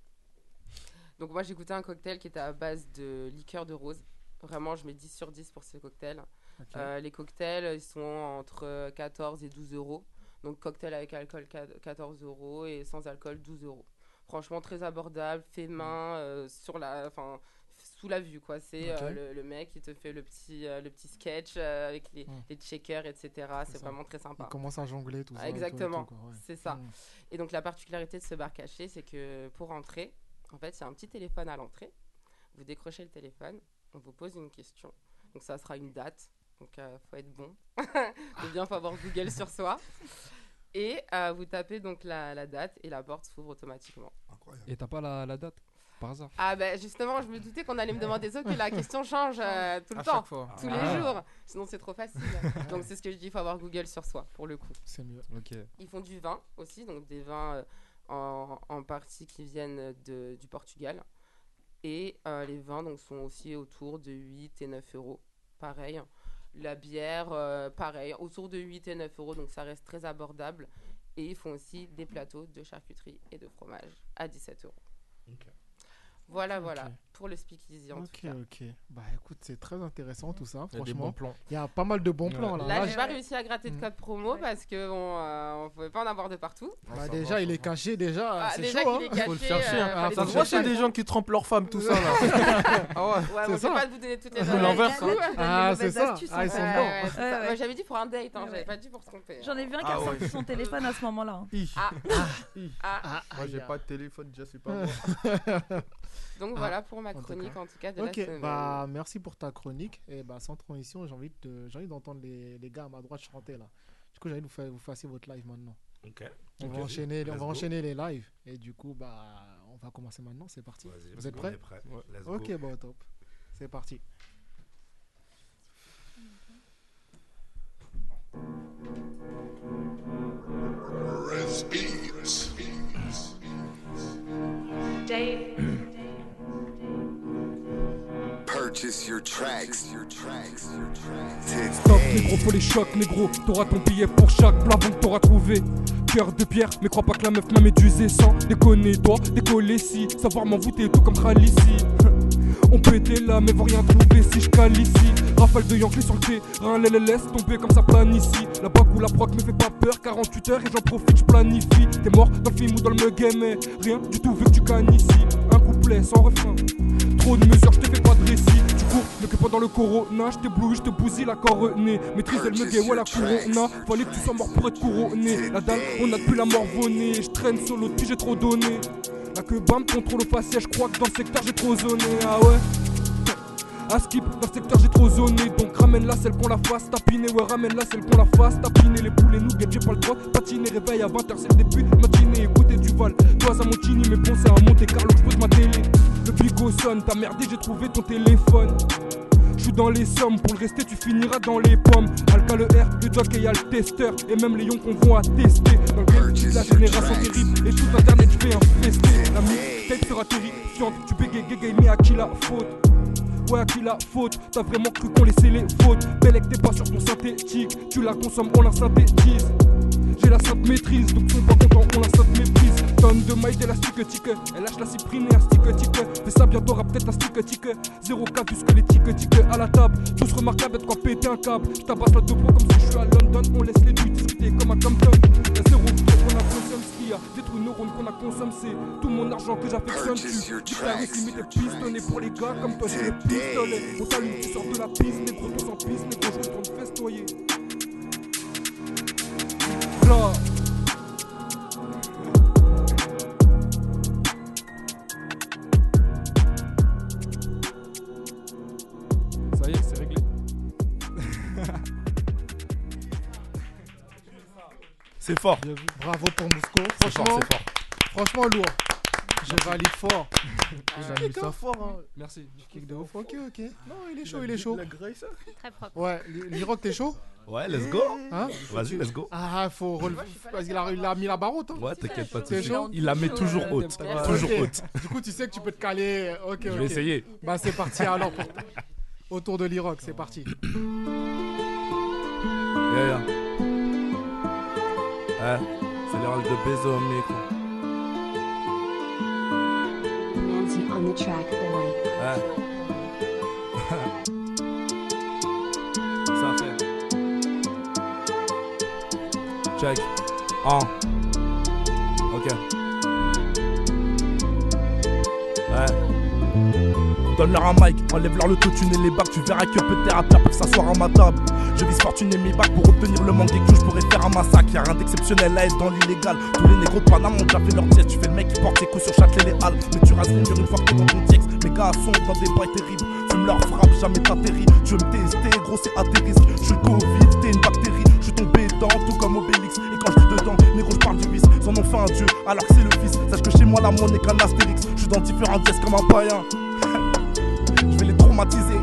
Speaker 11: Donc moi j'ai goûté un cocktail qui était à base de liqueur de rose. Vraiment, je mets 10 sur 10 pour ce cocktail.
Speaker 1: Ok.
Speaker 11: Euh, les cocktails, ils sont entre 14 et 12 euros. Donc cocktail avec alcool qua- 14 euros et sans alcool 12 euros. Franchement très abordable,
Speaker 1: Mm.
Speaker 11: fait main, euh, sur la, enfin sous la vue quoi. C'est
Speaker 1: Ok.
Speaker 11: euh, le, le mec qui te fait le petit, euh, le petit sketch euh, avec les,
Speaker 2: Mm.
Speaker 11: les checkers, etc. C'est
Speaker 2: ça.
Speaker 11: vraiment très sympa. Ah,
Speaker 2: Il commence à jongler, tout ça, et tout, et
Speaker 11: Exactement,
Speaker 2: tout, quoi, ouais.
Speaker 11: c'est ça. Et donc la particularité de ce bar caché, c'est que pour entrer, en fait, il y a un petit téléphone à l'entrée. Vous décrochez le téléphone, on vous pose une question. Donc ça sera une date, donc euh, faut être bon. <laughs> Ou bien faut avoir Google sur soi. Et euh, vous tapez donc la, la date et la porte s'ouvre automatiquement.
Speaker 3: Et t'as pas la, la date par hasard
Speaker 11: Ah ben justement, je me doutais qu'on allait me demander ça,
Speaker 2: <laughs>
Speaker 11: que la question change euh, tout le
Speaker 3: À
Speaker 11: temps,
Speaker 3: chaque fois.
Speaker 11: tous
Speaker 3: Ah.
Speaker 11: les jours. Sinon c'est
Speaker 3: <laughs>
Speaker 11: trop facile. donc c'est ce que je dis, il faut avoir Google sur soi pour le coup.
Speaker 2: C'est mieux.
Speaker 3: Ok.
Speaker 11: Ils font du vin aussi, donc des vins euh, en, en partie qui viennent de- du Portugal. Et euh, les vins donc, sont aussi autour de 8 et 9 euros. Pareil. La bière, euh, pareil, autour de 8 et 9 euros, donc ça reste très abordable. Et ils font aussi des plateaux de charcuterie et de fromage à 17 euros. Voilà, voilà,
Speaker 2: Ok.
Speaker 11: pour le speakeasy en tout
Speaker 2: Ok,
Speaker 11: cas.
Speaker 2: ok. Bah écoute, c'est très intéressant tout ça,
Speaker 6: Il y a des
Speaker 2: franchement.
Speaker 6: bons plans.
Speaker 2: Il y a pas mal de bons plans Oh là.
Speaker 11: Là,
Speaker 2: Là,
Speaker 11: j'ai
Speaker 2: je-
Speaker 11: pas réussi à gratter de code promo parce qu'on ne pouvait pas en avoir de partout.
Speaker 6: Ah,
Speaker 2: Bah, déjà, il est caché, déjà.
Speaker 11: Ah,
Speaker 2: c'est
Speaker 11: déjà
Speaker 2: chaud,
Speaker 11: qu'il est
Speaker 2: hein.
Speaker 11: caché, Faut le chercher, hein.
Speaker 6: Ah,
Speaker 11: fallait
Speaker 6: ça
Speaker 11: se
Speaker 6: se voit
Speaker 11: chercher.
Speaker 6: chez des gens qui trompent leurs femmes, tout ça là. ah ouais,
Speaker 11: <laughs> Ouais, bon, je vais pas vous donner toutes les
Speaker 6: C'est l'envers, ça.
Speaker 11: Ouais, ouais,
Speaker 6: dedans.
Speaker 11: c'est ça.
Speaker 7: hein. Ouais, ouais.
Speaker 11: Moi, J'avais dit pour un date, hein, j'avais pas dit pour se tromper.
Speaker 7: J'en ai vu un qui a
Speaker 6: Ah
Speaker 7: sorti
Speaker 6: ouais.
Speaker 7: son téléphone à ce moment-là. hein.
Speaker 11: Ah. Ah.
Speaker 6: Moi, j'ai
Speaker 11: Aïe.
Speaker 6: pas de téléphone, déjà, c'est pas
Speaker 7: Euh.
Speaker 6: moi.
Speaker 7: <laughs>
Speaker 2: <laughs>
Speaker 11: <laughs>
Speaker 6: Ah.
Speaker 11: Donc voilà pour ma chronique, en tout cas, de la
Speaker 2: Ok,
Speaker 11: semaine.
Speaker 2: bah merci pour ta chronique. Et bah sans transition, j'ai envie de- j'ai envie d'entendre les, les gars à ma droite chanter là. Du coup, j'ai envie de vous faire vous fassiez votre live maintenant.
Speaker 5: Ok.
Speaker 2: On
Speaker 5: Ok.
Speaker 2: va enchaîner, on
Speaker 5: Let's
Speaker 2: va
Speaker 5: go.
Speaker 2: enchaîner les lives. Et du coup, bah on va commencer maintenant. C'est parti.
Speaker 5: Vas-y,
Speaker 2: Vous êtes
Speaker 5: on
Speaker 2: prêts
Speaker 5: est prêts. Ouais. Let's go.
Speaker 2: Ok, bah au top. C'est parti.
Speaker 13: Purchase your tracks, your tracks, your tracks.
Speaker 9: Stop négro faut les chocs négro T'auras ton billet pour chaque plafond que t'auras trouvé Cœur de pierre mais crois pas que la meuf m'a médusé Sans déconner toi décoller si Savoir m'envoûter tout comme Khaleesi <laughs> On peut être là mais vont rien trouver si je cale ici Rafale de Yankee sur le terrain les- les laisse tomber comme ça plane ici La bague ou la proc me fait pas peur 48 heures et j'en profite je planifie T'es mort dans le film ou dans le game mais Rien du tout vu que tu cannes ici Un couplet sans refrain Trop de mesures, je te fais pas de récit. Tu cours, ne que pas dans le corona. Je t'éblouis, je te bousille la coronée. Maîtrise, elle me guet, ouais, la corona. Fallait que tu sois mort pour être couronné. La dalle, on a depuis la mort vonnée. Je traîne solo depuis j'ai trop donné. La queue bam, contrôle au faciès. Je crois que dans le secteur, j'ai trop zoné. Ah ouais. À skip, dans le secteur j'ai trop zoné Donc ramène la celle qu'on la fasse tapiner Ouais ramène la celle qu'on la fasse tapiner Les poulets nuggets j'ai pas le droit de Patiner réveil à 20h c'est le début de matinée Côté du Val, toi à Montini Mais bon c'est un Monte Carlo j'pose ma télé Le bigot sonne, t'as merdé j'ai trouvé ton téléphone je suis dans les sommes, pour le rester tu finiras dans les pommes Alka le R, le Jack et y'a le testeur Et même les yons qu'on vont attester Dans le game, toute la génération terrible Et tout internet je vais infester La mixtape sera terrifiante Tu bégayes, mais à qui la faute Ouais, à qui la faute T'as vraiment cru qu'on laissait les fautes Bellec, t'es pas sur ton synthétique Tu la consommes, on la synthétise J'ai la sainte maîtrise, donc sont pas contents, on la sainte méprise Tonne de mailles d'élastique, tique Elle lâche la cyprine et un stick, tique Fais ça bien, t'auras peut-être un stick, tique 0K plus que les tic, tique à la table Tous remarquables, être quoi péter un câble J'tabasse la deux points comme si je suis à London On laisse les deux discuter comme à Compton Y'a zéro frais qu'on a consomme ce qu'il y a Détruit nos neurones qu'on a consomme C'est tout mon argent que j'affectionne Tu déclares ici, mets tes pistonnés pour les gars Comme toi j'ai les pistolets On t'allume, tu sors de la piste Les gros tous en piste, les gros je retourne festoyer Là.
Speaker 3: Ça y est, c'est réglé.
Speaker 15: C'est fort.
Speaker 2: Bravo pour Mousco.
Speaker 15: C'est fort,
Speaker 2: Franchement,
Speaker 15: c'est fort.
Speaker 2: franchement lourd. Je valide fort.
Speaker 3: Il
Speaker 2: Il
Speaker 3: a
Speaker 2: a mis
Speaker 3: kick,
Speaker 2: ça
Speaker 3: hein.
Speaker 2: fort. Hein.
Speaker 3: Merci.
Speaker 2: Du kick de ouf. Ok, ok. Non, il est
Speaker 3: Il
Speaker 2: chaud,
Speaker 3: a
Speaker 2: il est
Speaker 3: mis
Speaker 2: chaud.
Speaker 3: de la hein.
Speaker 16: Très propre.
Speaker 2: Ouais, Liroc, t'es chaud
Speaker 15: Ouais, let's go.
Speaker 2: Hein
Speaker 15: Vas-y, let's go.
Speaker 2: Ah, faut relever. Parce qu'il a, il a mis la barre haute. hein.
Speaker 15: Ouais, t'inquiète pas,
Speaker 2: T'es
Speaker 15: t'es
Speaker 2: chaud
Speaker 15: chaud. Il la met toujours haute.
Speaker 2: Ah,
Speaker 15: Toujours
Speaker 2: ok.
Speaker 15: haute.
Speaker 2: Du coup, tu sais que tu peux te caler. euh, Ok,
Speaker 15: Je vais
Speaker 2: ok.
Speaker 15: essayer.
Speaker 2: Bah, c'est parti alors. Pour... Autour de l'Iroc, c'est
Speaker 15: <coughs>
Speaker 2: parti.
Speaker 15: Yeah, yeah. Ouais, c'est les rôles de Bezo au micro.
Speaker 17: Nancy on the track, boy.
Speaker 15: Ouais. Ça fait. Check. En. Ok. Ouais. Donne-leur un mic, enlève-leur le tune et les bacs, tu verras que peut terre à terre pour s'asseoir à ma table. Je vise fortune et mes bacs pour obtenir le manque que je pourrais faire un massacre. Y'a rien d'exceptionnel à être dans l'illégal. Tous les négros de Paname ont déjà fait leur diète. Tu fais le mec qui porte tes coups sur Châtelet les Halles. Mais tu rases les murs une fois que t'es dans ton diète. Mes gars sont dans des bails terribles. Fume leur frappe, jamais t'atterris. Tu veux me tester, gros, c'est à tes risques. Je suis le Covid, t'es une bactérie. Je suis tombé dans tout comme Obélix. Et quand je dis dedans, négro, je parle du vice. Ils en ont fait un dieu, alors que c'est le fils. Sache que chez moi, la monnaie n'est qu'un astérix. Je suis dans différents diètes comme un païen. <laughs> je vais les traumatiser.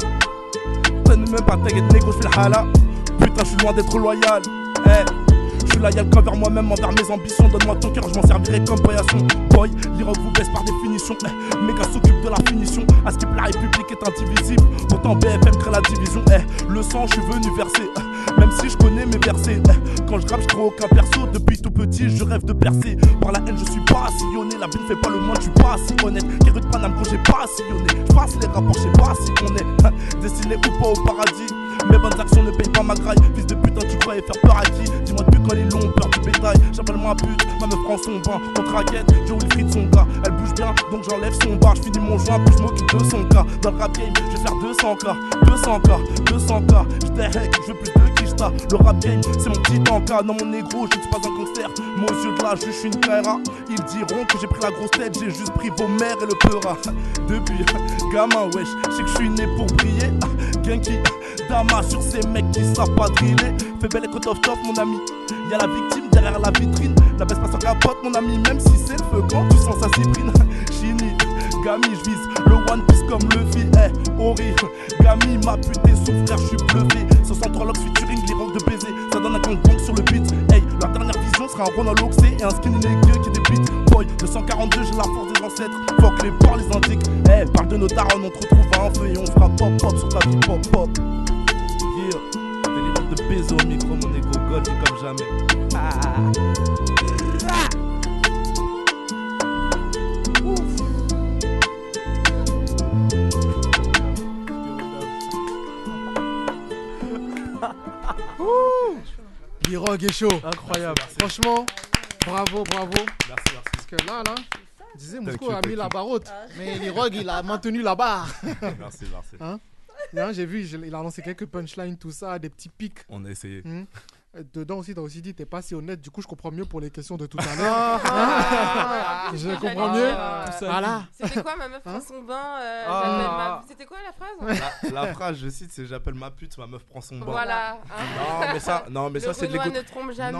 Speaker 15: Donne même pas t'inquiète négro, j'fais le hala Putain, j'suis loin d'être loyal Eh, j'suis loyal qu'envers moi-même, envers mes ambitions Donne-moi ton cœur, j'm'en servirai comme paillasson Boy, l'Irak vous baisse par définition Eh, Mes gars s'occupent de la finition À ce que la République est indivisible Pourtant BFM crée la division Eh, le sang, j'suis venu verser Eh, Même si je connais mes versets Eh, Quand je rappe, j'crois aucun perso Depuis tout petit, je rêve de percer Par la haine, je suis pas sillonné La vie ne fait pas le moins, j'suis pas si honnête Qui rue de Paname, gros, j'ai pas sillonné J'passe les rapports, j'sais pas si on est hein, Destiné ou pas au paradis Mes bonnes actions ne payent pas ma graille Fils de putain tu croyais faire peur à qui Dis-moi depuis quand les longs peur du bétail J'appelle moi pute, ma meuf prend son bain On traquette, Joe le cri de son gars Elle bouge bien donc j'enlève son bar Je finis mon joint puis je m'occupe de son cas Dans le rap game je vais faire 200k 200k, 200k J'étais hack, je veux plus de Kishta Le rap game c'est mon petit tanka Non mon négro je ne suis pas un gangster Moi aux yeux de la juge je suis une KRA Ils diront que j'ai pris la grosse tête J'ai juste pris vos mères et le peura Depuis gamin wesh Je sais que je suis né pour briller Ah, Genki Dama sur ces mecs qui savent pas driller Fais belle écoute of top mon ami Y'a la victime derrière la vitrine La baisse pas sans capote mon ami Même si c'est le feu quand tu sens sa cyprine <laughs> Chini Gami je vise le one piece comme le vie Eh Ori Gami ma pute et son frère je suis bluffé 63 locks featuring les rocks de baiser Ça donne un gangbang sur le beat Hey leur dernière vision sera un Ronald Oxé Et un skin dégueu qui débite Boy 242 j'ai la force des ancêtres Fuck les porcs les indiques Eh parle de nos darons on te retrouve à un feu Et on fera pop pop sur ta vie pop pop Yeah Délivre de baiser au micro mon égo gold c'est comme jamais Ah.
Speaker 2: L'Iroc est chaud.
Speaker 18: Incroyable.
Speaker 2: Franchement, bravo, bravo.
Speaker 15: Merci, merci.
Speaker 2: Parce que là, là, disais, Mousko
Speaker 15: Thank you,
Speaker 2: a mis
Speaker 15: thank
Speaker 2: la
Speaker 15: you.
Speaker 2: barre haute.
Speaker 11: Ah.
Speaker 2: Mais l'Iroc, il a maintenu la barre.
Speaker 15: <laughs> Merci, merci.
Speaker 2: Hein Hein, J'ai vu, je- il a lancé quelques punchlines, tout ça, des petits pics.
Speaker 15: On a essayé.
Speaker 2: Hmm. euh, dedans aussi, t'as aussi dit, t'es pas si honnête, du coup, je comprends mieux pour les questions de tout à l'heure.
Speaker 11: Ah,
Speaker 2: Hein
Speaker 11: ouais,
Speaker 2: ah. <laughs> je
Speaker 11: j'allais
Speaker 2: comprends
Speaker 11: dire,
Speaker 2: mieux.
Speaker 11: euh,
Speaker 2: Voilà.
Speaker 11: C'était quoi ma meuf prend son bain euh,
Speaker 5: Ah.
Speaker 11: j'appelle ma- C'était quoi la phrase
Speaker 5: La, la phrase, je cite, c'est j'appelle ma pute, ma meuf prend son bain.
Speaker 11: Voilà.
Speaker 5: Non, mais ça, non, mais
Speaker 11: Le
Speaker 5: ça c'est de
Speaker 11: Renoir
Speaker 5: l'ego.
Speaker 11: ne trompe jamais.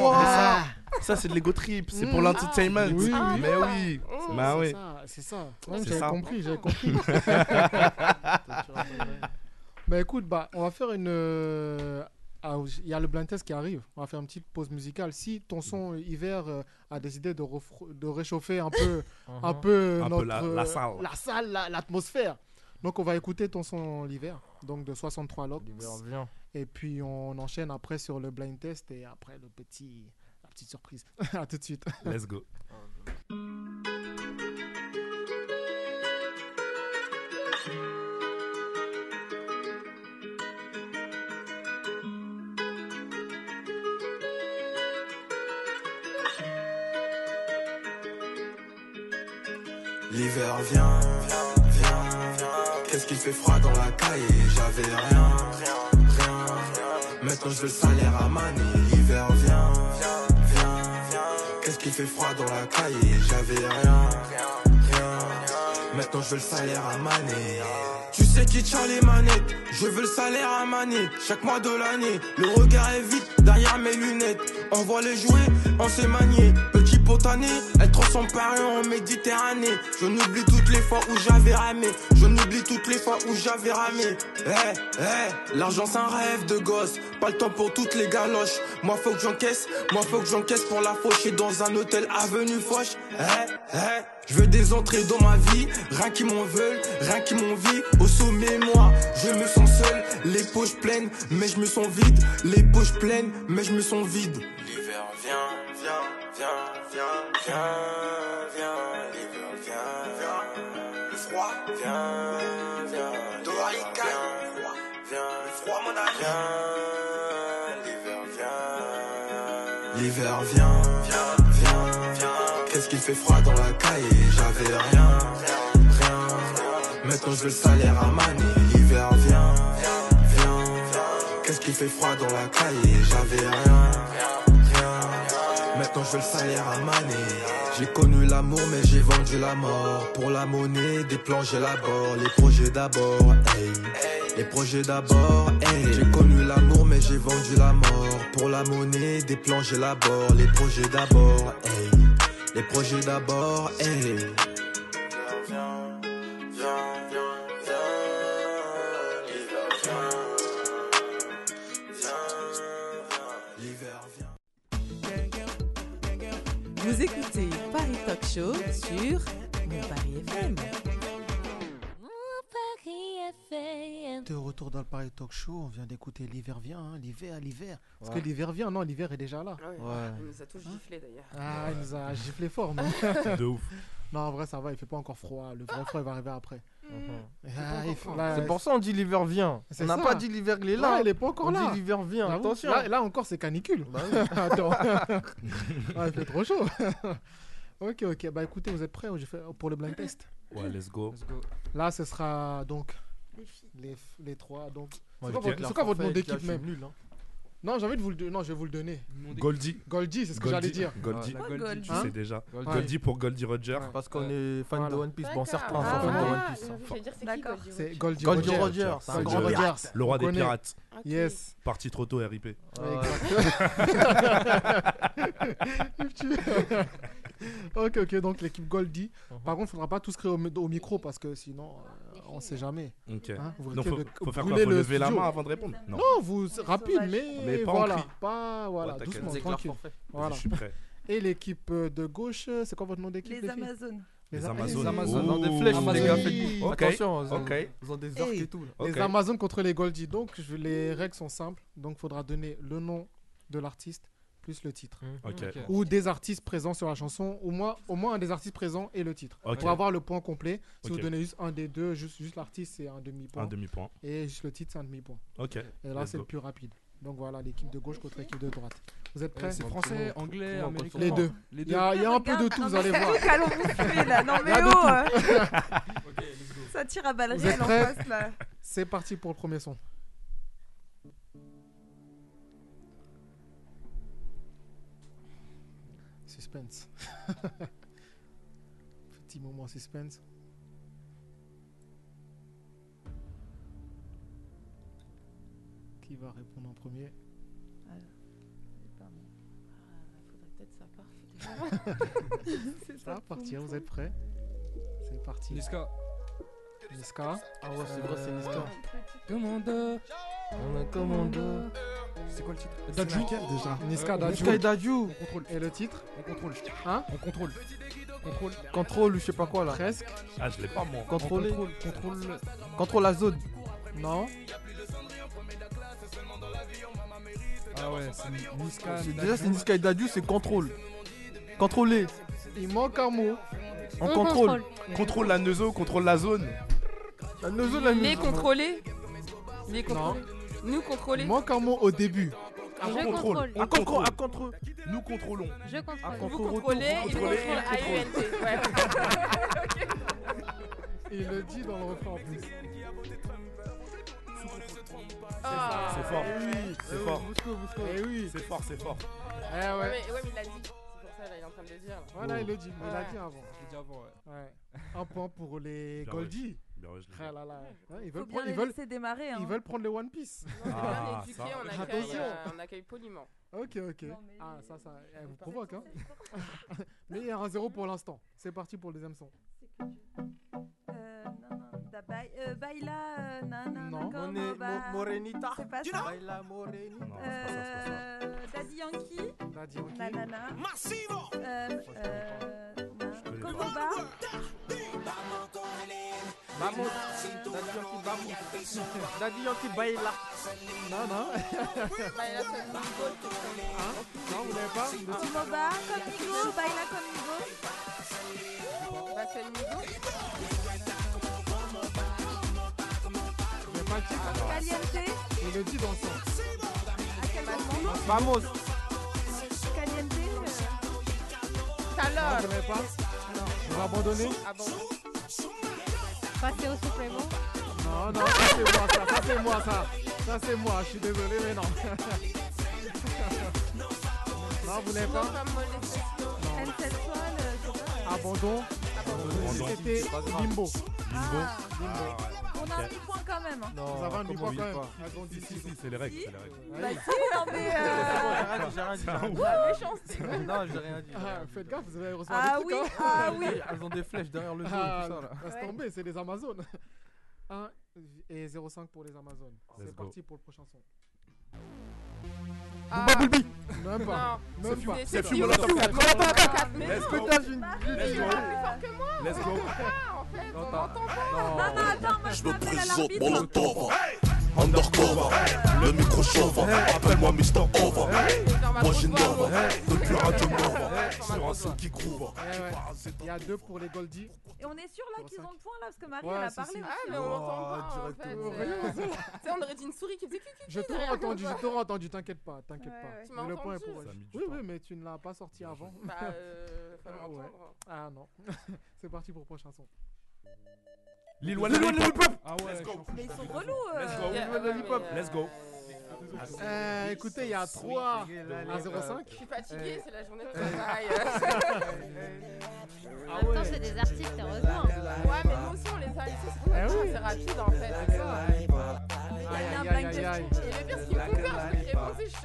Speaker 5: Non, mais
Speaker 11: Ah.
Speaker 5: ça, ça, c'est de l'ego trip, c'est pour
Speaker 2: Mm.
Speaker 5: l'entertainment.
Speaker 2: Ah, oui, oui.
Speaker 5: Mais oui.
Speaker 2: Ah,
Speaker 5: Bah
Speaker 2: c'est
Speaker 5: oui.
Speaker 2: ça, C'est ça.
Speaker 5: C'est
Speaker 2: Ouais,
Speaker 5: ça.
Speaker 2: J'avais compris, <laughs> j'avais compris. Bah écoute, bah, on va faire une. euh, ah, Il y a le blind test qui arrive. On va faire une petite pause musicale. Si ton son euh, hiver euh, a décidé de, refro- de réchauffer un peu, un peu, euh,
Speaker 5: Un peu
Speaker 2: notre,
Speaker 5: la- la
Speaker 2: euh,
Speaker 5: salle.
Speaker 2: la salle, la- l'atmosphère. Donc on va écouter ton son l'hiver, donc de 63 locks.
Speaker 6: vient.
Speaker 2: Et puis on enchaîne après sur le blind test et après le petit, la petite surprise. <laughs> à tout de suite.
Speaker 5: Let's go.
Speaker 17: L'hiver vient, vient, vient. Qu'est-ce qu'il fait froid dans la caille et J'avais rien, rien, rien. Maintenant je veux le salaire à manier. L'hiver vient, vient, vient. Qu'est-ce qu'il fait froid dans la caille et J'avais rien, rien. Maintenant je veux le salaire à manier.
Speaker 12: Tu sais qui tient les manettes, je veux le salaire à manette, chaque mois de l'année, le regard est vite derrière mes lunettes, on voit les jouer, on s'est manier, petit potané, être sans parler en Méditerranée, je n'oublie toutes les fois où j'avais ramé, je n'oublie toutes les fois où j'avais ramé, eh, eh, l'argent c'est un rêve de gosse, pas le temps pour toutes les galoches, moi faut que j'encaisse, moi faut que j'encaisse pour la faucher dans un hôtel avenue Foch, eh, eh, je veux des entrées dans ma vie, rien qui m'en veulent, rien qui m'envie. Au sommet, moi, je me sens seul, les poches pleines, mais je me sens vide. Les poches pleines, mais je me sens vide.
Speaker 17: L'hiver vient, vient, vient, vient, vient, vient. L'hiver vient, vient. Le froid vient, vient. Dehors il caille. Viens, le froid mon ami. Viens, l'hiver vient. L'hiver vient, vient, vient, vient. Qu'est-ce qu'il fait froid dans la caille et J'avais rien, rien. Maintenant je veux le salaire à manier. L'hiver vient, vient, vient. Qu'est-ce qu'il fait froid dans la caille et J'avais rien, rien. Maintenant je veux le salaire à maner
Speaker 12: J'ai connu l'amour mais j'ai vendu la mort Pour la monnaie, des plans j'ai la bord Les projets d'abord, hey Les projets d'abord, hey J'ai connu l'amour mais j'ai vendu la mort Pour la monnaie, des plans j'ai la bord Les projets d'abord, hey Les projets d'abord, hey
Speaker 10: Vous écoutez Paris Talk Show sur Mon Paris FM.
Speaker 2: De retour dans le Paris Talk Show, on vient d'écouter l'hiver vient, hein, l'hiver, l'hiver. Parce
Speaker 8: Ouais.
Speaker 2: que l'hiver vient, non, l'hiver est déjà là.
Speaker 11: Ah ouais,
Speaker 8: Ouais.
Speaker 11: Il nous a tous giflés d'ailleurs.
Speaker 2: Ah, il nous a giflé fort,
Speaker 6: <laughs>
Speaker 2: <laughs> mais. Non, en vrai, ça va, il fait pas encore froid. Le vrai froid, il va arriver après. Ah, il faut- là,
Speaker 6: Mm-hmm. C'est pour ça on dit l'hiver vient.
Speaker 2: c'est
Speaker 6: On n'a
Speaker 2: ça.
Speaker 6: pas dit l'hiver il est là.
Speaker 2: Ouais, il est pas encore
Speaker 6: on
Speaker 2: là.
Speaker 6: dit l'hiver vient.
Speaker 2: J'avoue,
Speaker 6: Attention. Bah
Speaker 2: Là, là encore, c'est canicule.
Speaker 6: oui.
Speaker 2: <laughs>
Speaker 6: <laughs>
Speaker 2: Attends. Ah, il fait trop chaud. <laughs> ok, ok. Bah écoutez, vous êtes prêts Je fais- pour le blind test
Speaker 5: Ouais, let's go.
Speaker 2: Là, ce sera donc les, f- les trois. Donc,
Speaker 6: Ouais,
Speaker 2: c'est quoi,
Speaker 6: Hitler
Speaker 2: votre, c'est quoi votre
Speaker 6: forfait,
Speaker 2: nom
Speaker 6: Hitler,
Speaker 2: d'équipe
Speaker 6: je suis
Speaker 2: même
Speaker 6: nul, hein.
Speaker 2: Non, j'ai envie de vous le don- non, je vais vous le donner.
Speaker 5: Goldie.
Speaker 2: Goldie, c'est ce que
Speaker 5: Goldie.
Speaker 2: j'allais dire.
Speaker 6: Ah,
Speaker 5: Goldie.
Speaker 2: Hein
Speaker 5: Tu sais déjà.
Speaker 2: Ouais.
Speaker 5: Goldie pour Goldie Roger.
Speaker 6: Parce qu'on est fan de One Piece. Bon, certains sont
Speaker 5: Ah,
Speaker 6: fans de One
Speaker 5: ah,
Speaker 6: Piece. hein.
Speaker 7: D'accord.
Speaker 2: C'est Goldie,
Speaker 6: Goldie
Speaker 2: Roger.
Speaker 6: Roger, c'est un
Speaker 2: Goldie
Speaker 6: grand
Speaker 2: Roger.
Speaker 6: pirate.
Speaker 5: Le
Speaker 2: hein.
Speaker 5: roi
Speaker 2: On
Speaker 5: des
Speaker 2: connaît.
Speaker 5: pirates.
Speaker 2: Yes.
Speaker 5: Parti trop tôt, RIP.
Speaker 2: Ah. Il me <laughs> tue. <laughs> ok, ok, donc l'équipe Goldie.
Speaker 6: Uh-huh.
Speaker 2: Par contre, faudra pas tous crier au, mi- au micro parce que sinon, euh, on sait jamais. Hein,
Speaker 5: Ok.
Speaker 2: vous
Speaker 5: Donc,
Speaker 2: risquez
Speaker 5: faut-
Speaker 2: de
Speaker 5: faut faire quoi
Speaker 2: brûler
Speaker 5: Faut
Speaker 2: le
Speaker 5: lever la
Speaker 2: studio.
Speaker 5: main avant de répondre
Speaker 2: Non,
Speaker 5: Non.
Speaker 2: vous, rapide, mais,
Speaker 5: Mais pas en
Speaker 2: voilà.
Speaker 5: cri.
Speaker 2: Pas, voilà,
Speaker 5: Ouais, t'inquiète.
Speaker 2: doucement,
Speaker 5: On déclare
Speaker 2: tranquille.
Speaker 5: forfait. Vas-y,
Speaker 2: Voilà.
Speaker 5: je suis prêt.
Speaker 2: <laughs> Et l'équipe euh, de gauche, euh, c'est quoi votre nom d'équipe
Speaker 7: Les
Speaker 2: filles
Speaker 7: Amazones.
Speaker 5: Les
Speaker 2: Am-
Speaker 5: Amazones.
Speaker 6: Amazones. Ils ont des flèches,
Speaker 2: Amazones.
Speaker 6: les gars, faites-
Speaker 2: Oui.
Speaker 6: Ok. Attention, ils ont- Ok. ils ont des arcs
Speaker 2: Hey.
Speaker 6: et tout, là.
Speaker 2: Les
Speaker 6: Ok.
Speaker 2: Amazones contre les Goldies. Donc, je vais- les règles sont simples. Donc, il faudra donner le nom de l'artiste plus le titre.
Speaker 5: Ok. Mmh. Ok.
Speaker 2: Ou des artistes présents sur la chanson. Ou moins, au moins un des artistes présents et le titre.
Speaker 5: Ok.
Speaker 2: Pour avoir le point complet. Si
Speaker 5: Ok.
Speaker 2: vous donnez juste un des deux, juste, juste l'artiste, c'est un demi-point.
Speaker 5: Un demi-point.
Speaker 2: Et juste le titre, c'est un demi-point.
Speaker 5: Ok.
Speaker 2: Et là,
Speaker 5: Let's
Speaker 2: c'est
Speaker 5: go.
Speaker 2: le plus rapide. Donc voilà, l'équipe de gauche contre l'équipe de droite. Vous êtes
Speaker 3: Euh,
Speaker 2: prêts
Speaker 3: c'est français, anglais,
Speaker 2: Comment-
Speaker 3: américain
Speaker 2: Les deux.
Speaker 3: Les
Speaker 2: Il y a,
Speaker 3: deux.
Speaker 2: il y a un peu de
Speaker 7: Regarde,
Speaker 2: tout,
Speaker 7: non,
Speaker 2: vous
Speaker 7: mais
Speaker 2: allez
Speaker 7: c'est
Speaker 2: voir.
Speaker 7: nous qu'allons bouffer, là. Non,
Speaker 2: Il y a
Speaker 7: mais
Speaker 2: de
Speaker 7: oh,
Speaker 2: tout.
Speaker 7: hein. Ça tire à balles
Speaker 2: Vous êtes
Speaker 7: réelles en
Speaker 2: prêts
Speaker 7: face, là.
Speaker 2: C'est parti pour le premier son. suspense. <laughs> Petit moment suspense. Qui va répondre en premier
Speaker 11: Ah,
Speaker 2: <laughs>
Speaker 11: <laughs>
Speaker 2: Ça va partir, vous êtes prêts C'est parti.
Speaker 3: Niska.
Speaker 2: Niska. Euh,
Speaker 6: Ah ouais, c'est vrai, c'est Niska.
Speaker 3: Commando.
Speaker 6: On a commandé.
Speaker 3: C'est quoi le titre
Speaker 2: C'est laquelle, déjà Niska, Dadju.
Speaker 6: Niska et Dadju.
Speaker 3: On contrôle.
Speaker 2: Et le titre
Speaker 3: On contrôle.
Speaker 2: Hein
Speaker 3: On contrôle. Contrôle.
Speaker 6: Contrôle ou je sais pas quoi là.
Speaker 2: Presque.
Speaker 5: Ah, je l'ai pas moi.
Speaker 6: Contrôler.
Speaker 3: On Contrôle. Contrôle.
Speaker 6: Contrôle la zone.
Speaker 2: Non.
Speaker 3: Ah ouais, c'est Niska.
Speaker 6: C'est- Déjà, c'est Niska et Dadju, c'est contrôle. Contrôler.
Speaker 2: Il manque un mot.
Speaker 6: On
Speaker 11: On
Speaker 6: contrôle.
Speaker 11: contrôle.
Speaker 5: Contrôle la neuso, contrôle la zone.
Speaker 6: La neuzo, la
Speaker 11: Les
Speaker 6: neuzo.
Speaker 11: contrôler. Les contrôler. Nous
Speaker 2: Il
Speaker 11: contrôler.
Speaker 2: manque un mot au début.
Speaker 11: Je contrôle.
Speaker 5: Un contrôle.
Speaker 6: À contre.
Speaker 5: Nous contrôlons.
Speaker 11: Je contrôle.
Speaker 6: contrôle,
Speaker 11: Vous contrôlez, il
Speaker 6: contrôlez,
Speaker 11: contrôle
Speaker 6: il contrôle.
Speaker 11: AUNT. Ouais.
Speaker 2: Il le dit dans le refrain en plus.
Speaker 11: Ah.
Speaker 5: C'est fort.
Speaker 6: Eh oui,
Speaker 5: C'est fort.
Speaker 2: Eh oui.
Speaker 5: C'est fort, c'est fort.
Speaker 2: Eh
Speaker 11: Ouais,
Speaker 2: ouais.
Speaker 11: Ah, mais, ouais, mais il l'a dit. C'est pour ça, là, il est en train de le dire. là.
Speaker 2: Voilà, il le dit. mais Il l'a
Speaker 11: Ouais.
Speaker 2: dit avant.
Speaker 3: Je l'ai dit avant, ouais.
Speaker 2: Ouais. Un point pour les
Speaker 5: Bien
Speaker 2: Goldie.
Speaker 5: wesh. Bien wesh, les
Speaker 2: Ah
Speaker 5: gars.
Speaker 2: là là. Ouais, ils
Speaker 7: Faut
Speaker 2: veulent
Speaker 7: bien
Speaker 2: prendre,
Speaker 7: les
Speaker 2: ils veulent,
Speaker 7: laisser démarrer. Hein.
Speaker 2: ils veulent prendre le One Piece.
Speaker 11: On est bien
Speaker 5: Ah,
Speaker 11: éduqués,
Speaker 5: ça.
Speaker 11: on accueille,
Speaker 2: Attention.
Speaker 11: euh, on accueille poliment.
Speaker 2: Ok, ok.
Speaker 7: Non, mais-
Speaker 2: Ah, ça, ça, elle vous
Speaker 7: Pas
Speaker 2: provoque, hein.
Speaker 7: censé, je crois.
Speaker 2: <laughs> Mais il y a un zéro pour l'instant. C'est parti pour le deuxième son.
Speaker 7: C'est que je- Euh, non, non, da bai- euh, baila, euh, nanana,
Speaker 2: Non.
Speaker 7: como
Speaker 6: Mone-
Speaker 7: va-
Speaker 6: Mo- Morenita.
Speaker 7: C'est pas ça.
Speaker 6: Baila Morenita.
Speaker 5: Non, c'est pas ça, c'est pas ça.
Speaker 7: Euh, Daddy Yankee,
Speaker 2: Daddy Yankee.
Speaker 7: nanana. Euh, euh, na-
Speaker 5: connais
Speaker 7: como va
Speaker 6: Vamos. Daddy Yankee, vamos. Daddy Yankee, baila.
Speaker 2: Non, non.
Speaker 11: Bah, là, c'est
Speaker 2: Non, vous n'avez pas vous
Speaker 7: Como va conmigo, baila conmigo.
Speaker 11: Bah, c'est le niveau.
Speaker 2: n'avez pas le titre
Speaker 7: Caliente,
Speaker 2: Il le dit dans le son.
Speaker 7: à quel moment
Speaker 6: Vamos.
Speaker 7: Caliente, euh,
Speaker 2: Ah,
Speaker 11: Alors,
Speaker 7: Ah,
Speaker 2: vous n'avez pas On va abandonner
Speaker 11: ah bon
Speaker 4: Passer au supplément.
Speaker 2: Non, non, ça c'est moi, ça, ça c'est moi, ça. Ça c'est moi, je suis désolé, mais non. <laughs> non, vous n'avez
Speaker 11: Non,
Speaker 2: pas
Speaker 11: pas molester.
Speaker 7: El Sensual, euh, je sais pas.
Speaker 2: Abandon. C'était Limbo.
Speaker 7: Ah,
Speaker 5: Ah, ouais.
Speaker 7: On a un mi-point quand même. hein.
Speaker 6: Non,
Speaker 2: Vous avez un micro quand
Speaker 6: comment il
Speaker 2: même.
Speaker 6: part
Speaker 5: Si, si, si, c'est les règles. c'est les règles.
Speaker 7: Bah si, non mais. euh,
Speaker 6: C'est bon, j'ai rien dit, j'ai rien dit, j'ai rien dit.
Speaker 11: La méchanceté.
Speaker 6: Non, j'ai rien dit. j'ai rien
Speaker 2: Ah,
Speaker 6: dit.
Speaker 2: faites gaffe, vous allez recevoir
Speaker 7: Ah
Speaker 2: des
Speaker 7: oui,
Speaker 2: trucs, hein.
Speaker 7: ah oui.
Speaker 6: Euh, Elles ont des flèches derrière le dos et tout
Speaker 2: Ah,
Speaker 6: ça là.
Speaker 2: laisse
Speaker 7: Ouais.
Speaker 2: tomber, c'est les Amazones. <laughs> 1 et 0,5 pour les Amazones.
Speaker 5: Let's
Speaker 2: C'est
Speaker 5: go.
Speaker 2: parti pour le prochain son.
Speaker 11: Ah,
Speaker 2: Même pas.
Speaker 11: non,
Speaker 2: Même pas.
Speaker 11: c'est-
Speaker 5: C'est
Speaker 11: c'est
Speaker 5: Fiu
Speaker 11: Fiu
Speaker 5: Molotov.
Speaker 11: Molotov. Ah, mais
Speaker 5: Let's go. Let's go. Let's go.
Speaker 11: en fait, on
Speaker 6: Non, t'as-
Speaker 11: l'entend pas.
Speaker 7: Non, non, attends, moi je
Speaker 17: me
Speaker 7: m'appelle à
Speaker 17: présente
Speaker 7: l'arbitre.
Speaker 17: Molotov, Undercover, le micro chauve, appelle-moi Mr. Over. Moi j'innove, depuis Radio Nova, sur un son qui groove.
Speaker 2: Ouais, ouais. Il y a 2 pour les Goldie.
Speaker 7: Et on est sûr là qu'ils ont le point là parce que Marie
Speaker 2: Ouais,
Speaker 7: elle a
Speaker 2: si,
Speaker 7: parlé.
Speaker 2: si.
Speaker 11: Ah, mais on
Speaker 6: Wow,
Speaker 11: l'entend pas. En fait.
Speaker 6: directement.
Speaker 11: c'est- Tu sais, on aurait dit une souris qui faisait cucu.
Speaker 2: Je t'aurais entendu, je t'aurais entendu, t'inquiète pas, t'inquiète
Speaker 7: Ouais, ouais.
Speaker 2: pas.
Speaker 11: Tu m'as
Speaker 2: Mais le point est
Speaker 11: entendu
Speaker 2: pour elle.
Speaker 5: Ça a mis du
Speaker 2: Oui,
Speaker 5: temps.
Speaker 2: oui, mais tu ne l'as pas sorti avant.
Speaker 11: Bah, euh, fallait
Speaker 2: Ah, ouais.
Speaker 11: l'entendre.
Speaker 2: Ah non. C'est parti pour le prochain son.
Speaker 5: Lil Wayne, Lil Wayne, Lil Wayne.
Speaker 3: Ah ouais,
Speaker 5: go.
Speaker 3: j'en fous.
Speaker 7: Mais ils sont relous. euh.
Speaker 5: Let's go.
Speaker 11: Yeah,
Speaker 5: Lil Wayne,
Speaker 11: ouais,
Speaker 5: Lil Pop.
Speaker 11: mais, euh,
Speaker 5: Let's go.
Speaker 2: Euh, écoutez, il y a 3 à
Speaker 11: Je
Speaker 2: 0,5.
Speaker 11: suis fatiguée,
Speaker 6: Eh.
Speaker 11: c'est la journée de
Speaker 6: Eh.
Speaker 11: travail.
Speaker 2: Ah
Speaker 4: Attends, c'est des artistes, heureusement.
Speaker 11: Ouais, mais nous aussi on les a, ils sont sur notre
Speaker 2: Eh
Speaker 11: train,
Speaker 2: oui.
Speaker 11: c'est rapide en fait. c'est ça. Et
Speaker 2: Aïe,
Speaker 7: un
Speaker 2: aïe,
Speaker 7: blind
Speaker 2: aïe,
Speaker 7: test.
Speaker 2: aïe.
Speaker 11: le pire, ce qui me fait peur, c'est que j'ai pensé, je suis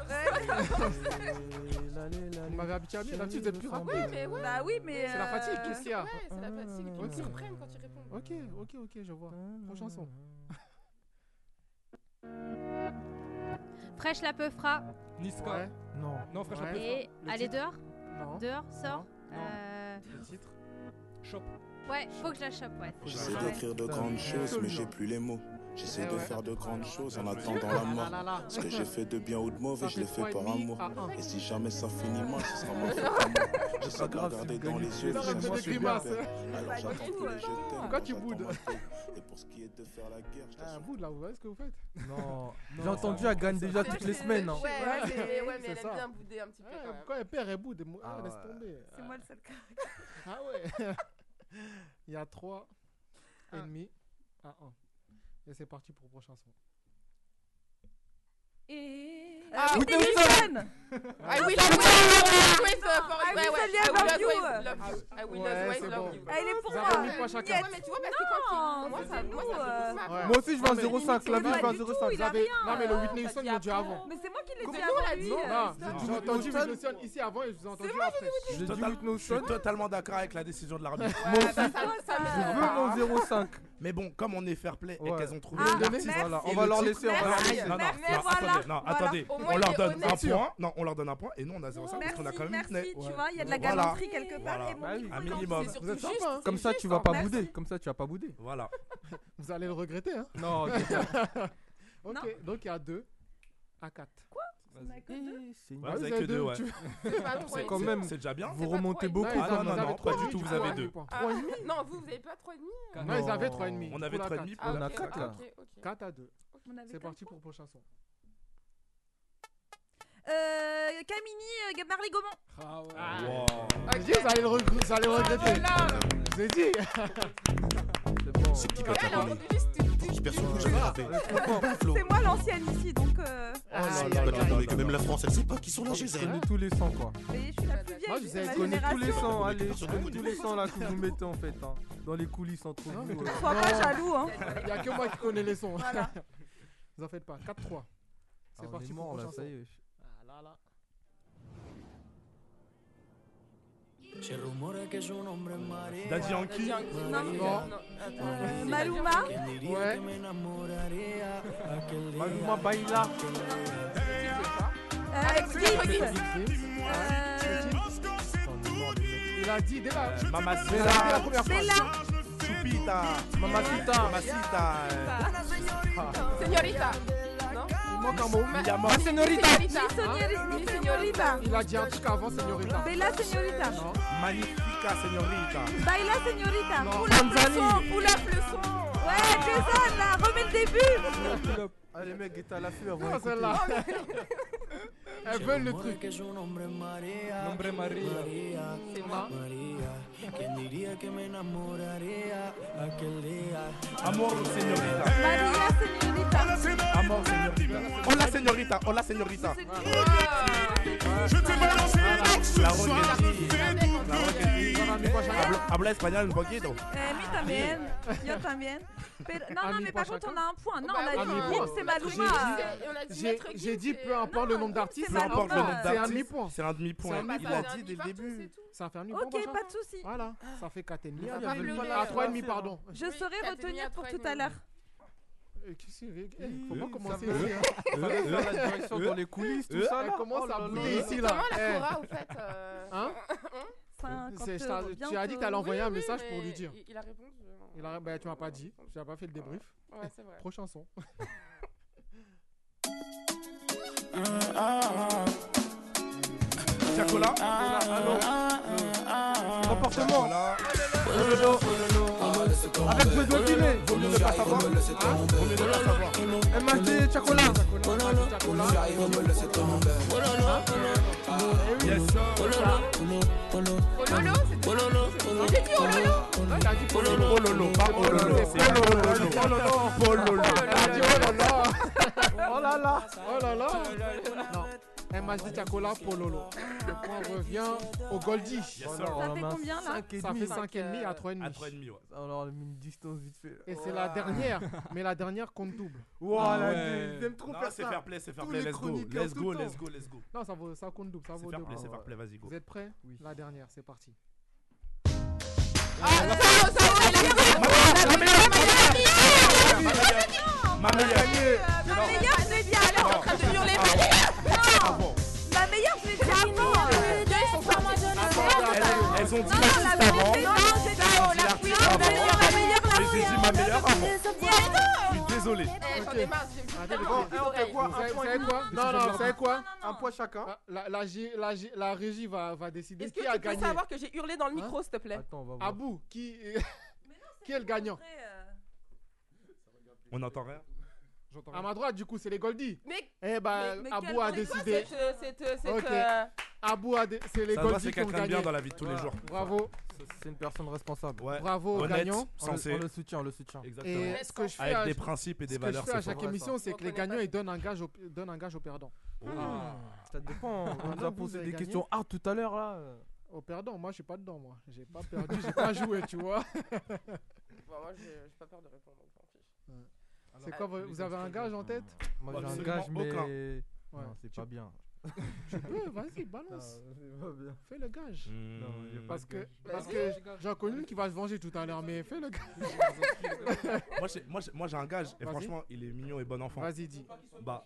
Speaker 2: Vous m'avez habitué à mieux, d'habitude vous êtes plus rapide.
Speaker 11: Ouais, mais ouais.
Speaker 7: Bah oui, mais.
Speaker 2: C'est la fatigue,
Speaker 7: euh,
Speaker 2: qu'est-ce qu'il y a
Speaker 11: Ouais, c'est la fatigue. Ils me surprennent quand ils répondent.
Speaker 2: hein. Ok, ok, ok, je vois. Prochain son.
Speaker 4: Fraîche la peufra.
Speaker 3: Niska.
Speaker 2: Ouais,
Speaker 6: Non.
Speaker 3: Non, frère,
Speaker 2: Ouais.
Speaker 3: ouais.
Speaker 4: Et
Speaker 2: Le
Speaker 4: aller
Speaker 2: titre.
Speaker 4: dehors.
Speaker 2: non.
Speaker 4: Dehors, sors.
Speaker 2: Non.
Speaker 4: Euh,
Speaker 2: Le titre.
Speaker 3: Chope.
Speaker 4: Ouais, faut que je la chope, ouais.
Speaker 17: J'essaie
Speaker 4: Ouais.
Speaker 17: d'écrire de grandes choses, mais j'ai plus les mots.
Speaker 13: Eh
Speaker 17: J'essaie de faire <laughs> de grandes choses en attendant la
Speaker 2: Ah là
Speaker 17: mort.
Speaker 2: là là.
Speaker 17: Ce que j'ai fait de bien ou de mauvais,
Speaker 2: Ça
Speaker 17: je l'ai fait
Speaker 2: trois et
Speaker 17: par
Speaker 2: demi
Speaker 13: Ah,
Speaker 17: amour.
Speaker 2: à un.
Speaker 17: Et si jamais ça finit mal, ce sera
Speaker 13: <laughs>
Speaker 17: ma faute à moi. J'essaie de la regarder dans les yeux,
Speaker 2: Non,
Speaker 17: mais
Speaker 2: arrête de
Speaker 17: moi je suis bien
Speaker 2: grimacer.
Speaker 17: bête. Alors
Speaker 7: Pas du
Speaker 17: j'attends
Speaker 7: tout,
Speaker 17: que
Speaker 7: ouais.
Speaker 17: je t'aime.
Speaker 2: Pourquoi tu
Speaker 17: j'attends
Speaker 2: boudes
Speaker 17: ma paix. Et pour ce qui est de faire la guerre, je
Speaker 2: Ah,
Speaker 17: t'assure
Speaker 2: vous, là, vous voyez ce que vous faites
Speaker 6: Non. J'ai entendu, elle gagne déjà
Speaker 11: Moi,
Speaker 6: toutes
Speaker 11: je
Speaker 6: les
Speaker 11: suis-
Speaker 6: semaines. hein.
Speaker 11: Ouais, ouais,
Speaker 7: Ouais,
Speaker 11: mais, ouais,
Speaker 2: c'est
Speaker 11: mais elle
Speaker 2: ça.
Speaker 11: aime bien bouder un petit peu quand même.
Speaker 2: Quand elle perd, elle boude. et moi- Ah,
Speaker 6: Ah
Speaker 2: laisse
Speaker 6: ouais.
Speaker 2: tomber.
Speaker 7: C'est moi le seul cas.
Speaker 2: Ah ouais <laughs> Il y a Ah, 3 et
Speaker 11: Un.
Speaker 2: demi à 1. Et c'est parti pour le prochain son.
Speaker 13: Et. Ah,
Speaker 7: Ah,
Speaker 13: Whitney
Speaker 7: Whitney
Speaker 13: Houston
Speaker 7: I will
Speaker 13: Ah,
Speaker 7: always, always, uh,
Speaker 13: I
Speaker 7: for- ouais,
Speaker 13: will
Speaker 7: ouais, I
Speaker 13: always
Speaker 7: will
Speaker 13: love you.
Speaker 7: always love you.
Speaker 6: Ah,
Speaker 7: I will
Speaker 13: Ouais,
Speaker 7: always
Speaker 13: c'est
Speaker 7: love
Speaker 13: bon.
Speaker 7: you.
Speaker 13: Elle est pour
Speaker 7: Ça
Speaker 13: moi.
Speaker 7: va, mille fois chacun.
Speaker 13: Niette.
Speaker 7: Ouais, mais tu vois, parce que quand il- moi, ça- moi, ça me booste ma-
Speaker 6: Moi aussi, je vais à 0,5, la vie,
Speaker 2: vie
Speaker 6: je vais à 0,5.
Speaker 2: Non, mais le Whitney Houston,
Speaker 13: dit
Speaker 2: ils l'ont dit avant.
Speaker 13: Mais c'est moi qui l'ai
Speaker 2: Comment
Speaker 13: dit
Speaker 2: on
Speaker 13: avant
Speaker 2: l'a
Speaker 13: lui.
Speaker 2: dit
Speaker 13: euh,
Speaker 2: Non,
Speaker 13: Houston.
Speaker 2: j'ai entendu Whitney Houston ici avant et je vous ai entendu après.
Speaker 12: Je suis, total- je suis totalement d'accord avec la décision de l'arbitre.
Speaker 2: Ouais, Moi bah, aussi. ça- ça me-
Speaker 12: je veux mon 0,5. Mais bon, comme on est fair play et
Speaker 6: Ouais.
Speaker 12: qu'elles ont trouvé
Speaker 6: Ah,
Speaker 12: une
Speaker 6: merci.
Speaker 12: artiste-
Speaker 6: Voilà, on
Speaker 12: et
Speaker 6: va
Speaker 12: le
Speaker 6: leur
Speaker 12: titre-
Speaker 6: laisser, on va leur laisser.
Speaker 12: Non, non,
Speaker 6: Merci,
Speaker 12: non,
Speaker 6: voilà.
Speaker 12: attendez, non,
Speaker 6: Voilà.
Speaker 12: attendez.
Speaker 6: Au moins,
Speaker 12: On
Speaker 6: il
Speaker 12: leur
Speaker 6: est
Speaker 12: donne un
Speaker 6: honnête.
Speaker 12: point. Non, on leur donne un point et nous on a 0,5 parce qu'on a
Speaker 13: Merci,
Speaker 12: quand même
Speaker 13: merci,
Speaker 12: Whitney.
Speaker 13: tu vois, il y a de la
Speaker 12: Voilà.
Speaker 13: galanterie quelque part
Speaker 12: Voilà.
Speaker 13: et mon petit
Speaker 12: Un
Speaker 13: coup de langue,
Speaker 12: minimum.
Speaker 13: c'est surtout
Speaker 12: Vous êtes
Speaker 13: juste.
Speaker 12: sympa, hein.
Speaker 6: Comme ça,
Speaker 12: Juste,
Speaker 6: tu
Speaker 12: hein.
Speaker 6: vas pas
Speaker 12: Merci.
Speaker 6: bouder. Comme ça, tu vas pas bouder. <laughs>
Speaker 12: Voilà.
Speaker 2: Vous allez le regretter, hein
Speaker 6: Non,
Speaker 13: Ah,
Speaker 6: d'accord.
Speaker 2: <laughs> Ok, donc il y a 2 à 4. Quoi
Speaker 6: C'est une
Speaker 12: Ouais, vous avez que deux, ouais. <laughs>
Speaker 2: <laughs>
Speaker 7: C'est
Speaker 6: quand même.
Speaker 12: C'est déjà bien.
Speaker 6: Vous remontez beaucoup.
Speaker 12: Ah non, non, non, pas du tout, vous avez deux.
Speaker 7: Ah, Non, vous, vous avez pas 3,5
Speaker 11: euh
Speaker 2: Non, ils avaient 3,5.
Speaker 12: On avait 3,5,
Speaker 11: Ah,
Speaker 6: on a quatre, là.
Speaker 2: 4 à 2.
Speaker 13: On avait
Speaker 2: C'est
Speaker 13: quatre
Speaker 2: parti pour le prochain son.
Speaker 13: Euh, Camini, euh, Marley Gaumont.
Speaker 2: Ah ouais.
Speaker 12: Wow.
Speaker 2: J'ai dit, vous allez le regr- vous allez le
Speaker 13: Ah,
Speaker 2: regretter. J'ai dit.
Speaker 12: <laughs> C'est qui
Speaker 13: Eh,
Speaker 12: va t'abonner
Speaker 19: Je perds son coup, je vais graver.
Speaker 2: Ah,
Speaker 19: Flo.
Speaker 13: C'est moi l'ancienne ici, donc. euh,
Speaker 19: Ah, C'est pas de la blague, que même la France, elle sait pas qui sont là chez
Speaker 6: Je
Speaker 19: elle.
Speaker 6: Ah, connais tous les sangs, quoi.
Speaker 13: voyez, je suis la plus vieille.
Speaker 6: Moi,
Speaker 13: de
Speaker 6: je
Speaker 13: ma
Speaker 6: connais tous les
Speaker 13: génération.
Speaker 6: sangs, allez, je connais tous les sangs là que vous mettez en fait, hein, dans les coulisses entre vous.
Speaker 2: mais
Speaker 6: euh.
Speaker 2: toi-
Speaker 13: Sois pas jaloux, hein.
Speaker 2: Il y a que moi qui connais les sons.
Speaker 13: Voilà.
Speaker 2: <laughs> Vous en faites pas. 4-3. C'est
Speaker 6: Ah, on
Speaker 2: parti
Speaker 6: est
Speaker 2: pour
Speaker 6: mort,
Speaker 2: le
Speaker 6: là,
Speaker 2: prochain
Speaker 6: ça y est.
Speaker 2: son. Ah là là.
Speaker 17: Se rumora que su nombre es María.
Speaker 12: Daddy Yankee.
Speaker 17: No,
Speaker 12: No.
Speaker 17: Eh,
Speaker 13: Maluma.
Speaker 17: ¿Quién diría que me enamoraría aquel día?
Speaker 6: Maluma baila.
Speaker 13: Euh, Gibbs. Euh,
Speaker 2: Il a dit dès la.
Speaker 12: Mamacita.
Speaker 2: Dès la première fois.
Speaker 13: Bella.
Speaker 12: Chupita.
Speaker 6: Mamacita.
Speaker 12: Mamacita.
Speaker 2: eh.
Speaker 12: eh.
Speaker 7: Señorita. Non
Speaker 2: Il manque un mot.
Speaker 12: Il y a mort.
Speaker 7: Señorita.
Speaker 13: Mi señorita. Mi señorita.
Speaker 2: Il a dit un truc avant, señorita.
Speaker 13: Bella señorita.
Speaker 17: Hein?
Speaker 12: Magnifica, señorita.
Speaker 13: Baila señorita.
Speaker 12: Non.
Speaker 13: Pull up le
Speaker 12: Tanzanie.
Speaker 13: son. Pull up le son.
Speaker 2: Ah,
Speaker 13: Ouais, Jason, là, remets le début.
Speaker 6: Ah, les mecs étaient à l'affût avant.
Speaker 2: Non,
Speaker 6: d'écouter.
Speaker 13: <laughs> Oh,
Speaker 2: celle-là.
Speaker 17: Se
Speaker 2: Elles veulent le
Speaker 17: rumora
Speaker 2: truc.
Speaker 17: que su nombre es María.
Speaker 6: Nombre es María.
Speaker 17: María, María. ¿Quién diría que me enamoraría aquel día?
Speaker 12: Amor,
Speaker 13: <laughs>
Speaker 12: señorita.
Speaker 13: Maria señorita.
Speaker 12: Amor, señorita. Hola, señorita. Hola, señorita.
Speaker 15: Je te balance
Speaker 12: La roquette. La roquette. Habla espagnol un poquito.
Speaker 13: Eh, mi también.
Speaker 2: <laughs>
Speaker 13: Yo también. Pero- non, non,
Speaker 2: Ami
Speaker 13: mais
Speaker 2: pour
Speaker 13: par contre, on a un point. Non,
Speaker 7: Bah
Speaker 13: on a
Speaker 7: oui,
Speaker 13: dit
Speaker 7: un
Speaker 13: Gibbs,
Speaker 7: point.
Speaker 13: c'est
Speaker 7: On a dit
Speaker 13: Maluma.
Speaker 7: Gibbs et on a dit
Speaker 2: J'ai
Speaker 7: Maître Gibbs
Speaker 2: j'ai dit
Speaker 7: et-
Speaker 2: peu importe le nombre d'artistes.
Speaker 12: Peu importe le nombre
Speaker 2: C'est un
Speaker 12: d'artistes.
Speaker 2: demi-point.
Speaker 12: C'est un
Speaker 2: C'est
Speaker 12: demi-point.
Speaker 2: un
Speaker 12: Il
Speaker 2: demi-point.
Speaker 12: a
Speaker 2: Ça fait
Speaker 12: dit dès le début.
Speaker 2: Ça fait un demi-point.
Speaker 13: Ok,
Speaker 2: prochain.
Speaker 13: pas de soucis.
Speaker 2: Voilà, ça fait 4,5.
Speaker 7: Ça
Speaker 2: Ah,
Speaker 7: fait pleurer,
Speaker 2: à
Speaker 7: ça.
Speaker 2: 3,5, pardon.
Speaker 13: Je saurai
Speaker 7: quatre et demi à
Speaker 13: retenir pour
Speaker 7: trois et
Speaker 13: tout à
Speaker 7: demi.
Speaker 13: l'heure.
Speaker 2: Euh, qu'est-ce que c'est Eh, Faut
Speaker 12: Euh,
Speaker 2: pas
Speaker 6: Ça
Speaker 2: commencer
Speaker 6: veut
Speaker 2: ici.
Speaker 6: dire
Speaker 2: hein.
Speaker 6: la direction dans les coulisses, tout
Speaker 12: Euh,
Speaker 6: ça.
Speaker 2: Elle
Speaker 6: là.
Speaker 2: commence
Speaker 6: Oh là
Speaker 2: à
Speaker 6: là
Speaker 2: bouder
Speaker 6: là.
Speaker 2: ici, là.
Speaker 7: Comment la
Speaker 2: Eh,
Speaker 7: Cora, au fait euh, <laughs>
Speaker 2: Hein C'est- je t'ai- Tu as dit que t'allais envoyer un message pour lui dire.
Speaker 7: Il, il a répondu.
Speaker 2: Il a- bah, tu m'as pas dit, tu n'as pas fait le débrief.
Speaker 7: Ouais, c'est vrai. Oh,
Speaker 2: Prochain son. <laughs>
Speaker 12: Tiens, Cola. Ah,
Speaker 6: Comportement. Avec peu de filet. Vaut mieux ne pas savoir. Vaut mieux ne pas savoir. MHD, Chacola.
Speaker 12: Yes.
Speaker 7: Ololo, c'était. J'ai dit Ololo
Speaker 2: Non, il a dit
Speaker 12: Oh lolo, pas oh lolo. C'est oh lolo. Oh lolo. Oh lolo.
Speaker 6: Oh là là.
Speaker 2: Oh là là Non. Eh, MHD Chacola Pololo. Le point revient au Goldie.
Speaker 13: Ça fait combien là
Speaker 2: Ça fait 5,5 à
Speaker 12: À
Speaker 2: 3,5.
Speaker 12: 3,5, ouais.
Speaker 6: Alors, une distance vite fait.
Speaker 2: Et c'est
Speaker 6: <laughs>
Speaker 2: la dernière. Mais la dernière compte double.
Speaker 6: Wow,
Speaker 12: Ah
Speaker 6: là,
Speaker 12: ouais.
Speaker 6: ils aiment trop
Speaker 12: Non,
Speaker 6: faire
Speaker 12: c'est
Speaker 6: ça.
Speaker 12: fair play, c'est fair
Speaker 6: Tous
Speaker 12: play,
Speaker 6: les
Speaker 12: let's go,
Speaker 6: chroniqueurs
Speaker 12: let's
Speaker 6: tout
Speaker 12: go,
Speaker 6: le temps.
Speaker 12: let's go, let's go.
Speaker 2: Non, ça, vaut, ça compte double. Ça
Speaker 12: C'est
Speaker 2: vaut
Speaker 12: fair
Speaker 2: double.
Speaker 12: play, c'est fair play, vas-y, go.
Speaker 2: Vous êtes prêts
Speaker 6: Oui.
Speaker 2: La dernière, c'est parti.
Speaker 12: Ma meilleure.
Speaker 13: La meilleure, je l'ai dit avant. La meilleure, je l'ai dit avant.
Speaker 12: Elles, elles ont dit
Speaker 13: Non, non, la
Speaker 12: l'artiste avant.
Speaker 13: meilleure, c'est non, c'est non,
Speaker 12: Elles ont
Speaker 13: la
Speaker 12: dit l'artiste avant.
Speaker 13: meilleure, la meilleure, la
Speaker 12: Et j'ai dit ma meilleure avant. Je suis désolé.
Speaker 7: Eh, J'en ai marre, j'ai plus
Speaker 2: Attends,
Speaker 7: de
Speaker 2: bon,
Speaker 6: eh,
Speaker 7: mes
Speaker 6: on fait
Speaker 7: oreilles.
Speaker 6: quoi
Speaker 2: Vous
Speaker 6: Un
Speaker 2: savez vous
Speaker 6: point
Speaker 2: savez
Speaker 6: double
Speaker 2: quoi Non, non, vous savez quoi
Speaker 6: Un point chacun.
Speaker 2: Ah, la, la, G- la, G- la régie va, va décider
Speaker 7: Est-ce
Speaker 2: qui
Speaker 7: que
Speaker 2: a
Speaker 7: tu peux
Speaker 2: gagné. Hein
Speaker 7: savoir que j'ai hurlé dans le micro, s'il te plaît
Speaker 6: Attends, on va voir.
Speaker 2: Abou, qui, <laughs> qui est le gagnant
Speaker 12: On n'entend rien.
Speaker 5: J'entends
Speaker 2: À
Speaker 5: rien.
Speaker 2: ma droite, du coup, c'est les Goldies.
Speaker 7: Mais
Speaker 2: Eh ben,
Speaker 13: Mais- mais quel
Speaker 2: Abou a
Speaker 13: temps- mais
Speaker 7: toi,
Speaker 2: décidé.
Speaker 7: cette. euh, cette. euh, cette,
Speaker 2: Ok.
Speaker 7: euh,
Speaker 2: Abou a des- c'est les
Speaker 5: Ça se voit,
Speaker 2: Goldies
Speaker 5: c'est
Speaker 2: qui ont
Speaker 5: quelqu'un de bien
Speaker 2: gagné.
Speaker 5: dans la vie de tous les jours.
Speaker 2: Bravo.
Speaker 6: C'est une personne responsable.
Speaker 2: Bravo aux
Speaker 5: Honnête,
Speaker 2: gagnants.
Speaker 5: sensé.
Speaker 6: On le soutient, on le soutient.
Speaker 2: Et ce que je fais
Speaker 5: Avec
Speaker 2: à-
Speaker 5: des principes et des
Speaker 2: ce que
Speaker 5: valeurs,
Speaker 2: je fais à
Speaker 5: c'est
Speaker 2: chaque
Speaker 5: fort.
Speaker 2: émission, c'est que les gagnants ils donnent un gage au, donnent un gage au perdant.
Speaker 5: Oh.
Speaker 6: Ah, Ça dépend. On nous
Speaker 2: Là,
Speaker 6: a
Speaker 2: vous
Speaker 6: posé
Speaker 2: avez
Speaker 6: des
Speaker 2: gagné.
Speaker 6: questions hard tout à l'heure là.
Speaker 2: Au perdant, moi je suis pas dedans moi. J'ai pas perdu,
Speaker 6: <laughs>
Speaker 2: j'ai pas joué, tu vois.
Speaker 11: Bon, moi, j'ai j'ai pas peur de répondre, donc tant pis.
Speaker 2: C'est quoi, vous, vous avez un gage en tête
Speaker 6: Moi j'ai un gage, mais.
Speaker 2: Ouais.
Speaker 6: Non, c'est pas bien.
Speaker 2: Tu peux, <laughs> vas-y, balance. Fais le gage.
Speaker 5: Hmm.
Speaker 6: Non, j'ai pas
Speaker 2: parce
Speaker 6: de
Speaker 2: que,
Speaker 6: gage.
Speaker 2: parce
Speaker 6: Vas-y,
Speaker 2: que
Speaker 6: j'ai gage.
Speaker 2: j'en connais une qui va se venger tout à l'heure, mais fais le gage. <laughs>
Speaker 6: <laughs>
Speaker 5: moi, j'ai- moi, j'ai- moi, j'ai un gage, et
Speaker 2: Vas-y.
Speaker 5: franchement, il est mignon et bon enfant.
Speaker 2: Vas-y, dis.
Speaker 5: Bah,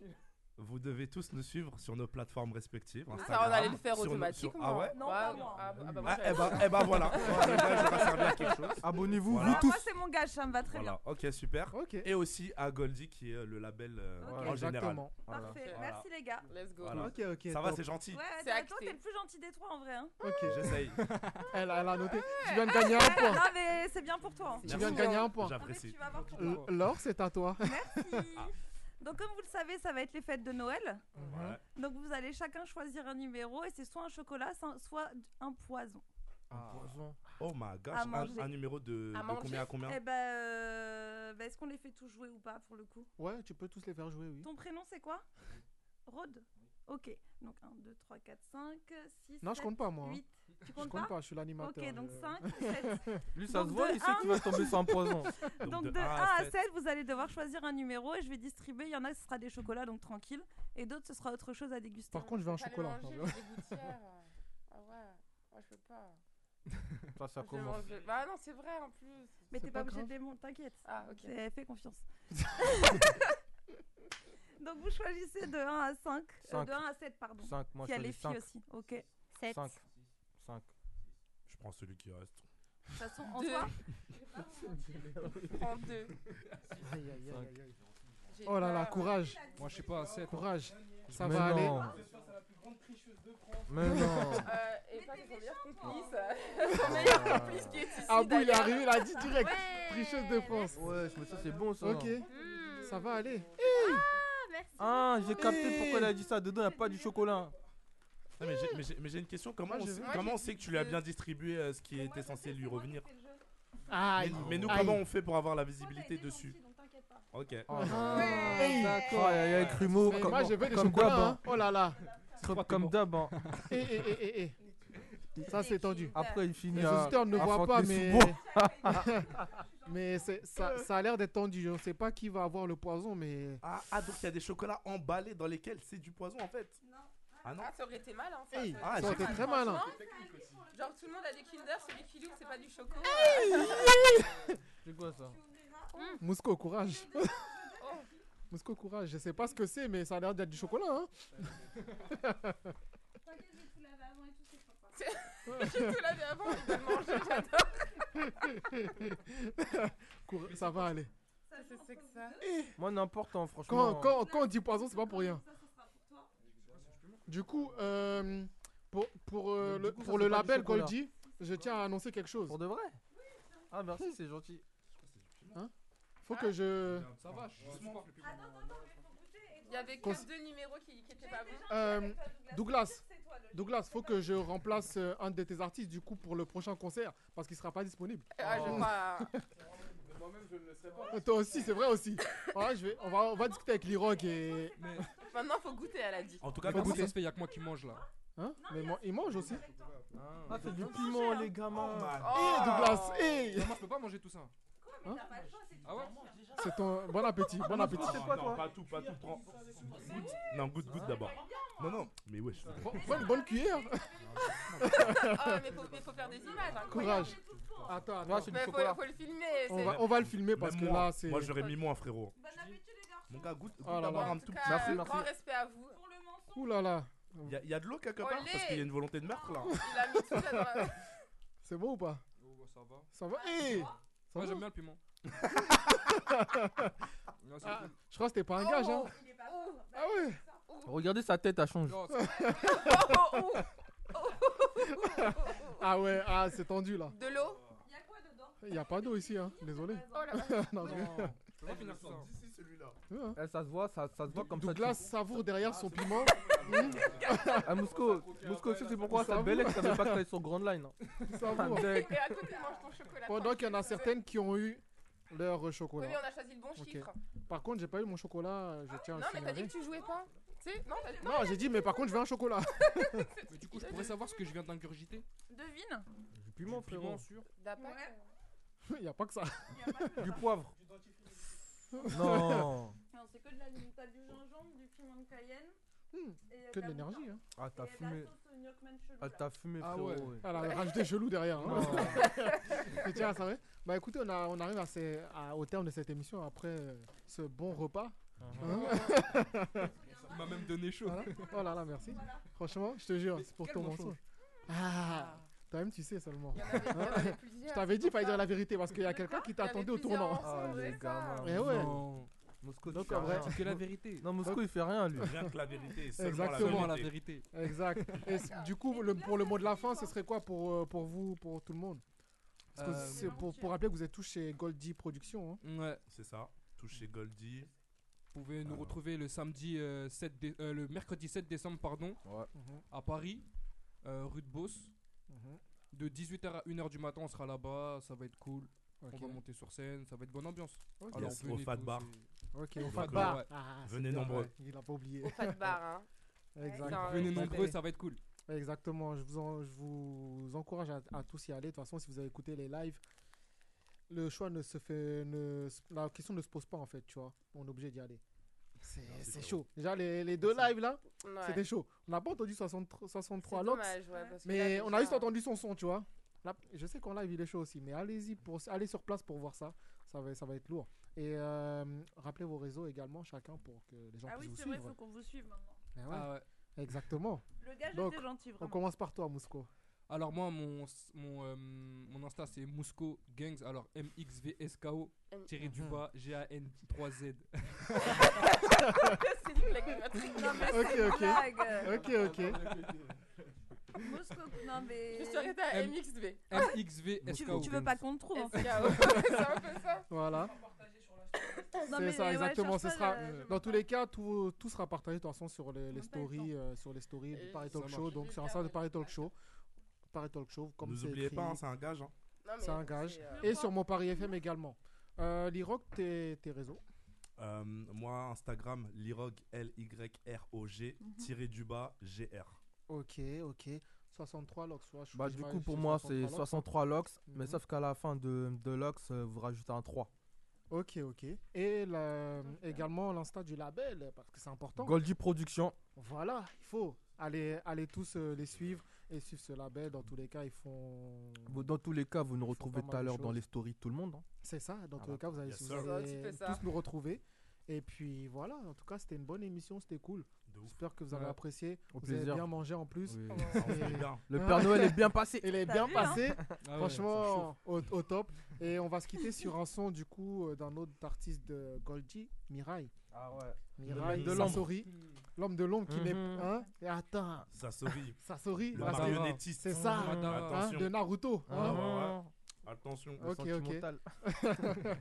Speaker 5: vous devez tous nous suivre sur nos plateformes respectives.
Speaker 11: Ah, Ça, on allait le faire
Speaker 5: sur nos- sur-
Speaker 11: automatiquement.
Speaker 5: Ah ouais
Speaker 11: Non, pas moi. Ah, bah, moi,
Speaker 5: Ah,
Speaker 11: j'avais-
Speaker 5: eh bah, eh bah,
Speaker 7: <laughs>
Speaker 11: <laughs>
Speaker 5: voilà. Voilà, le gage va servir à quelque chose.
Speaker 6: Abonnez-vous,
Speaker 5: Voilà.
Speaker 7: Ah, moi, c'est mon gage, ça me va très
Speaker 5: Voilà, ok, super. Et aussi à Goldie qui est le label euh,
Speaker 7: Ok.
Speaker 5: en général.
Speaker 2: Exactement.
Speaker 7: bien.
Speaker 5: Voilà.
Speaker 7: Parfait.
Speaker 5: Voilà.
Speaker 7: Merci les gars.
Speaker 11: Let's go.
Speaker 5: Voilà.
Speaker 2: Ok, ok,
Speaker 5: Ça va,
Speaker 2: top.
Speaker 5: c'est gentil.
Speaker 7: Ouais,
Speaker 11: C'est
Speaker 7: t'es- toi,
Speaker 11: acté.
Speaker 7: t'es le plus gentil des trois en vrai. Hein.
Speaker 2: Ok.
Speaker 5: J'essaye.
Speaker 2: <laughs> Elle, elle a noté. Tu viens de gagner un point.
Speaker 7: Ah, mais c'est bien pour toi. hein.
Speaker 2: Tu viens de gagner un point.
Speaker 5: J'apprécie. Ah.
Speaker 7: Tu vas avoir ton
Speaker 2: L- Laure, c'est à toi.
Speaker 7: Donc, comme vous le savez, ça va être les fêtes de Noël.
Speaker 2: Ouais.
Speaker 7: Donc, vous allez chacun choisir un numéro et c'est soit un chocolat, so- soit un poison.
Speaker 5: Ah. Oh my gosh,
Speaker 7: À
Speaker 5: un,
Speaker 7: manger.
Speaker 5: un numéro de, de combien à combien
Speaker 7: Eh ben, euh, ben, est-ce qu'on les fait tous jouer ou pas pour le coup
Speaker 2: Ouais, tu peux tous les faire jouer, oui.
Speaker 7: Ton prénom, c'est quoi Rod Ok. Donc 1, 2, 3, 4, 5, 6.
Speaker 2: Non, je compte pas, moi, hein.
Speaker 7: 8. Tu comptes
Speaker 2: Je compte pas, je suis l'animateur,
Speaker 7: Ok, donc
Speaker 2: euh.
Speaker 7: 5,
Speaker 2: <laughs>
Speaker 7: 7.
Speaker 6: Lui, ça se voit, il sait qu'il va tomber sur un
Speaker 7: <laughs>
Speaker 6: poison.
Speaker 7: Donc de 1 à 7, vous allez devoir choisir un numéro et je vais distribuer. Il y en a, ce sera des chocolats, donc tranquille. Et d'autres, ce sera autre chose à déguster.
Speaker 2: Par contre, je veux un
Speaker 11: Pas le
Speaker 2: chocolat.
Speaker 11: manger, j'ai des gouttières. euh, Ah ouais, moi, je peux pas.
Speaker 6: Ça, ça
Speaker 11: Je
Speaker 6: commence.
Speaker 11: mange- Bah non, c'est vrai en plus.
Speaker 7: Mais t'es
Speaker 11: C'est
Speaker 7: pas obligé
Speaker 11: grave.
Speaker 7: de les monter, t'inquiète.
Speaker 11: Ah, ok.
Speaker 7: C'est-
Speaker 2: <laughs>
Speaker 7: Fais confiance. <laughs> Donc vous choisissez de 1 à 5.
Speaker 6: Cinq.
Speaker 7: de 1 à 7, pardon.
Speaker 6: Cinq, moi,
Speaker 7: Il y a
Speaker 6: je
Speaker 7: les
Speaker 6: choisis
Speaker 7: filles
Speaker 6: cinq.
Speaker 7: aussi. Ok.
Speaker 5: 5.
Speaker 6: 5.
Speaker 5: Je prends celui qui reste.
Speaker 7: De toute façon, en
Speaker 11: Deux.
Speaker 5: <laughs>
Speaker 7: toi.
Speaker 11: Prends deux.
Speaker 2: Aïe, aïe, aïe, aïe, aïe.
Speaker 11: J'ai
Speaker 2: Oh là là,
Speaker 11: peur.
Speaker 2: courage.
Speaker 3: Moi, je suis pas à 7.
Speaker 2: Courage. Ça
Speaker 3: Mais
Speaker 2: va
Speaker 3: non.
Speaker 2: aller.
Speaker 3: Mais non.
Speaker 11: Euh, et pas que son meilleur complice. <laughs> Son meilleur complice qui est ici.
Speaker 2: Ah bon, il est
Speaker 11: d'ailleurs.
Speaker 2: arrivé, il a dit direct. Tricheuse de France.
Speaker 6: Ouais, mais ça c'est bon ça.
Speaker 2: Ok. Ça va aller.
Speaker 6: Ah, j'ai capté
Speaker 2: Hey.
Speaker 6: pourquoi elle a dit ça. Dedans, il n'y a pas du chocolat.
Speaker 5: Ah, mais j'ai- mais j'ai- mais j'ai une question. Comment,
Speaker 6: Moi,
Speaker 5: on,
Speaker 6: je
Speaker 5: sait-
Speaker 6: veux-
Speaker 5: comment
Speaker 6: Moi,
Speaker 5: on
Speaker 6: j'ai
Speaker 5: sait que
Speaker 6: dit
Speaker 5: tu lui as
Speaker 6: que-
Speaker 5: bien distribué euh, ce qui était censé lui revenir
Speaker 2: Aïe.
Speaker 5: Mais, mais nous,
Speaker 2: Aïe. Ah.
Speaker 5: comment on fait pour avoir la visibilité dessus Ok. Ah.
Speaker 2: Hey.
Speaker 6: D'accord, il y a Crumeau.
Speaker 2: Mais
Speaker 6: comme-
Speaker 2: moi, je veux des
Speaker 6: comme
Speaker 2: chocolats,
Speaker 6: d'hab,
Speaker 2: hein.
Speaker 6: hein.
Speaker 2: Oh là là.
Speaker 6: Comme- Comme d'hab. hein.
Speaker 2: <laughs> Eh, eh, eh, eh, eh. Ça, c'est tendu.
Speaker 6: Après, il finit
Speaker 2: Les
Speaker 6: à-
Speaker 2: auditeurs ne
Speaker 6: à
Speaker 2: voient pas,
Speaker 6: Fontenay-sous-Bois.
Speaker 2: mais. <laughs> mais c'est- ça, ça a l'air d'être tendu. Je ne sais pas qui va avoir le poison, mais.
Speaker 5: Ah,
Speaker 2: <laughs>
Speaker 5: ah, donc il y a des chocolats emballés dans lesquels c'est du poison en fait Ah non
Speaker 11: Ah, ça aurait été mal, hein.
Speaker 5: Hey.
Speaker 11: ça
Speaker 5: Ah,
Speaker 11: aurait
Speaker 5: ça
Speaker 11: été
Speaker 5: aurait été très malin.
Speaker 11: franchement. Genre, tout le monde a des Kinder, celui qui l'ouvre, c'est pas du chocolat.
Speaker 6: C'est quoi ça
Speaker 2: Mousco, courage. <laughs>
Speaker 11: Oh.
Speaker 2: Mousco, courage. Je sais pas ce que c'est, mais ça a l'air d'être du chocolat. Hein.
Speaker 7: T'inquiète, j'ai tout
Speaker 11: <laughs>
Speaker 7: lavé avant et tout, c'est pas
Speaker 11: J'ai tout lavé avant, il va le
Speaker 2: <laughs>
Speaker 11: manger, j'adore.
Speaker 2: Cour- ça va aller.
Speaker 11: C'est ça.
Speaker 6: Moi, n'importe, hein, franchement.
Speaker 2: Quand, quand, quand on dit poison, c'est pas pour rien. Du coup, euh, pour, pour, euh,
Speaker 6: Mais du
Speaker 2: le,
Speaker 6: coup, ça,
Speaker 2: pour
Speaker 6: c'est
Speaker 2: le
Speaker 6: pas du
Speaker 2: label
Speaker 6: chocolat.
Speaker 2: Goldie, je tiens à annoncer quelque chose. Pour
Speaker 6: de vrai Ah, merci, c'est gentil.
Speaker 2: Hein Faut que je.
Speaker 3: Ça
Speaker 11: Ah,
Speaker 3: va, je suis
Speaker 11: Il y avait
Speaker 2: Cons-
Speaker 11: que deux numéros qui qui étaient pas bons.
Speaker 2: Euh, Douglas, Douglas, faut que je remplace euh, un de tes artistes du coup pour le prochain concert parce qu'il sera pas disponible.
Speaker 11: Ah,
Speaker 6: Oh.
Speaker 11: je
Speaker 2: <laughs>
Speaker 11: pas.
Speaker 8: Moi-même, je ne le serais pas.
Speaker 2: Toi aussi, c'est vrai
Speaker 11: <laughs>
Speaker 2: aussi. Ouais, je vais, on, va, on va discuter avec Lirock et.
Speaker 11: Maintenant, faut goûter, elle a dit.
Speaker 5: En tout
Speaker 2: <laughs>
Speaker 3: cas,
Speaker 2: Faut
Speaker 3: comment ça
Speaker 2: goûter.
Speaker 3: se fait Il n'y a que moi qui mange là.
Speaker 2: Hein Mais moi, il mange aussi.
Speaker 6: Ah, c'est du piment, les gamins.
Speaker 2: Eh, Douglas, eh.
Speaker 3: Non, Oh.
Speaker 2: Hein?
Speaker 3: Moi, je peux pas manger tout ça. Ah ouais
Speaker 2: C'est ton bon appétit, bon appétit.
Speaker 5: Non, non, pas tout, pas tout. Prends. Goûte. Non, goûte, goûte d'abord. Non, non, mais wesh.
Speaker 2: Prends une bonne cuillère.
Speaker 11: Ah, mais faut, mais faut faire des images. hein,
Speaker 2: Courage.
Speaker 11: incroyable.
Speaker 8: Ah,
Speaker 2: Attends,
Speaker 5: Là,
Speaker 2: attends.
Speaker 5: c'est du
Speaker 11: Mais faut,
Speaker 5: chocolat.
Speaker 11: faut le filmer.
Speaker 2: On
Speaker 11: c'est-
Speaker 2: va, on va le filmer parce
Speaker 5: Même
Speaker 2: que
Speaker 5: moi,
Speaker 2: là, c'est.
Speaker 5: Moi, j'aurais mis moi, frérot. Mon gars, goûte, goûte
Speaker 2: Oh Ah là là.
Speaker 5: d'abord
Speaker 2: En
Speaker 5: un
Speaker 2: tout
Speaker 5: tout
Speaker 11: En tout
Speaker 13: Ah,
Speaker 5: petit.
Speaker 11: cas, Grand respect à vous.
Speaker 2: Ouh là là.
Speaker 5: Il y, a- il y a de l'eau quelque part
Speaker 11: Olé.
Speaker 5: parce qu'il y a une volonté de meurtre là.
Speaker 11: Il a mis tout ça dans la.
Speaker 2: <laughs> C'est bon ou pas
Speaker 3: Oh, bah, Ça va.
Speaker 2: Ça va Eh Ça
Speaker 3: Moi,
Speaker 2: va
Speaker 3: j'aime bien le
Speaker 2: <laughs>
Speaker 3: piment. Non, c'est
Speaker 2: Ah,
Speaker 3: cool.
Speaker 2: Je crois que c'était pas un gage,
Speaker 13: Oh,
Speaker 2: hein. Ah ouais
Speaker 11: Oh.
Speaker 6: Regardez sa tête, elle
Speaker 13: <laughs>
Speaker 6: change.
Speaker 3: Non,
Speaker 11: <laughs>
Speaker 13: Oh,
Speaker 2: Ah ouais, ah, c'est tendu là.
Speaker 11: De l'eau
Speaker 3: Ah.
Speaker 11: Oh
Speaker 7: Il y a quoi dedans
Speaker 2: Il n'y a pas d'eau ici, hein. désolé. <laughs> Non, mais-
Speaker 8: peux pas finir sans. D'ici celui-là.
Speaker 6: Eh, ça se voit, ça, ça se voit comme
Speaker 2: Douglas
Speaker 6: ça.
Speaker 2: savoure
Speaker 3: Ah,
Speaker 2: derrière son <laughs> piment.
Speaker 6: tu- Ah, Mousco, Mousco, tu sais pourquoi ça belle que ça veut pas que t'ailles sur Grand Line. hein.
Speaker 2: Savoure.
Speaker 6: Mec.
Speaker 11: Et à côté, mange ton chocolat.
Speaker 2: Pendant qu'il y en a
Speaker 11: tranquille.
Speaker 2: certaines qui ont eu leur euh, chocolat.
Speaker 11: Oui, mais on a choisi le bon
Speaker 2: Ok.
Speaker 11: chiffre.
Speaker 2: Par contre, j'ai pas eu mon chocolat, euh, je tiens à le
Speaker 11: Non, mais t'as dit
Speaker 2: signaler.
Speaker 11: que tu jouais pas. Tu sais, non, t'as dit.
Speaker 2: Non, j'ai dit, mais par contre, je veux un
Speaker 11: <laughs>
Speaker 2: chocolat.
Speaker 3: Mais du coup, je pourrais savoir ce que je viens d'ingurgiter
Speaker 7: Devine.
Speaker 3: Du
Speaker 6: piment, frérot.
Speaker 3: sûr.
Speaker 11: D'après.
Speaker 2: <laughs> Il n'y a pas que ça.
Speaker 6: Du poivre. <laughs>
Speaker 2: Non.
Speaker 7: Non, c'est que de l'aliment. T'as du gingembre, du piment de cayenne. et
Speaker 2: Hmm.
Speaker 7: euh,
Speaker 2: Que de
Speaker 7: la
Speaker 2: l'énergie. Hein.
Speaker 6: Ah, t'as
Speaker 7: Et la
Speaker 6: fumé.
Speaker 7: sauce gnocchman chelou,
Speaker 6: Ah,
Speaker 7: là.
Speaker 6: t'as fumé,
Speaker 2: Ah
Speaker 6: frérot.
Speaker 2: ouais.
Speaker 6: ouais.
Speaker 2: Elle a rajouté chelou derrière. Hein.
Speaker 6: Non.
Speaker 2: Mais <laughs> tiens, ça va. Bah écoutez, on, a- on arrive à ces- à- au terme de cette émission après euh, ce bon repas.
Speaker 6: Uh-huh.
Speaker 3: Ah. <laughs>
Speaker 2: Hein
Speaker 3: Il m'a même donné chaud.
Speaker 6: <laughs>
Speaker 2: Voilà. Oh là là, merci. Franchement, je te jure, c'est pour
Speaker 3: quel
Speaker 2: ton
Speaker 3: mensonge.
Speaker 2: mensonge. Ah, toi-même, tu sais seulement.
Speaker 3: avait- il y en avait
Speaker 2: Hein
Speaker 3: plusieurs.
Speaker 2: Je t'avais dit, pas dire la vérité parce qu'il
Speaker 3: <laughs>
Speaker 2: y a quelqu'un qui
Speaker 3: Il y avait
Speaker 2: t'attendait au
Speaker 3: plusieurs
Speaker 2: tournant.
Speaker 3: ensemble, Ah, les c'est ça. gamins.
Speaker 2: Eh ouais.
Speaker 3: Non.
Speaker 6: Moscou,
Speaker 2: Donc,
Speaker 6: tu fais
Speaker 2: en vrai,
Speaker 6: rien.
Speaker 3: Que la vérité.
Speaker 6: Non, Moscou, il fait rien, lui.
Speaker 5: Rien que la vérité, seulement la
Speaker 3: Exactement, la
Speaker 5: vérité.
Speaker 3: vérité.
Speaker 2: Exact. Et c- du coup, le- pour le mot de la fin, ce serait quoi pour, euh, pour vous, pour tout le monde Parce que
Speaker 3: Euh,
Speaker 2: c'est pour, pour rappeler que vous êtes tous chez Goldie Productions. hein.
Speaker 3: Ouais. Mm.
Speaker 5: C'est ça. Touché Goldie.
Speaker 3: Vous pouvez nous
Speaker 5: Euh.
Speaker 3: retrouver le samedi euh, 7 dé- euh, le mercredi 7 décembre pardon
Speaker 2: Mhm.
Speaker 3: à Paris euh, rue de Beauce.
Speaker 2: Mhm.
Speaker 3: De 18h à 1h du matin, on sera là-bas, ça va être cool.
Speaker 2: Ok.
Speaker 3: On va monter sur scène, ça va être bonne ambiance.
Speaker 2: Ok.
Speaker 3: Alors
Speaker 2: Yes,
Speaker 3: venez
Speaker 5: au Fat
Speaker 3: tous
Speaker 5: Bar.
Speaker 3: et-
Speaker 2: Ok, au
Speaker 3: Donc,
Speaker 2: Fat
Speaker 3: euh,
Speaker 2: Bar.
Speaker 3: ouais.
Speaker 2: Ah, c'est
Speaker 5: Venez
Speaker 2: bien,
Speaker 5: nombreux.
Speaker 2: ouais, Il a
Speaker 3: <laughs>
Speaker 2: pas oublié.
Speaker 11: Au Fat
Speaker 2: <laughs>
Speaker 11: Bar, hein.
Speaker 2: Exact.
Speaker 11: Non,
Speaker 3: Venez
Speaker 11: ouais,
Speaker 3: nombreux,
Speaker 11: parfait.
Speaker 3: ça va être cool.
Speaker 2: Exactement, je vous, en- je vous encourage à, à tous y aller. De toute façon, si vous avez écouté les lives, le choix ne se fait. Ne, se- la question ne se pose pas en fait, tu vois. On est obligé d'y aller. C'est c'est chaud. Déjà, les, les deux lives là,
Speaker 11: Ouais.
Speaker 2: c'était chaud. On n'a pas entendu 63, 63
Speaker 11: C'est
Speaker 2: Locks,
Speaker 11: dommage, ouais, parce que
Speaker 2: mais
Speaker 11: là,
Speaker 2: on
Speaker 11: déjà-
Speaker 2: a juste entendu son son, tu vois. Là, je sais qu'en live il est chaud aussi, mais allez-y, pour, allez sur place pour voir ça. Ça va, ça va être lourd. Et euh, rappelez vos réseaux également, chacun, pour que les gens
Speaker 7: Ah
Speaker 2: puissent vous
Speaker 7: oui, c'est vrai,
Speaker 2: suivre.
Speaker 7: faut qu'on vous suive maintenant.
Speaker 2: Eh ouais. Exactement.
Speaker 7: Le gage
Speaker 3: Donc,
Speaker 7: était gentil,
Speaker 2: On
Speaker 7: vraiment.
Speaker 2: commence par toi, Mousco.
Speaker 3: Alors moi mon s- mon, euh, mon Insta c'est Musco Gangs alors M X V S K O tiré
Speaker 2: Ah.
Speaker 3: du bas G A N 3
Speaker 7: <laughs>
Speaker 3: Z. <laughs>
Speaker 11: C'est une blague de Patrick.
Speaker 7: Non, mais
Speaker 2: Ok,
Speaker 7: c'est une
Speaker 2: ok.
Speaker 7: blague.
Speaker 2: Ok, bah, ah ok.
Speaker 7: Mosco, non mais.
Speaker 11: Je suis arrêtée à
Speaker 3: M-
Speaker 11: MXV.
Speaker 2: <laughs>
Speaker 3: MXV
Speaker 7: Tu,
Speaker 3: SKO.
Speaker 7: tu veux pas qu'on te trouve hein. <laughs> en fait.
Speaker 11: SKO, <laughs> c'est un peu ça.
Speaker 2: Voilà.
Speaker 7: Non,
Speaker 2: C'est
Speaker 7: mais
Speaker 2: ça,
Speaker 7: ouais,
Speaker 2: exactement.
Speaker 7: cherche
Speaker 2: ce
Speaker 7: pas
Speaker 2: sera,
Speaker 7: le- je
Speaker 2: dans tous les cas, tout, tout sera partagé de toute façon sur les, les stories, euh, sur les stories
Speaker 11: Et
Speaker 2: de Paris
Speaker 11: ça
Speaker 2: Talk
Speaker 11: marche.
Speaker 2: Show. Donc sur Insta de Paris Talk Show. Paris Talk Show, comme
Speaker 5: Nous
Speaker 2: c'est
Speaker 5: oubliez
Speaker 2: écrit.
Speaker 5: pas, hein, c'est un gage, hein.
Speaker 11: Non, mais
Speaker 2: C'est un gage.
Speaker 11: c'est, euh,
Speaker 2: Et sur mon Paris FM également. Euh, Liroc, tes, tes réseaux.
Speaker 5: Euh, moi, Instagram, Lyrog, L-Y-R-O-G, tiré du bas, G-R.
Speaker 2: Ok, ok. 63 Lox. ouais, je-
Speaker 6: Bah,
Speaker 2: je
Speaker 6: du
Speaker 2: m'arrête
Speaker 6: coup, pour
Speaker 2: sur
Speaker 6: moi, c'est
Speaker 2: 63 Lox.
Speaker 6: 63 locks, mais
Speaker 2: Mhm.
Speaker 6: sauf qu'à la fin de, de locks, euh, vous rajoutez un 3.
Speaker 2: Ok, ok. Et la- également l'insta du label, parce que c'est important.
Speaker 6: Goldie Production.
Speaker 2: Voilà, il faut aller, aller tous euh, les suivre et suivre ce label. Dans tous les cas, ils font.
Speaker 6: Vous- Dans tous les cas, vous nous
Speaker 2: Ils font
Speaker 6: retrouvez
Speaker 2: pas
Speaker 6: tout à
Speaker 2: mal de
Speaker 6: l'heure dans
Speaker 2: choses.
Speaker 6: les stories de tout le monde. hein.
Speaker 2: C'est ça, dans tous
Speaker 6: Voilà.
Speaker 2: les cas, vous allez,
Speaker 6: Yes,
Speaker 2: vous
Speaker 6: sir.
Speaker 2: allez
Speaker 6: Ouais, tu fais ça.
Speaker 2: tous nous retrouver. Et puis voilà, en tout cas, c'était une bonne émission, c'était cool. J'espère que vous avez
Speaker 6: Ouais.
Speaker 2: apprécié.
Speaker 6: Au
Speaker 2: vous
Speaker 6: plaisir.
Speaker 2: avez bien mangé en plus.
Speaker 6: Oui.
Speaker 2: Et-
Speaker 6: Ah, on fait
Speaker 2: <laughs>
Speaker 6: bien. Le Père Noël est bien passé.
Speaker 2: Il est
Speaker 6: T'as
Speaker 2: bien
Speaker 6: vu, hein
Speaker 2: passé.
Speaker 6: Ah ouais,
Speaker 2: Franchement, au, au top. Et on va se quitter sur un son du coup euh, d'un autre artiste de Golgi, Mirai.
Speaker 6: Ah ouais.
Speaker 2: Mirai
Speaker 5: Le mec de
Speaker 2: Sassori. L'homme de l'ombre qui
Speaker 5: Mhm.
Speaker 2: n'est. Hein Et attends.
Speaker 5: Sassori.
Speaker 2: Sassori.
Speaker 5: Le
Speaker 2: voilà.
Speaker 5: marionnettiste.
Speaker 2: Ah, C'est ça.
Speaker 5: Mhm.
Speaker 2: hein,
Speaker 5: Attention.
Speaker 2: de Naruto.
Speaker 5: Ah
Speaker 2: hein.
Speaker 5: ouais, ouais, ouais. Attention. Le
Speaker 2: Ok,
Speaker 5: sentimental.
Speaker 2: ok. <laughs>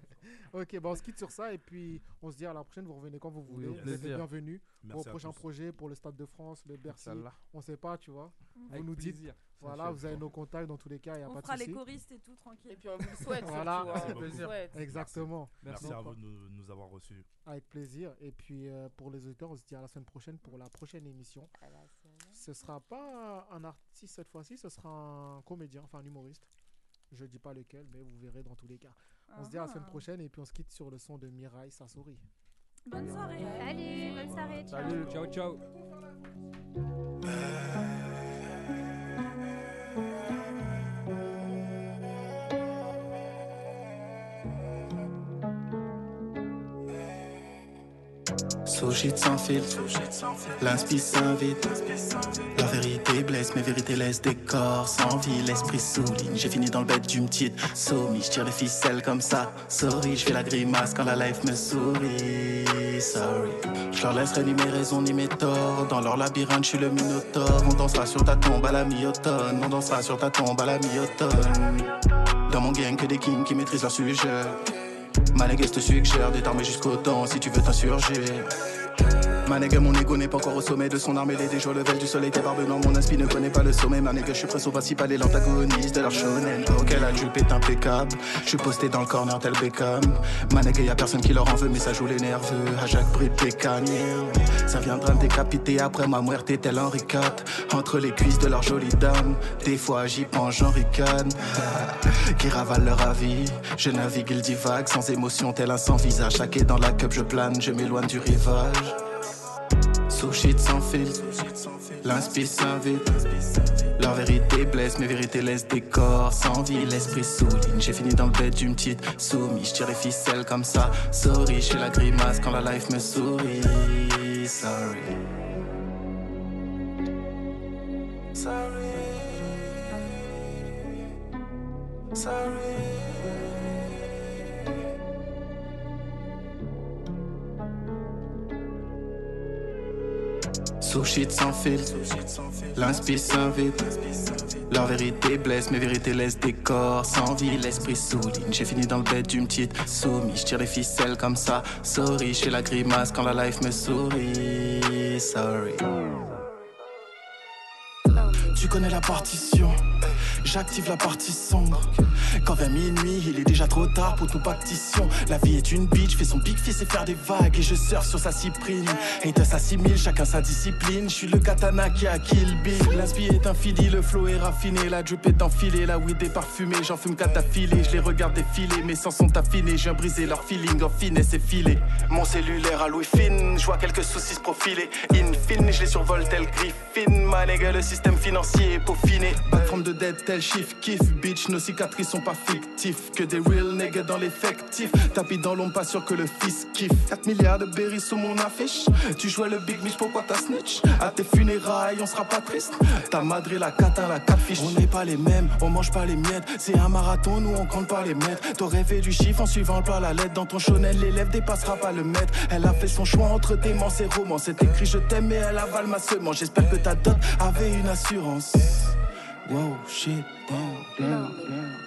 Speaker 2: ok, bah on se quitte sur ça et puis on se dit à la prochaine. Vous revenez quand vous
Speaker 6: Oui,
Speaker 2: voulez.
Speaker 6: au
Speaker 2: vous êtes les
Speaker 6: plaisir.
Speaker 2: bienvenus
Speaker 6: Merci
Speaker 2: pour
Speaker 6: à
Speaker 2: le prochain
Speaker 6: tous.
Speaker 2: projet, pour le Stade de France, le Bercy.
Speaker 6: Inch'Allah.
Speaker 2: On sait pas, tu vois. Vous
Speaker 6: Avec
Speaker 2: nous
Speaker 6: plaisir.
Speaker 2: dites. Voilà,
Speaker 6: Inch'Allah.
Speaker 2: vous avez nos contacts dans tous les cas. Il n'y a
Speaker 7: On
Speaker 2: pas de
Speaker 7: fera les
Speaker 2: souci.
Speaker 7: choristes et tout, tranquille.
Speaker 11: Et puis on vous le souhaite,
Speaker 2: Voilà.
Speaker 11: surtout, hein.
Speaker 2: Merci
Speaker 11: On vous le
Speaker 2: beaucoup.
Speaker 11: souhaite.
Speaker 2: Exactement.
Speaker 5: Merci,
Speaker 2: Merci
Speaker 5: à
Speaker 2: encore.
Speaker 5: vous de nous, nous avoir reçus.
Speaker 2: Avec plaisir. Et puis euh, pour les auditeurs, on se dit à la semaine prochaine pour la prochaine émission. Ce sera pas un artiste cette fois-ci, ce sera un comédien, enfin un humoriste. Je dis pas lequel, mais vous verrez dans tous les cas. On se dit à la semaine
Speaker 7: Ah.
Speaker 2: prochaine et puis on se quitte sur le son de Mirai Sassori.
Speaker 7: Bonne soirée.
Speaker 4: Salut, bonne soirée, ciao.
Speaker 3: Ciao ciao.
Speaker 20: Sous-gîte sans filtre, l'inspi s'invite. La vérité blesse, mes vérités laissent des corps sans vie. L'esprit souligne, j'ai fini dans le bête d'une petite soumis. Je tire les ficelles comme ça, sorry, je fais la grimace quand la life me sourit. Sorry, je leur laisserai ni mes raisons ni mes torts. Dans leur labyrinthe, je suis le minotaure. On dansera sur ta tombe à la mi-automne, on dansera sur ta tombe à la mi-automne. Dans mon gang, que des kings qui maîtrisent leur sujet. Ma nègre, je te suggère d'étarmer jusqu'au temps si tu veux t'insurger. Ma nègre, mon ego n'est pas encore au sommet de son armée. Les déjoues level du soleil, tes barbes, non, mon inspi ne connaît pas le sommet. Ma nègre, je suis presque au principal et l'antagoniste de leur shonen. Ok, la jupe est impeccable. Je suis posté dans le corner tel Beckham. Ma nègre, y a personne qui leur en veut, mais ça joue les nerveux. À chaque bruit de pécane, yeah. Ça viendra me décapiter après ma muerte, tel Henri IV. Entre les cuisses de leur jolie dame, des fois j'y penche, j'en ricane. Ah, qui ravale leur avis. Je navigue, ils divague sans émotion, tel un sans visage. Chaque dans la cup, je plane, je m'éloigne du rivage. Sushi sans filtre, l'inspi s'invite. Leur vérité blesse, mes vérités laissent des corps sans vie. L'esprit souligne, j'ai fini dans le bed d'une petite soumise. Je tire les ficelles comme ça, sorry, j'ai la grimace quand la life me sourit. Sorry. Sorry. Sorry. Sushi sans filtre, l'inspi s'invite. Leur vérité blesse, mes vérités laissent des corps sans vie. L'esprit souligne, j'ai fini dans le bed d'une petite soumise. Je tire les ficelles comme ça, sorry, j'ai la grimace quand la life me sourit. Sorry.
Speaker 21: Tu connais la partition, j'active la partie sombre. Quand vers minuit, il est déjà trop tard pour tout partition. La vie est une bitch, fait son pic, fait c'est faire des vagues. Et je surfe sur sa cyprine. Hater s'assimile, chacun sa discipline. Je suis le katana qui a kill bill. L'inspi est infini, le flow est raffiné. La jupe est enfilée, la weed est parfumée. J'en fume qu'à filée, je les regarde défiler. Mes sens sont affinés, je viens briser leur feeling en finesse et filé. Mon cellulaire à Louis Fine, je vois quelques soucis se profiler. In fine, je les survole tel Griffin. Ma nègre, le système financier est peaufiné. Plateforme de dette, tel chiffre, kiff. Bitch, nos cicatrices sont pas fictifs. Que des real niggas dans l'effectif. Tapis dans l'ombre, pas sûr que le fils kiffe. 4 milliards de berries sous mon affiche. Tu jouais le big bitch, pourquoi t'as snitch À tes funérailles, on sera pas triste. Ta madré, la cata, la catfish. On n'est pas les mêmes, on mange pas les miettes. C'est un marathon, nous on compte pas les mètres. T'aurais fait du chiffre en suivant le plat la lettre. Dans ton shonen, l'élève dépassera pas le maître. Elle a fait son choix entre démence ses romans. C'est écrit, je t'aime, mais elle avale ma semence. J'espère que ta dot avait une assurance. Wow, shit, down, down, down.